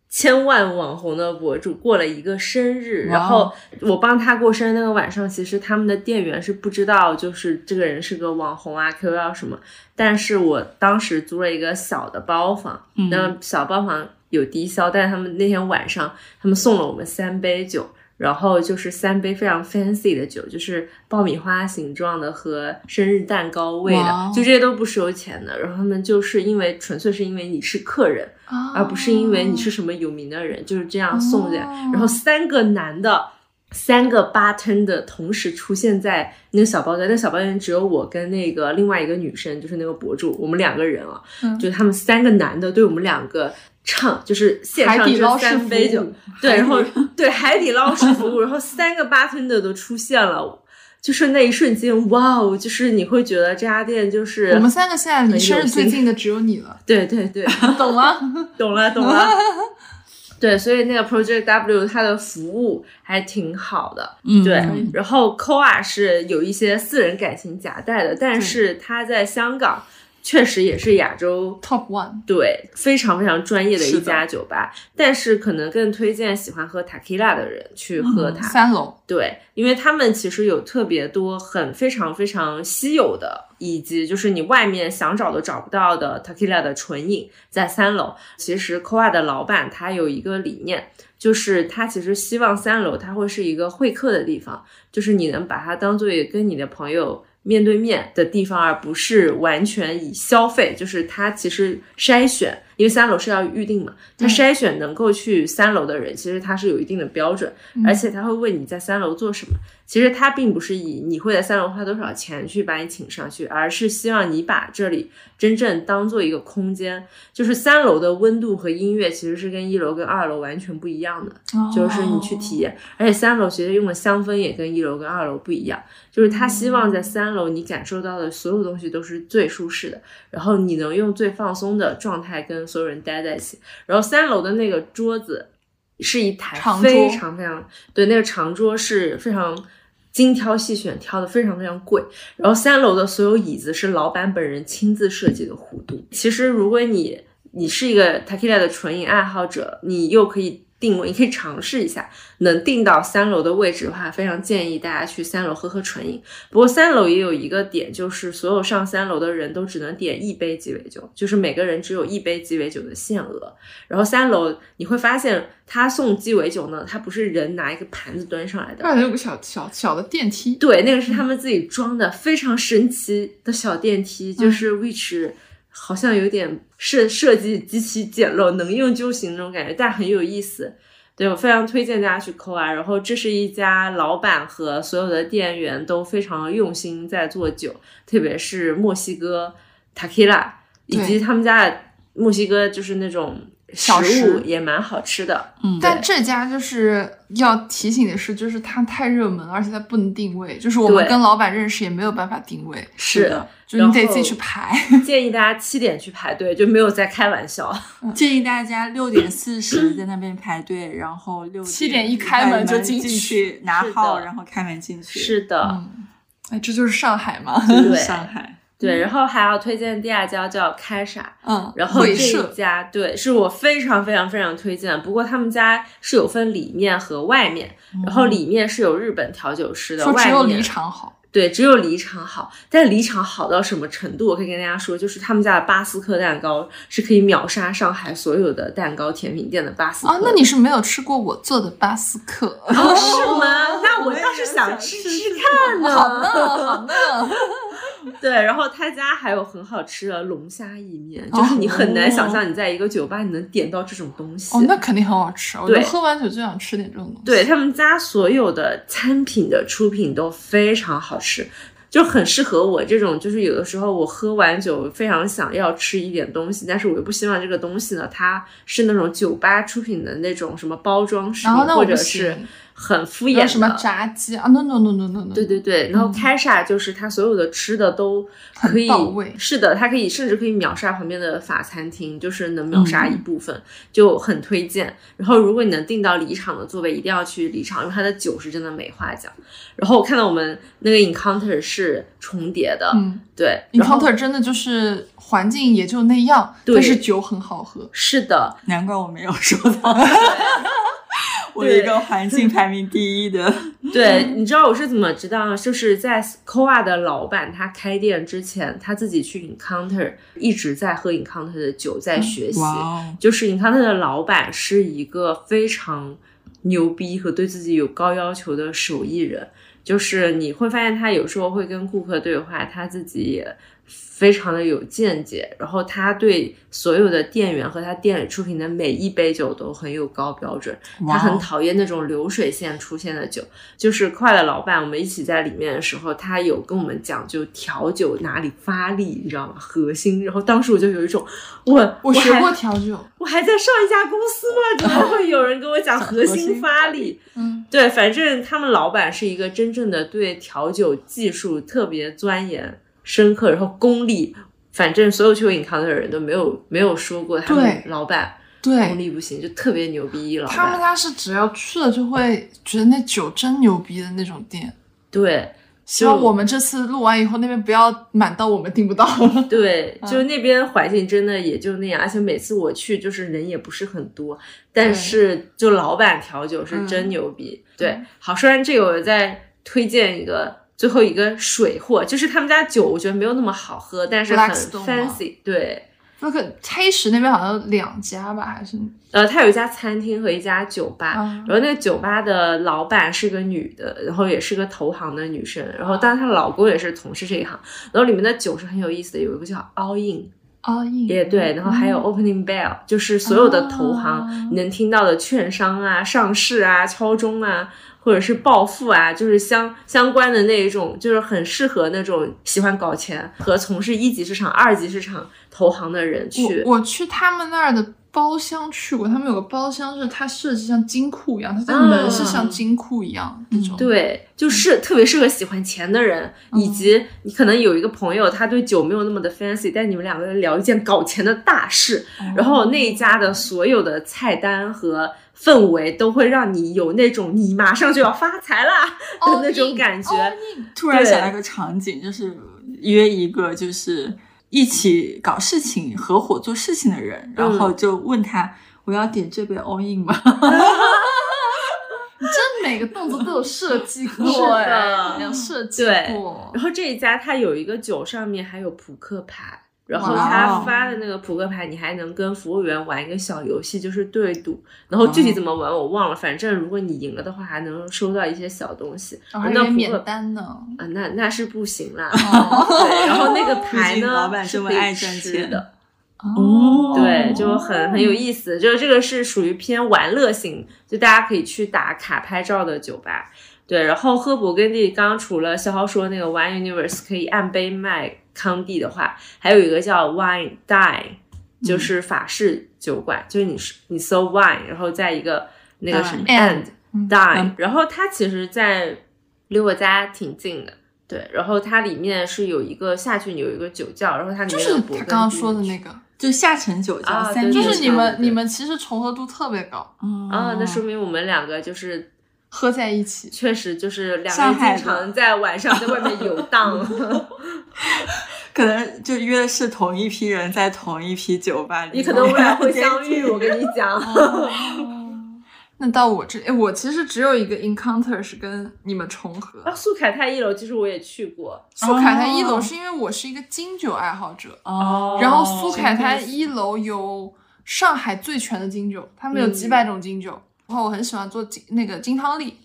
[SPEAKER 2] 千万网红的博主过了一个生日，
[SPEAKER 4] 哇哦
[SPEAKER 2] 然后我帮他过生日那个晚上，其实他们的店员是不知道，就是这个人是个网红啊、KOL 什么。但是我当时租了一个小的包房，
[SPEAKER 4] 嗯
[SPEAKER 2] 那小包房有低消，但是他们那天晚上他们送了我们三杯酒，然后就是三杯非常 fancy 的酒，就是爆米花形状的和生日蛋糕味
[SPEAKER 4] 哇
[SPEAKER 2] 的
[SPEAKER 4] 哦，
[SPEAKER 2] 就这些都不收钱的。然后他们就是因为纯粹是因为你是客人，
[SPEAKER 1] 啊，
[SPEAKER 2] 而不是因为你是什么有名的人，就是这样送的。
[SPEAKER 1] 哦
[SPEAKER 2] 然后三个男的，三个 bartender 同时出现在那个小包间，那个小包间只有我跟那个另外一个女生，就是那个博主，我们两个人啊，
[SPEAKER 1] 嗯
[SPEAKER 2] 就他们三个男的对我们两个。唱就是献
[SPEAKER 1] 海
[SPEAKER 2] 上
[SPEAKER 1] 底捞
[SPEAKER 2] 这
[SPEAKER 1] 式
[SPEAKER 2] 三杯
[SPEAKER 1] 服务
[SPEAKER 2] 酒，对，然后对海底捞式服务，然后三个 bartender 都出现了，就是那一瞬间，哇哦，就是你会觉得这家店就是
[SPEAKER 1] 我们三个现在离生日最近的只有你了，
[SPEAKER 2] 对对对，
[SPEAKER 1] 懂了？
[SPEAKER 2] 懂了，懂了。对，所以那个 Project W 它的服务还挺好的，
[SPEAKER 4] 嗯
[SPEAKER 2] 对。
[SPEAKER 4] 嗯
[SPEAKER 2] 然后 Koa 是有一些私人感情夹带的，但是它在香港确实也是亚洲
[SPEAKER 1] Top One，
[SPEAKER 2] 对非常非常专业的
[SPEAKER 4] 是
[SPEAKER 2] 一
[SPEAKER 4] 的
[SPEAKER 2] 家酒吧，但是可能更推荐喜欢喝 Tequila 的人去
[SPEAKER 4] 嗯
[SPEAKER 2] 喝它，
[SPEAKER 1] 三楼，
[SPEAKER 2] 对，因为他们其实有特别多很非常非常稀有的，以及就是你外面想找都找不到的 tequila 的纯饮，在三楼。其实 Koa 的老板他有一个理念，就是他其实希望三楼它会是一个会客的地方，就是你能把它当做一个跟你的朋友面对面的地方，而不是完全以消费。就是它其实筛选，因为三楼是要预定嘛，它
[SPEAKER 1] 嗯
[SPEAKER 2] 筛选能够去三楼的人，其实它是有一定的标准。
[SPEAKER 1] 嗯
[SPEAKER 2] 而且他会问你在三楼做什么。其实他并不是以你会在三楼花多少钱去把你请上去，而是希望你把这里真正当做一个空间。就是三楼的温度和音乐其实是跟一楼跟二楼完全不一样的，
[SPEAKER 1] 哦
[SPEAKER 4] 哦
[SPEAKER 2] 就是你去体验。而且三楼其实用的香氛也跟一楼跟二楼不一样，就是他希望在三楼你感受到的所有东西都是最舒适的，然后你能用最放松的状态跟所有人待在一起。然后三楼的那个桌子是一台
[SPEAKER 1] 长桌
[SPEAKER 2] 非常非常对，那个长桌是非常精挑细选，挑的非常非常贵。然后三楼的所有椅子是老板本人亲自设计的弧度。其实如果你你是一个 tequila 的纯饮爱好者，你又可以定位，你可以尝试一下。能定到三楼的位置的话，非常建议大家去三楼喝喝纯饮。不过三楼也有一个点，就是所有上三楼的人都只能点一杯鸡尾酒，就是每个人只有一杯鸡尾酒的限额。然后三楼你会发现，他送鸡尾酒呢，他不是人拿一个盘子端上来的，
[SPEAKER 1] 感觉有个小小小的电梯，
[SPEAKER 2] 对，那个是他
[SPEAKER 1] 嗯
[SPEAKER 2] 们自己装的，非常神奇的小电梯，
[SPEAKER 1] 嗯
[SPEAKER 2] 就是 which 好像有点设设计极其简陋，能用就行那种感觉，但很有意思。对我非常推荐大家去抠啊！然后这是一家老板和所有的店员都非常用心在做酒，特别是墨西哥 tequila 以及他们家的墨西哥就是那种食
[SPEAKER 1] 小
[SPEAKER 2] 物
[SPEAKER 1] 吃
[SPEAKER 2] 也蛮好吃的。
[SPEAKER 4] 嗯，
[SPEAKER 1] 但这家就是要提醒的是，就是它太热门了，而且它不能定位，就是我们
[SPEAKER 2] 对
[SPEAKER 1] 跟老板认识也没有办法定位，
[SPEAKER 2] 是
[SPEAKER 4] 的，
[SPEAKER 1] 就是你得
[SPEAKER 2] 然后
[SPEAKER 1] 自己去排。
[SPEAKER 2] 建议大家七点去排队，就没有在开玩笑。
[SPEAKER 4] 建议大家六点 四十在那边排队，然后六
[SPEAKER 1] 7点一开门就进去
[SPEAKER 4] 去拿
[SPEAKER 2] 是的
[SPEAKER 4] 号，然后开门进去。
[SPEAKER 2] 是的，
[SPEAKER 1] 嗯，哎，这就是上海嘛，
[SPEAKER 2] 啊对
[SPEAKER 4] 上海，
[SPEAKER 2] 对，然后还要推荐第二家叫开傻，
[SPEAKER 1] 嗯，
[SPEAKER 2] 然后这
[SPEAKER 1] 会
[SPEAKER 2] 一
[SPEAKER 1] 社，
[SPEAKER 2] 家对是我非常非常非常推荐。不过他们家是有分里面和外面，然后里面是有日本调酒师的，
[SPEAKER 1] 哦说只
[SPEAKER 2] 外
[SPEAKER 1] 有
[SPEAKER 2] 面
[SPEAKER 1] 离场好，
[SPEAKER 2] 对只有离场好。但离场好到什么程度？我可以跟大家说，就是他们家的巴斯克蛋糕是可以秒杀上海所有的蛋糕甜品店的巴斯克
[SPEAKER 1] 啊，那你是没有吃过我做的巴斯克？
[SPEAKER 2] 哦是吗？那
[SPEAKER 4] 我
[SPEAKER 2] 我
[SPEAKER 4] 也
[SPEAKER 2] 倒是
[SPEAKER 4] 很
[SPEAKER 2] 想
[SPEAKER 4] 想
[SPEAKER 2] 吃
[SPEAKER 4] 吃
[SPEAKER 2] 吃
[SPEAKER 4] 吃
[SPEAKER 2] 看呢。
[SPEAKER 1] 好嫩， 好嫩。
[SPEAKER 2] 对，然后他家还有很好吃的龙虾意面，就是你很难想象你在一个酒吧你能点到这种东西。
[SPEAKER 1] 哦，那肯定很好吃。我
[SPEAKER 2] 对
[SPEAKER 1] 就喝完酒就想吃点这种东西。
[SPEAKER 2] 对，他们家所有的餐品的出品都非常好吃，就很适合我这种，就是有的时候我喝完酒非常想要吃一点东西，但是我又不希望这个东西呢，它是那种酒吧出品的那种什么包装食
[SPEAKER 1] 然
[SPEAKER 2] 品，
[SPEAKER 1] 后那
[SPEAKER 2] 或
[SPEAKER 1] 我不
[SPEAKER 2] 者
[SPEAKER 1] 行
[SPEAKER 2] 是很敷衍
[SPEAKER 1] 还有
[SPEAKER 2] 的
[SPEAKER 1] 什么炸鸡啊？No No No No No No。
[SPEAKER 2] 对对对，然后开煞就是它所有的吃的都可以，
[SPEAKER 1] 嗯很到位
[SPEAKER 2] 是的，它可以甚至可以秒杀旁边的法餐厅，就是能秒杀
[SPEAKER 1] 嗯
[SPEAKER 2] 一部分，就很推荐。然后如果你能订到离场的座位，一定要去离场，因为它的酒是真的没话讲。然后我看到我们那个 Encounter 是重叠的，
[SPEAKER 1] 嗯
[SPEAKER 2] 对然后
[SPEAKER 1] ，Encounter 真的就是环境也就那样，
[SPEAKER 2] 对
[SPEAKER 1] 但是酒很好喝。
[SPEAKER 2] 是的，
[SPEAKER 4] 难怪我没有收 到。我一个环境排名第一的，
[SPEAKER 2] 对，
[SPEAKER 1] 嗯
[SPEAKER 2] 你知道我是怎么知道？就是在 Koa 的老板他开店之前，他自己去 Encounter 一直在喝 Encounter 的酒，在
[SPEAKER 1] 嗯
[SPEAKER 2] 学习。
[SPEAKER 1] 哦
[SPEAKER 4] 哇哦
[SPEAKER 2] 就是 Encounter 的老板是一个非常牛逼和对自己有高要求的手艺人，就是你会发现他有时候会跟顾客对话，他自己也非常的有见解，然后他对所有的店员和他店里出品的每一杯酒都很有高标准，
[SPEAKER 4] 哦，
[SPEAKER 2] 他很讨厌那种流水线出现的酒，就是快乐老板，我们一起在里面的时候，他有跟我们讲就调酒哪里发力，你知道吗？核心。然后当时我就有一种，我
[SPEAKER 1] 我学
[SPEAKER 2] 还
[SPEAKER 1] 过调酒，
[SPEAKER 2] 我还在上一家公司 吗？怎么会有人跟我讲核心发力？
[SPEAKER 1] 嗯，
[SPEAKER 2] 对，反正他们老板是一个真正的对调酒技术特别钻研、深刻，然后功力。反正所有去过饮康的人都没有没有说过他们
[SPEAKER 1] 对
[SPEAKER 2] 老板功
[SPEAKER 1] 对。
[SPEAKER 2] 力不行，就特别牛逼老板。
[SPEAKER 1] 他们家是只要去了就会觉得那酒真牛逼的那种店。
[SPEAKER 2] 对，
[SPEAKER 1] 希望我们这次录完以后，那边不要满到我们订不到了。
[SPEAKER 2] 对，就
[SPEAKER 1] 嗯
[SPEAKER 2] 那边环境真的也就那样，而且每次我去就是人也不是很多，但是就老板调酒是
[SPEAKER 1] 嗯
[SPEAKER 2] 真牛逼。对，好，说完这个，我再推荐一个最后一个水货，就是他们家酒我觉得没有那么好喝，但是很
[SPEAKER 1] Blackstone 吗
[SPEAKER 2] fancy。对，
[SPEAKER 1] 那个黑石那边好像有两家吧，还是
[SPEAKER 2] 呃，它有一家餐厅和一家酒吧，
[SPEAKER 1] 啊
[SPEAKER 2] 然后那个酒吧的老板是个女的，然后也是个投行的女生，
[SPEAKER 1] 嗯
[SPEAKER 2] 然后但是她老公也是从事这一行，然后里面的酒是很有意思的，有一个叫 All In。
[SPEAKER 1] 哦，印
[SPEAKER 2] 也对，然后还有 opening bell，、就是所有的投
[SPEAKER 1] 啊
[SPEAKER 2] 行你能听到的券商啊、上市啊、敲钟啊，或者是暴富啊，就是相相关的那一种，就是很适合那种喜欢搞钱和从事一级市场、二级市场投行的人去。
[SPEAKER 1] 我我去他们那儿的包厢去过，他们有个包厢是它设计像金库一样，它的门是像金库一样、那种。，
[SPEAKER 2] 嗯对，就是特别适合喜欢钱的人，以及你可能有一个朋友，他对酒没有那么的 fancy，但你们两个人聊一件搞钱的大事，然后那一家的所有的菜单和氛围都会让你有那种你马上就要发财啦的那种感觉。
[SPEAKER 4] 突然想到一个场景，就是约一个
[SPEAKER 2] 嗯
[SPEAKER 4] 就是一起搞事情、合伙做事情的人，然后就问他。我要点这杯 all in 吧。
[SPEAKER 1] 真每个动作都有设计
[SPEAKER 2] 是
[SPEAKER 1] 过，
[SPEAKER 2] 的
[SPEAKER 1] 哎，有设计
[SPEAKER 2] 对
[SPEAKER 1] 过。
[SPEAKER 2] 然后这一家它有一个酒上面还有扑克牌，然后
[SPEAKER 1] 哇
[SPEAKER 2] 他
[SPEAKER 4] 哦
[SPEAKER 2] 发的那个扑克牌，你还能跟服务员玩一个小游戏，就是对赌。然后具
[SPEAKER 4] 哦
[SPEAKER 2] 体怎么玩我忘了，反正如果你赢了的话，还能收到一些小东西。
[SPEAKER 4] 哦
[SPEAKER 1] 然后还
[SPEAKER 2] 那
[SPEAKER 1] 有
[SPEAKER 2] 扑
[SPEAKER 1] 免
[SPEAKER 2] 克
[SPEAKER 1] 单呢，
[SPEAKER 2] 啊，那那是不行啦。对，然后那 个牌
[SPEAKER 4] 毕
[SPEAKER 2] 呢，
[SPEAKER 4] 竟哦老板这么
[SPEAKER 2] 是可以
[SPEAKER 4] 爱赚
[SPEAKER 2] 吃
[SPEAKER 4] 钱
[SPEAKER 2] 的，
[SPEAKER 4] 哦
[SPEAKER 2] 对，就很很有意思。就是这个是属于偏玩乐型，就大家可以去打卡拍照的酒吧。对，然后喝勃艮第，刚刚除了肖浩说那个 Wine Universe 可以按杯卖康帝的话，还有一个叫 Wine Dine，就是
[SPEAKER 1] 嗯
[SPEAKER 2] 法式酒馆，就是你是你搜 wine，然后在一个那个什么
[SPEAKER 1] Dine
[SPEAKER 2] and
[SPEAKER 1] 嗯 and，嗯
[SPEAKER 2] dine，然后它其实，在离我家挺近的。对，然后它里面是有一个下去有一个酒窖，然后它里
[SPEAKER 1] 就
[SPEAKER 2] 面
[SPEAKER 1] 是
[SPEAKER 2] 有
[SPEAKER 1] 他
[SPEAKER 2] 勃艮
[SPEAKER 1] 刚刚
[SPEAKER 2] 第
[SPEAKER 1] 说的
[SPEAKER 2] 酒
[SPEAKER 1] 那个，
[SPEAKER 4] 就下沉酒窖、
[SPEAKER 2] 啊
[SPEAKER 4] 三
[SPEAKER 2] 对
[SPEAKER 1] 就
[SPEAKER 4] 面
[SPEAKER 1] 是你们
[SPEAKER 2] 对
[SPEAKER 1] 你们其实重合度特别高，
[SPEAKER 4] 嗯
[SPEAKER 2] 啊，那说明我们两个就是
[SPEAKER 1] 喝在一起。
[SPEAKER 2] 确实就是两
[SPEAKER 4] 上
[SPEAKER 2] 个
[SPEAKER 4] 海
[SPEAKER 2] 人
[SPEAKER 4] 的
[SPEAKER 2] 经常在晚上在外面游荡。
[SPEAKER 4] 可能就约的是同一批人在同一批酒吧里，
[SPEAKER 2] 你可能未来会相遇，我跟你讲。
[SPEAKER 1] 那到我这，哎，我其实只有一个 encounter 是跟你们重合
[SPEAKER 2] 啊，。素凯泰一楼其实我也去过，
[SPEAKER 1] 苏凯泰一楼是因为我是一个金酒爱好者，
[SPEAKER 4] 哦，
[SPEAKER 1] 然后苏凯泰
[SPEAKER 2] 真的
[SPEAKER 1] 一楼有上海最全的金酒，他们有
[SPEAKER 2] 嗯
[SPEAKER 1] 几百种金酒。然后我很喜欢做金那个金汤力，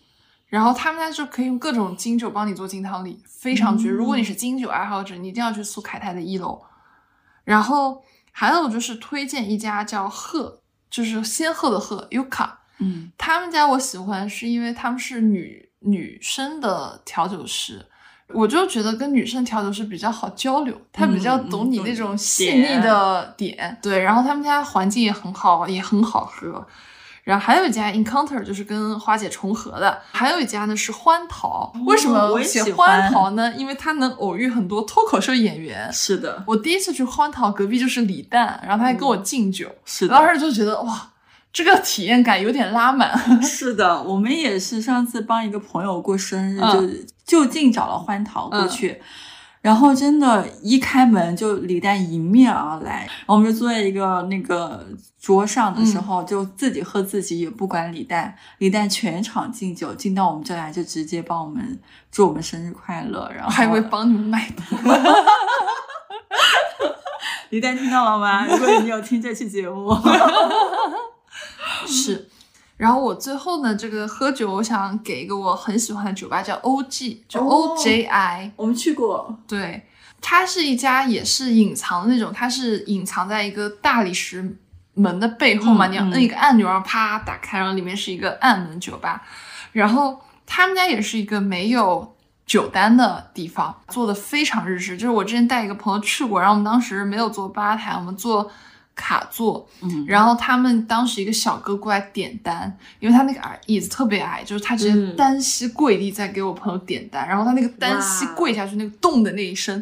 [SPEAKER 1] 然后他们家就可以用各种金酒帮你做金汤力，非常绝。如果你是金酒爱好者，你一定要去苏凯泰的一楼。然后还有就是推荐一家叫鹤，就是仙鹤的鹤 Yuka，
[SPEAKER 4] 嗯
[SPEAKER 1] 他们家我喜欢是因为他们是女女生的调酒师，我就觉得跟女生调酒师比较好交流，她比
[SPEAKER 4] 嗯
[SPEAKER 1] 较懂你那种细腻的点。对，然后他们家环境也很好，也很好喝。然后还有一家 Encounter 就是跟花姐重合的，还有一家呢是欢桃。为什么
[SPEAKER 4] 哦我也
[SPEAKER 1] 写
[SPEAKER 4] 喜欢
[SPEAKER 1] 欢桃呢？因为它能偶遇很多脱口秀演员。
[SPEAKER 4] 是的，
[SPEAKER 1] 我第一次去欢桃，隔壁就是李诞，然后他还跟
[SPEAKER 4] 嗯
[SPEAKER 1] 我敬酒，
[SPEAKER 4] 是的，
[SPEAKER 1] 当时就觉得哇，这个体验感有点拉满。
[SPEAKER 4] 是的，我们也是上次帮一个朋友过生日，
[SPEAKER 1] 嗯
[SPEAKER 4] 就就近找了欢桃过去。然后真的，一开门就李诞迎面而来，然后我们就坐在一个那个桌上的时候，就自己喝自己，也不管李诞。李诞全场敬酒，敬到我们这来就直接帮我们祝我们生日快乐，然后
[SPEAKER 1] 我还以为帮你们买单。
[SPEAKER 4] 李诞听到了吗？如果你有听这期节目，
[SPEAKER 1] 是。然后我最后呢，这个喝酒，我想给一个我很喜欢的酒吧，叫 OG，就
[SPEAKER 4] 哦
[SPEAKER 1] OJI，、
[SPEAKER 4] 我们去过，
[SPEAKER 1] 对，它是一家也是隐藏的那种，它是隐藏在一个大理石门的背后嘛，
[SPEAKER 4] 嗯
[SPEAKER 1] 你要
[SPEAKER 4] 嗯
[SPEAKER 1] 摁一个按钮，然后啪打开，然后里面是一个暗门酒吧。然后他们家也是一个没有酒单的地方，做的非常日式。就是我之前带一个朋友去过，然后我们当时没有坐吧台，我们坐卡座，
[SPEAKER 4] 嗯
[SPEAKER 1] 然后他们当时一个小哥过来点单，因为他那个矮椅子特别矮，就是他直接
[SPEAKER 2] 嗯
[SPEAKER 1] 单膝跪地在给我朋友点单，然后他那个单膝
[SPEAKER 2] 哇
[SPEAKER 1] 跪下去那个动的那一声，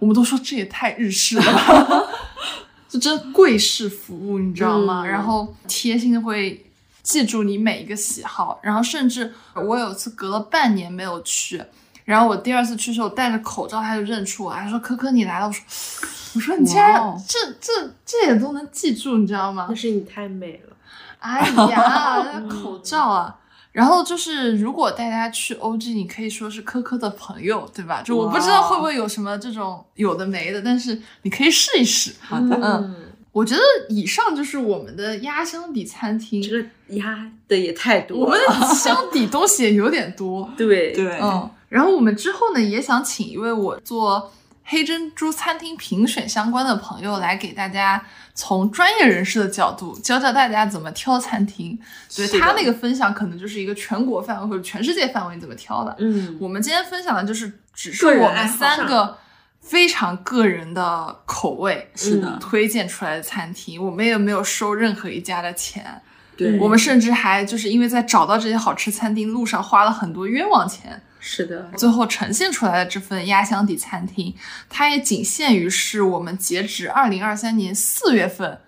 [SPEAKER 1] 我们都说这也太日式了吧，就真跪式服务，你知道吗？
[SPEAKER 2] 嗯
[SPEAKER 1] 然后贴心的会记住你每一个喜好，然后甚至我有一次隔了半年没有去，然后我第二次去的时候我戴着口罩，他就认出我，他说：“科科你来了。”我说：“我说你竟然
[SPEAKER 4] 哇哦
[SPEAKER 1] 这这这也都能记住，你知道吗
[SPEAKER 2] 但是你太美了。？”
[SPEAKER 1] 哎呀，那口罩啊。然后就是，如果带大家去 OG，你可以说是科科的朋友，对吧？就我不知道
[SPEAKER 4] 哇
[SPEAKER 1] 会不会有什么这种有的没的，但是你可以试一试。
[SPEAKER 4] 好的，
[SPEAKER 2] 嗯，
[SPEAKER 1] 我觉得以上就是我们的压箱底餐厅，
[SPEAKER 2] 这个呀的也太多了。
[SPEAKER 1] 我们的箱底东西也有点多。
[SPEAKER 2] 对
[SPEAKER 4] 对，
[SPEAKER 1] 嗯，然后我们之后呢，也想请一位我做黑珍珠餐厅评选相关的朋友来给大家从专业人士的角度教教大家怎么挑餐厅。对
[SPEAKER 4] 是的
[SPEAKER 1] 他那个分享，可能就是一个全国范围或者全世界范围你怎么挑的。
[SPEAKER 2] 嗯，
[SPEAKER 1] 我们今天分享的就是只是
[SPEAKER 2] 个人
[SPEAKER 1] 我
[SPEAKER 2] 爱
[SPEAKER 1] 们
[SPEAKER 2] 好
[SPEAKER 1] 三
[SPEAKER 2] 上
[SPEAKER 1] 个非常个人的口味
[SPEAKER 4] 是的，
[SPEAKER 1] 推荐出来的餐厅，我们也没有收任何一家的钱。
[SPEAKER 4] 对，
[SPEAKER 2] 嗯
[SPEAKER 1] 我们甚至还就是因为在找到这些好吃餐厅路上花了很多冤枉钱。
[SPEAKER 2] 是的，
[SPEAKER 1] 最后呈现出来的这份压箱底餐厅，它也仅限于是我们截止二零二三年四月份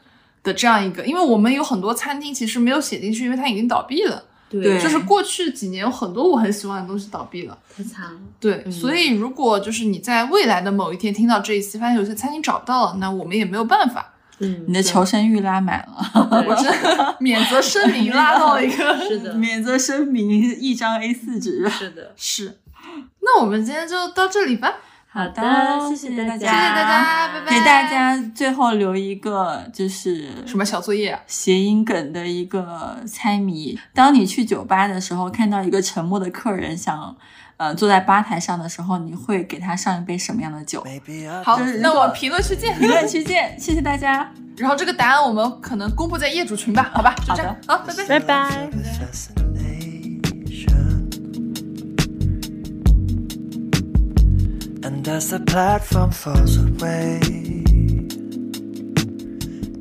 [SPEAKER 1] 的这样一个，因为我们有很多餐厅其实没有写进去，因为它已经倒闭了。
[SPEAKER 4] 对
[SPEAKER 1] 就是过去几年有很多我很喜欢的东西倒闭了。
[SPEAKER 2] 太惨了。
[SPEAKER 1] 对，
[SPEAKER 4] 嗯
[SPEAKER 1] 所以 如果就是你在未来的某一天听到这一期，发现有些餐厅找不到了，那我们也没有办法。
[SPEAKER 2] 嗯，
[SPEAKER 4] 你的求生欲拉满了，
[SPEAKER 2] 我真
[SPEAKER 1] 免责声明拉到一 个
[SPEAKER 2] 是的，
[SPEAKER 4] 免责声明一张 A 四纸。
[SPEAKER 2] 是的。
[SPEAKER 1] 是。那我们今天就到这里吧。
[SPEAKER 4] 好的
[SPEAKER 2] 谢
[SPEAKER 4] 谢
[SPEAKER 2] 谢
[SPEAKER 4] 大
[SPEAKER 2] 大
[SPEAKER 4] 家，
[SPEAKER 1] 谢谢大家，拜拜。
[SPEAKER 4] 给大家最后留一个就是
[SPEAKER 1] 什么小作业啊？
[SPEAKER 4] 谐音梗的一个猜谜。当你去酒吧的时候，看到一个沉默的客人想，呃，坐在吧台上的时候，你会给他上一杯什么样的酒？
[SPEAKER 6] Maybe I
[SPEAKER 1] 好，
[SPEAKER 4] 就是如
[SPEAKER 1] 那
[SPEAKER 4] 果
[SPEAKER 1] 我评论区见。
[SPEAKER 4] 评论区见，谢谢大家。
[SPEAKER 1] 然后这个答案我们可能公布在业主群吧，好吧？就这样，好，拜拜。
[SPEAKER 6] Bye bye. Fascination. And as the platform falls away,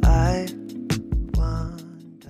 [SPEAKER 6] I wonder.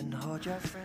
[SPEAKER 6] and hold your friends.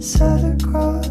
[SPEAKER 6] sat across